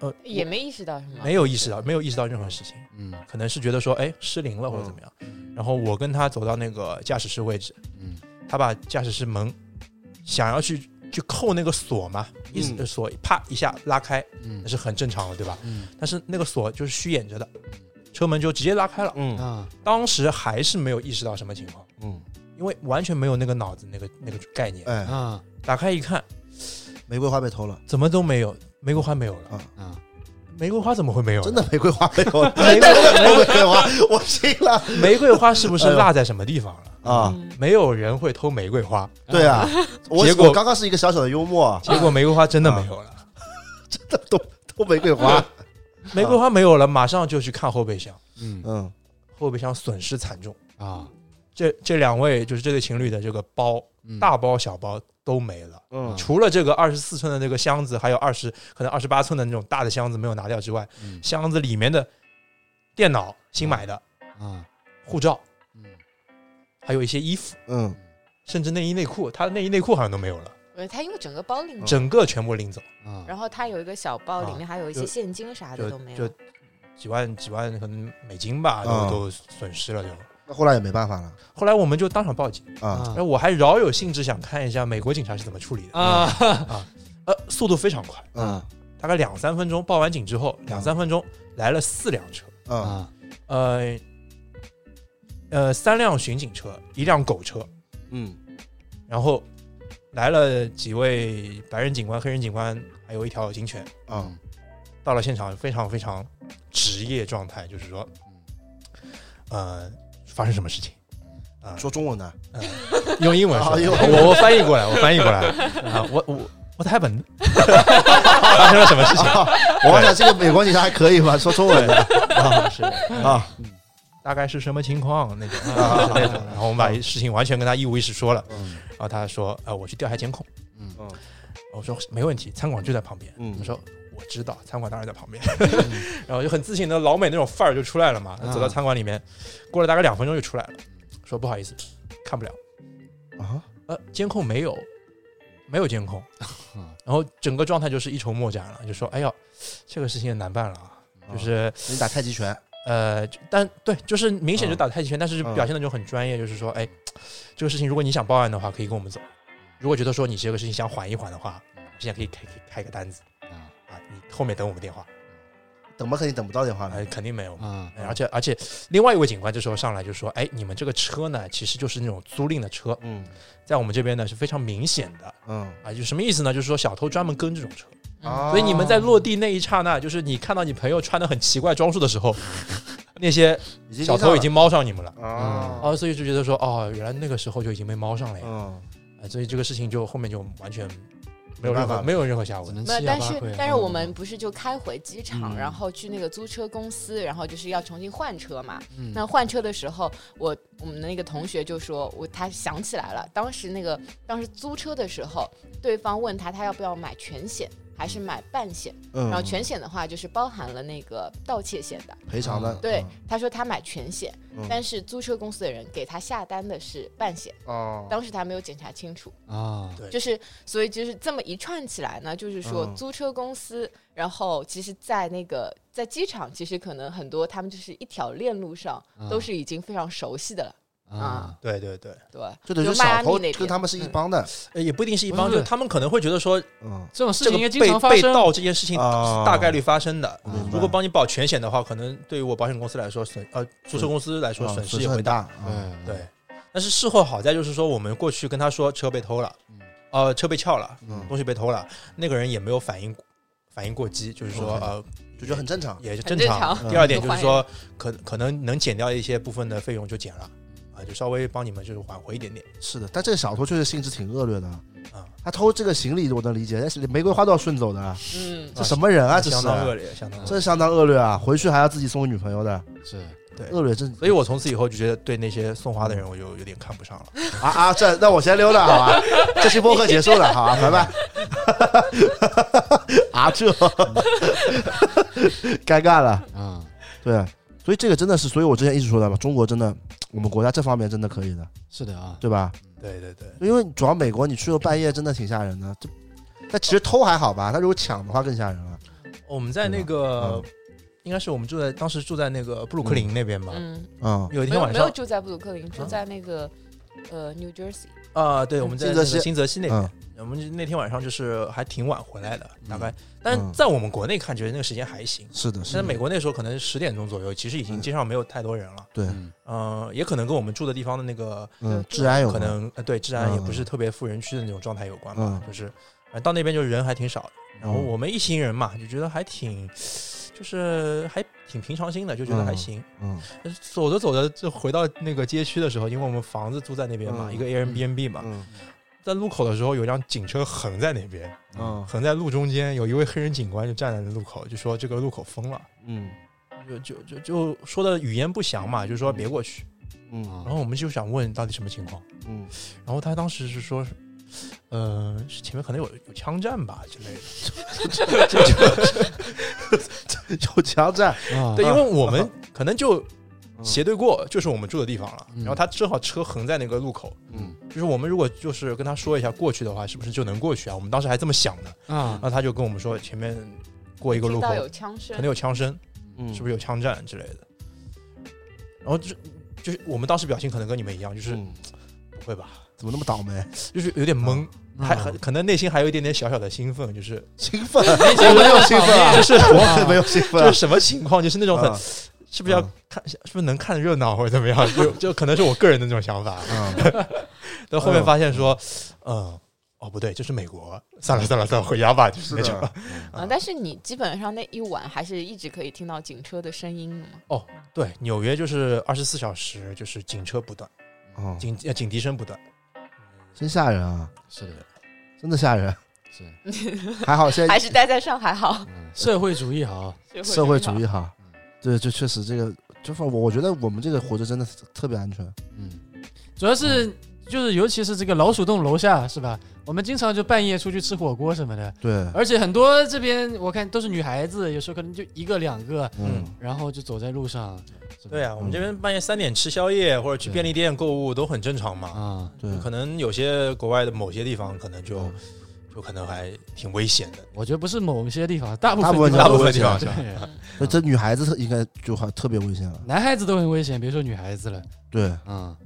S5: 呃，
S4: 也没意识到什么，
S5: 没有意识到，没有意识到任何事情。
S6: 嗯
S5: 可能是觉得说，哎，失灵了或者怎么样。
S2: 嗯
S5: 然后我跟他走到那个驾驶室位置，
S6: 嗯
S5: 他把驾驶室门想要去去扣那个锁嘛，一
S2: 嗯
S5: 锁啪一下拉开，
S6: 嗯
S5: 那是很正常的，对吧？
S6: 嗯
S5: 但是那个锁就是虚掩着的，车门就直接拉开了。
S2: 嗯
S6: 啊
S5: 当时还是没有意识到什么情况，
S2: 嗯，
S5: 因为完全没有那个脑子那个那个概念。
S2: 哎，
S6: 啊
S5: 打开一看，
S2: 玫瑰花被偷了，
S5: 怎么都没有，玫瑰花没有了。
S6: 啊
S5: 玫瑰花怎么会没有？
S2: 嗯真的，玫瑰花被 偷了，真的玫瑰 花，我信了
S5: 玫瑰花是不
S2: 哎
S5: 是落在什么地方了？
S2: 啊！
S4: 嗯
S5: 没有人会偷玫瑰花，
S2: 对啊，我
S5: 嗯结果
S2: 我刚刚是一个小小的幽默，
S5: 结果玫瑰花真的没有了。
S2: 真的偷偷玫瑰花，
S5: 啊玫瑰花没有了，马上就去看后备箱，
S6: 嗯
S2: 嗯
S5: 后备箱损失惨重。
S6: 啊
S5: 这这两位就是这对情侣的这个包，大包小包都没了，
S2: 嗯
S5: 除了这个二十四寸的这个箱子，还有二十可能二十八寸的那种大的箱子没有拿掉之外，
S6: 嗯
S5: 箱子里面的电脑新买的、
S6: 啊
S5: 护照，
S6: 嗯
S5: 还有一些衣服，
S2: 嗯
S5: 甚至内衣内裤，他的内衣内裤好像都没有了，
S4: 呃他因为整个包拎着，
S5: 整个全部拎走，
S6: 啊
S4: 然后他有一个小包，
S5: 啊
S4: 里面还有一些
S5: 就
S4: 现金啥的
S5: 就
S4: 都没
S5: 就
S4: 有。
S5: 几万几万可能美金吧，都、
S2: 嗯
S5: 都损失了就。
S2: 那后来也没办法了
S5: 后来我们就当场报警。
S2: 啊，
S5: 然后哎我还饶有兴致想看一下美国警察是怎么处理的，
S3: 啊，
S5: 呃，速度非常快，
S2: 嗯
S5: 大概两三分钟报完警之
S2: 啊
S5: 后，两三分钟来了四辆车，
S2: 嗯
S6: 啊
S5: 呃，呃，三辆巡警车，一辆狗车，
S2: 嗯
S5: 然后来了几位白人警官、黑人警官，还有一条警犬。
S2: 嗯
S5: 到了现场，非常非常职业状态，就是说，
S2: 嗯
S5: 呃，发生什么 事情？啊、
S2: 说中文的
S5: 用英文说，哦
S2: 啊用英文
S5: 我我翻译过来，我翻译过 来啊，我我我太本，发生了什么事情？
S2: 啊，我想这个美国警察还可以吧，说中文 的啊
S5: 是
S2: 啊，
S5: 大概是什么情况那种啊之类的。然后我们把事情完全跟他一五一十说了，
S2: 嗯
S5: 然后他说呃我去调查监控，
S6: 嗯
S2: 嗯
S5: 我说没问题，餐馆就在旁边。
S2: 嗯
S5: 他说我知道，餐馆当然在旁边， 然后就很自信的老美那种范儿就出来了嘛，
S6: 啊
S5: 走到餐馆里面，过了大概两分钟就出来了，说不好意思，看不了。
S2: 啊
S5: 呃，监控没有，没有监控，然后整个状态就是一筹莫展了，就说哎呀，这个事情也难办了啊，就是
S2: 你打太极拳，
S5: 呃，就但对，就是明显就
S2: 嗯
S5: 打太极拳，但是
S2: 嗯
S5: 表现那种很专业，就是说，哎，这个事情如果你想报案的话，可以跟我们走；如果觉得说你这个事情想缓一缓的话，现在可以开开开个单子啊，你后面等我们电话，
S2: 等吧肯定等不到电话了。
S5: 哎，肯定没有。
S6: 啊
S5: 哎而且而且，另外一位警官这时候上来就说：“哎，你们这个车呢，其实就是那种租赁的车，
S2: 嗯
S5: 在我们这边呢是非常明显的
S2: 嗯，
S5: 啊，就什么意思呢？就是说小偷专门跟这种车，
S4: 嗯
S2: 啊
S5: 所以你们在落地那一刹那，就是你看到你朋友穿的很奇怪装束的时候，那些小偷已经猫上你们了。”
S2: 啊
S5: 啊，所以就觉得说，哦，原来那个时候就已经被猫上了呀，
S2: 嗯，
S5: 啊所以这个事情就后面就完全没
S2: 没
S5: 有
S2: 办
S5: 任
S2: 法
S5: 何没有任何下
S6: 只
S3: 嗯
S5: 文。
S6: 能
S4: 没有，
S6: 七呀
S4: 但
S6: 八
S4: 是
S6: 跪。
S4: 但是
S6: 嗯
S4: 我们不是就开回机场，
S2: 嗯
S4: 然后去那个租车公司，然后就是要重新换车嘛。
S6: 嗯
S4: 那换车的时候，我我们的那个同学就说，我他想起来了，当时那个当时租车的时候，对方问他他要不要买全险还是买半险，
S2: 然
S4: 然后全险的话就是包含了那个盗窃险的。
S2: 赔偿
S5: 嗯
S2: 的，
S4: 对，他说他买全险，
S2: 嗯
S4: 但是租车公司的人给他下单的是半险，
S2: 哦，
S4: 当时他没有检查清楚。
S6: 啊
S5: 对
S4: 就是所以就是这么一串起来呢，就是说
S2: 嗯
S4: 租车公司，然后其实，在那个在机场，其实可能很多他们就是一条链路上
S2: 嗯
S6: 啊
S4: 都是已经非常熟悉的了，
S6: 啊
S5: 对对对，
S4: 对，
S2: 就等于
S4: 就
S2: 说小
S4: 迈阿密
S2: 偷
S4: 那
S2: 跟
S4: 边
S2: 他们是一帮的，
S5: 呃也不一定是一帮，
S3: 不是
S5: 就他们可能会觉得说，
S2: 嗯，
S3: 这种事
S5: 这
S3: 情应
S5: 个
S3: 该经
S5: 被
S3: 常发
S5: 被
S3: 生。
S5: 盗这件事情
S2: 啊
S5: 大概率发生的。
S6: 明白
S5: 如果帮你保全险的话，可能对于我保险公司来说损，呃，租车公司来说
S2: 啊
S5: 损失
S2: 损
S5: 也
S2: 失
S5: 会
S2: 很
S5: 大。
S2: 大，嗯
S6: 对
S5: 对，但是事后好在就是说，我们过去跟他说车被偷了，呃，车被撬了，
S2: 嗯
S5: 东西被偷了，那个人也没有反应反应过激，就是说
S2: OK
S5: 呃，
S2: 就觉得很正常，
S5: 也是
S4: 很
S5: 正
S4: 正
S5: 常。
S4: 常。
S5: 第二点
S4: 就
S5: 就是
S4: 还
S5: 说，可可能能减掉一些部分的费用就减了，啊，就稍微帮你们就是挽回一点点。
S2: 是的，但这个小偷确实性质挺恶劣的
S5: 嗯。
S2: 他偷这个行李我能理解，但是玫瑰花都要顺走的，
S4: 嗯，
S2: 这什么人啊？这
S5: 相当恶
S2: 是，
S5: 劣，相当恶
S2: 这
S5: 劣。
S2: 是相当恶劣啊！回去还要自己送女朋友的，
S6: 是
S5: 对
S2: 恶劣真。
S5: 所以我从此以后就觉得对那些送花的人，我就有点看不上了。
S2: 啊啊，这那我先溜 达好吧，这期播客结束了，好啊，拜拜。 啊，这尴尬了，
S6: 啊
S2: 对，所以这个真的是，所以我之前一直说的嘛，中国真的，我们国家这方面真的可以的，
S6: 是的啊
S2: 对吧？
S5: 对对对，
S2: 因为主要美国你去了半夜真的挺吓人的，这但其实偷还好吧，他如果抢的话更吓人了。
S5: 我们在那个，嗯应该是我们住在当时住在那个布鲁克林那边吧。
S4: 嗯，
S2: 嗯，
S5: 有一
S4: 没
S5: 天
S4: 有
S5: 晚
S4: 没有
S5: 上，
S4: 住在布鲁克林，住在那个呃 New Jersey，
S5: 啊，
S4: 嗯
S5: 对，我们在
S2: 新
S5: 那
S2: 泽
S5: 个
S2: 西
S5: 新泽西那边
S2: 嗯，，
S5: 我们那天晚上就是还挺晚回来的，大概，
S2: 嗯
S5: 但在我们国内看觉得那个时间还行。
S2: 是的，是的
S5: 但是美国那时候可能十点钟左右，其实已经街上没有太多人了。
S2: 对，
S6: 嗯
S5: 嗯，也可能跟我们住的地方的那个
S2: 嗯，治安有
S5: 可
S2: 关
S5: 能呃对治安
S2: 嗯
S5: 也不是特别富人区的那种状态有关吧，
S2: 嗯
S5: 就是反正到那边就是人还挺少的。然后
S2: 嗯
S5: 我们一行人嘛，就觉得还挺，就是还挺平常心的，就觉得还行。
S2: 嗯
S5: 但是走着走着就回到那个街区的时候，因为我们房子租在那边嘛，
S2: 嗯
S5: 一个 Airbnb 嘛，
S2: 嗯
S5: 在路口的时候有一辆警车横在那边，
S2: 嗯
S5: 横在路中间，有一位黑人警官就站在那路口，就说这个路口封了，
S2: 嗯
S5: 就就就就说的语言不详嘛，就说别过去。
S2: 嗯
S5: 然后我们就想问到底什么情况。
S2: 嗯，
S5: 然后他当时是说，呃，是前面可能有有枪战吧之类的。
S2: 有枪战，
S6: 啊
S5: 对，因为我们可能就
S2: 嗯
S5: 斜对过就是我们住的地方了，
S6: 嗯
S5: 然后他正好车横在那个路口，
S2: 嗯
S5: 就是我们如果就是跟他说一下过去的话，是不是就能过去啊？我们当时还这么想的，
S6: 啊
S5: 然后他就跟我们说前面过一个
S4: 听
S5: 路口
S4: 到有枪声
S5: 可能，有枪声，
S2: 嗯，
S5: 是不是有枪战之类的？然后就就是我们当时表情可能跟你们一样，就是
S2: 嗯
S5: 不会吧，
S2: 怎么那么倒 霉？
S5: 就是有点懵，
S6: 啊
S5: 嗯还还可能内心还有一点点小小的兴奋，就是
S2: 兴 奋，我没有兴奋啊，
S5: 就是
S2: 我可没有兴奋
S5: 这
S2: 啊
S5: 是。什么情况？就是那种很
S2: 嗯
S5: 是不是要看，是不是能看热闹或者怎么样？就就可能是我个人的那种想 法。
S2: 嗯，
S5: 到后面发现说，嗯，哦不对，这是美国，算了算了算了，回家吧，就是那
S2: 是
S5: 种。
S2: 的，
S4: 啊，但是你基本上那一晚还是一直可以听到警车的声音的嘛，
S5: 对，纽约就是二十四小时，就是警车不断，
S2: 嗯，
S5: 警呃警笛声不断。
S2: 真吓人啊，
S6: 是的
S2: 真的吓 人。
S6: 是
S2: 还好现
S4: 还
S2: 在
S4: 是待在上海好，
S6: 嗯
S3: 社会主义好，
S2: 社会主
S4: 义
S2: 义好
S6: 嗯，
S2: 对，就确实这个，就是我我觉得我们这个活着真的特别安全。
S6: 嗯
S3: 主要是就是尤其是这个老鼠洞楼下是吧？我们经常就半夜出去吃火锅什么的，
S2: 对，
S3: 而且很多这边我看都是女孩子，有时候可能就一个两个，
S2: 嗯
S5: 嗯，
S3: 然后就走在路上，
S6: 是吧
S5: 对啊，我们这边半夜三点吃宵夜或者去
S6: 对
S5: 便利店购物都很正常嘛。
S6: 啊，
S2: 对
S5: 可能有些国外的某些地方可能就
S6: 嗯
S5: 就可能还挺危险的，
S3: 我觉得不是某些地方，大部
S2: 大部
S3: 分
S2: 分
S3: 地
S5: 大
S3: 方
S5: 部分地方
S2: 危
S5: 是吧？
S3: 对
S2: 那这女孩子应该就还特别危险了。
S3: 男孩子都很危险，别说女孩子了。啊
S2: 对，
S6: 嗯，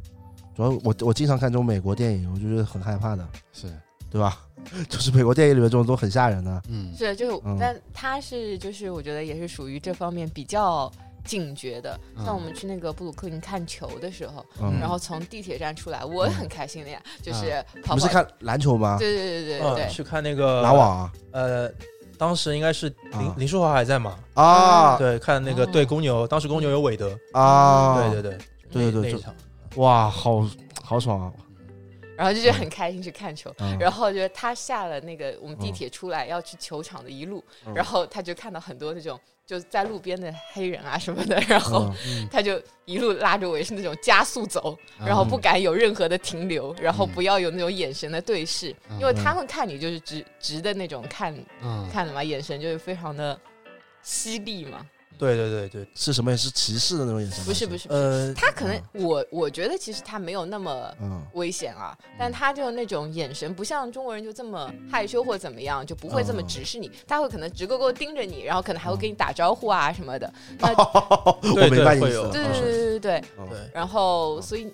S2: 主要我我经常看这种美国电影，我就觉得很害怕的，
S6: 是，
S2: 对吧？就是美国电影里面这种都很吓人的。
S6: 嗯，
S4: 是，就是，
S2: 嗯
S4: 但他是就是，我觉得也是属于这方面比较警觉的。
S6: 嗯
S4: 像我们去那个布鲁克林看球的时候，
S2: 嗯，
S4: 然后从地铁站出来，我也很开心的呀，就是跑
S2: 你们是
S4: 跑。
S2: 看篮球吗？
S4: 对对对对对
S5: 嗯，去看那个
S2: 篮网啊
S5: 呃，当时应该是林、
S2: 啊
S5: 林书豪还在嘛？
S2: 啊
S5: 对，看那个
S4: 哦
S5: 对公牛，当时公牛有韦德，
S2: 啊！
S5: 对对对
S2: 对对
S5: 那一
S2: 对，
S5: 场，
S2: 就哇，好好爽啊！
S4: 对，然后就是很开心去看球。
S2: 嗯
S4: 然后就是他下了那个我们地
S2: 嗯
S4: 铁出来要去球场的一路，
S2: 嗯
S4: 然后他就看到很多那种就在路边的黑人啊什么的，然后
S2: 嗯
S4: 他就一路拉着我也是那种加速走，
S3: 啊
S6: 嗯
S4: 然后不敢有任何的停留，然后不要有那种眼神的对视，
S6: 嗯
S4: 因为他们看你就是直直的那种看
S6: 嗯，
S4: 看的嘛，眼神就是非常的犀利嘛。
S5: 对对对对，
S2: 是什么？是歧视的那种眼神吗？
S4: 不是不是，
S5: 呃，
S6: 嗯
S4: 他可能我我觉得其实他没有那么。
S2: 嗯，
S4: 危险啊！但他就那种眼神，不像中国人就这么害羞或怎么样，就不会
S5: 哦
S4: 这么
S2: 嗯
S4: 直视你。他会可能直勾勾盯着你，然后可能还会跟你打招呼啊什么的。
S2: 我明白你意思了。
S4: 对
S5: 对
S4: 对对对对，
S2: 嗯
S5: 对
S4: 然
S5: 哦
S4: 后所以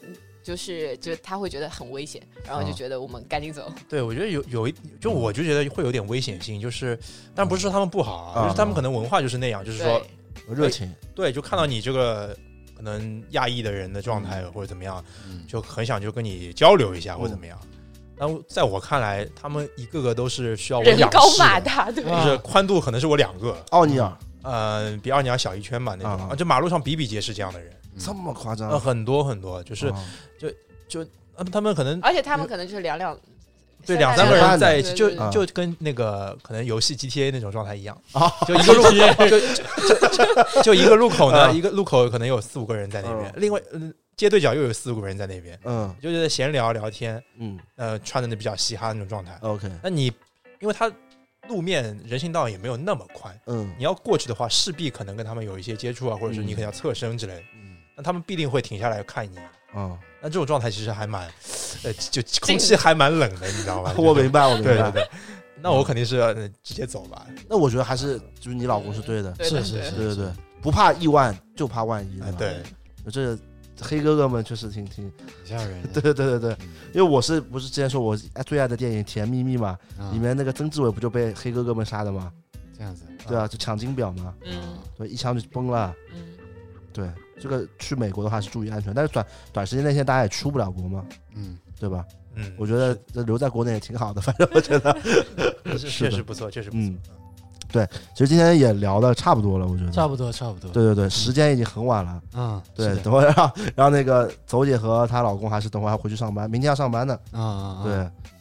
S4: 就是就他会觉得很危险，然
S5: 哦
S4: 后就觉得我们赶紧走。
S5: 对，我觉得有有一，就我就觉得会有点危险性，就是，但不是说他们不好啊，
S2: 啊
S5: 就是他们可能文化就是那样，就是说
S4: 对，，
S2: 有热情，
S5: 对，就看到你这个可能亚裔的人的状态或者怎么样，
S6: 嗯
S5: 就很想就跟你交流
S2: 嗯
S5: 一下或者怎么样。但在我看来，他们一个个都是需要我
S4: 人
S5: 仰
S4: 高
S5: 视啊
S4: 马
S5: 的，
S4: 大，对，
S5: 就是宽度可能是我两个，
S2: 奥尼尔
S5: 呃，比二娘小一圈吧那种
S2: 啊
S5: 啊，就马路上比比皆是这样的人，
S2: 这么夸张
S5: 呃，？很多很多，就是
S2: 啊
S5: 呃他们可能
S4: 而且他们可能就是两两，
S5: 对
S4: 三
S5: 两
S4: 三
S5: 三个
S2: 人
S5: 人啊
S2: 在
S5: 在
S4: 一
S5: 一
S4: 起
S5: 起，
S4: 对
S5: 就
S4: 对
S2: 对
S5: 就跟那个可能游戏 GTA 那种状态一样
S2: 啊，
S5: 就一个路口就就就就一个路口呢，一个路口可能有四五个人在那边
S2: 嗯，
S5: 另外嗯街对角又有四五个人在那边，
S2: 嗯
S5: 就是闲聊聊天，
S2: 嗯
S5: 呃，穿的那比较嘻哈那种状态。
S2: ，OK，
S5: 那你因为它路面人行道也没有那么宽，
S2: 嗯
S5: 你要过去的话，势必可能跟他们有一些接触啊，或者是你
S2: 嗯
S5: 可能要侧身之类的，那他们必定会停下来看你。
S2: 嗯，？
S5: 那这种状态其实还蛮，呃，就空气还蛮冷的，你知道 吗
S2: 我明白，我明
S5: 对对
S2: 白。
S5: 对，那我肯定是呃直接走吧。
S2: 那我觉得还是就是你老公是对的，
S4: 对
S3: 是
S4: 对
S3: 是
S4: 对
S3: 是
S2: 对对对，不怕意外就怕万一，
S5: 啊，
S2: 吧
S5: 对，
S2: 我这黑哥哥们确实挺挺，
S6: 挺吓人的，
S2: 对对对对对，因为我是不是之前说我最爱的电影《甜蜜蜜》嘛，
S6: 啊
S2: 里面那个曾志伟不就被黑哥哥们杀的吗？
S6: 这样子，
S2: 对啊，就抢金表嘛，
S4: 嗯
S2: 对，一枪就崩了。
S4: 嗯，
S2: 对，这个去美国的话是注意安全，但是短短时间内现在大家也出不了国嘛，
S6: 嗯，
S2: 对吧？
S5: 嗯，
S2: 我觉得留在国内也挺好的，反正 我觉得，
S5: 得是
S2: 是的
S5: 确实不错，确实不错
S2: 嗯。其实今天也聊的差不多了，我觉得。
S3: 差不多差不多。
S2: 对对对，时间已经很晚了。
S6: 啊，
S2: 对
S6: 是，的
S2: 等会儿让让那个走姐和她老公还是等会儿要回去上班，明天要上班的。
S6: 啊啊，啊，
S2: 对，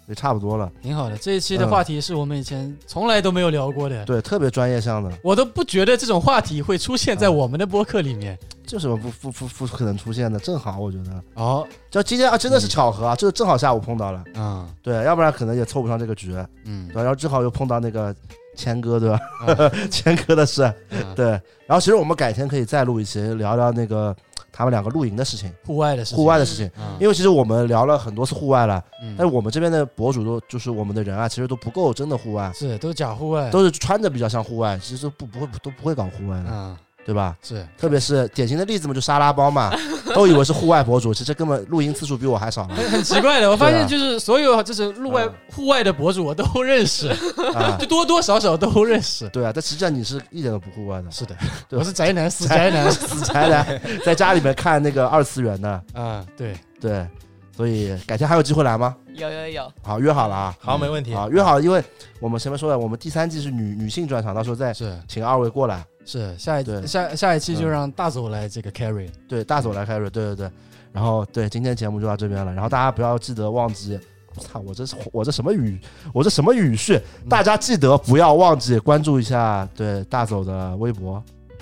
S2: 也差不多了。
S3: 挺好的。这一期
S5: 嗯
S3: 的话题是我们以前从来都没有聊过的，
S2: 对，特别专业向的，
S3: 我都不觉得这种话题会出现在
S2: 嗯
S3: 我们的播客里面。
S2: 这有什么不不不不可能出现的？正好我觉得，
S6: 哦，
S2: 就今天啊，真的是巧合啊，这正好下午碰到了。
S6: 啊，
S2: 对，要不然可能也凑不上这个局。对，
S6: 嗯，
S2: 然后正好又碰到那个谦哥，对吧？ 谦哥的事，
S6: 啊
S2: 对。然后其实我们改天可以再录一期，聊聊那个他们两个露营的事情，
S3: 户外的事情，
S2: 户外的事情。
S6: 啊
S2: 因为其实我们聊了很多次户外了，
S6: 嗯
S2: 但是我们这边的博主都就是我们的人啊，其实都不够真的户外，
S3: 是都假户外，
S2: 都是穿着比较像户外，其实都不不会都不会搞户外的，
S6: 啊，
S2: 对吧？
S6: 是，
S2: 特别是典型的例子嘛，就沙拉包嘛，都以为是户外博主，其实根本露营次数比我还少呢
S3: 很很奇怪的。我发
S2: 对
S3: 现
S2: 啊
S3: 就是所有就是户外
S2: 嗯
S3: 户外的博主我都认 识，
S2: 啊
S3: 就！多多少少都认识。
S2: 对啊，但实际上你是一点都不 户外的，
S3: 是的，
S2: 对
S3: 我是宅男，死宅 男
S2: 死宅男，在家里面看那个二次元的，
S3: 啊！对，
S2: 对，所以改天还有机会来吗？
S4: 有有有，
S2: 好，约好了啊，
S5: 好，没问题。
S2: 好约好了，因为我们前面说了，我们第三季是女女性专场，到时候再
S3: 是
S2: 请二位过来，
S3: 是，下
S2: 对
S3: 一下下一期就
S2: 嗯
S3: 让大走来这个 carry。
S2: 对，大手来开瑞，对对对，然后对，今天节目就到这边了，然后大家不要记得忘记。我操！我这是我这什么语我这什么语序？大家记得不要忘记关注一下对大走的微博，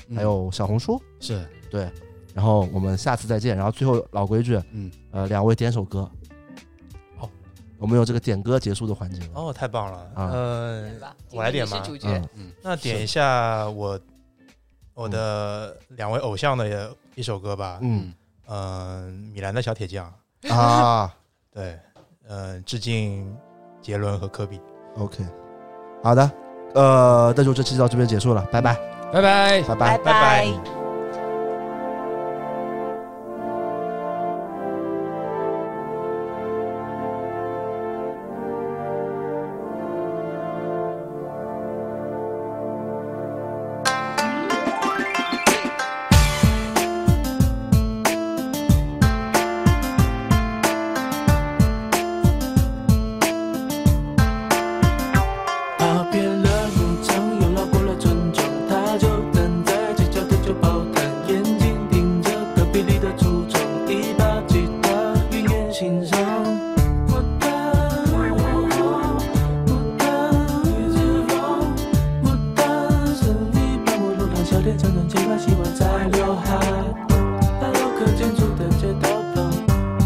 S3: 嗯
S2: 还有嗯小红书。
S3: 是
S2: 然后我们下次再见。然后最后老规矩，
S6: 嗯，
S2: 呃，两位点首歌。
S5: 好，
S2: 我们有这个点歌结束的环节。
S5: 哦，太棒了。
S2: 啊
S4: 点
S5: 嗯，
S4: 吧，
S5: 我来
S4: 今天
S5: 点吧
S4: 你是主角，
S2: 嗯，
S5: 那点一下我我的两位偶像的一首歌吧，
S2: 嗯
S5: 嗯，米兰的小铁匠，
S2: 啊
S5: 对，嗯，致敬杰伦和科比。
S2: ，OK，好的，呃，那就这期到这边结束了，拜拜，
S6: 拜拜。
S2: 拜拜。
S5: 拜拜
S7: 他变了形象，又绕过了村庄，他就站在街角对着报摊，眼睛盯着隔壁里的橱窗，一把吉他一眼欣赏。孤单，孤单，一直放，孤单是你伴我流浪，小店辗转，结巴希望在刘海，大楼可建筑的街道旁，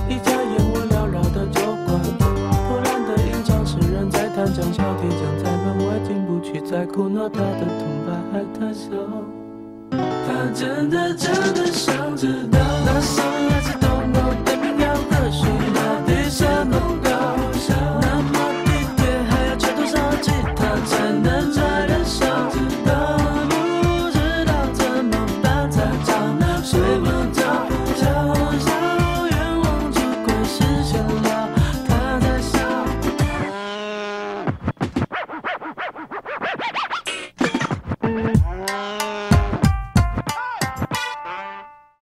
S7: 一家烟雾缭绕的酒馆。破烂的音墙，诗人在弹唱，小提琴在门外进不去，在哭闹他的同伴还太小。他真的真的是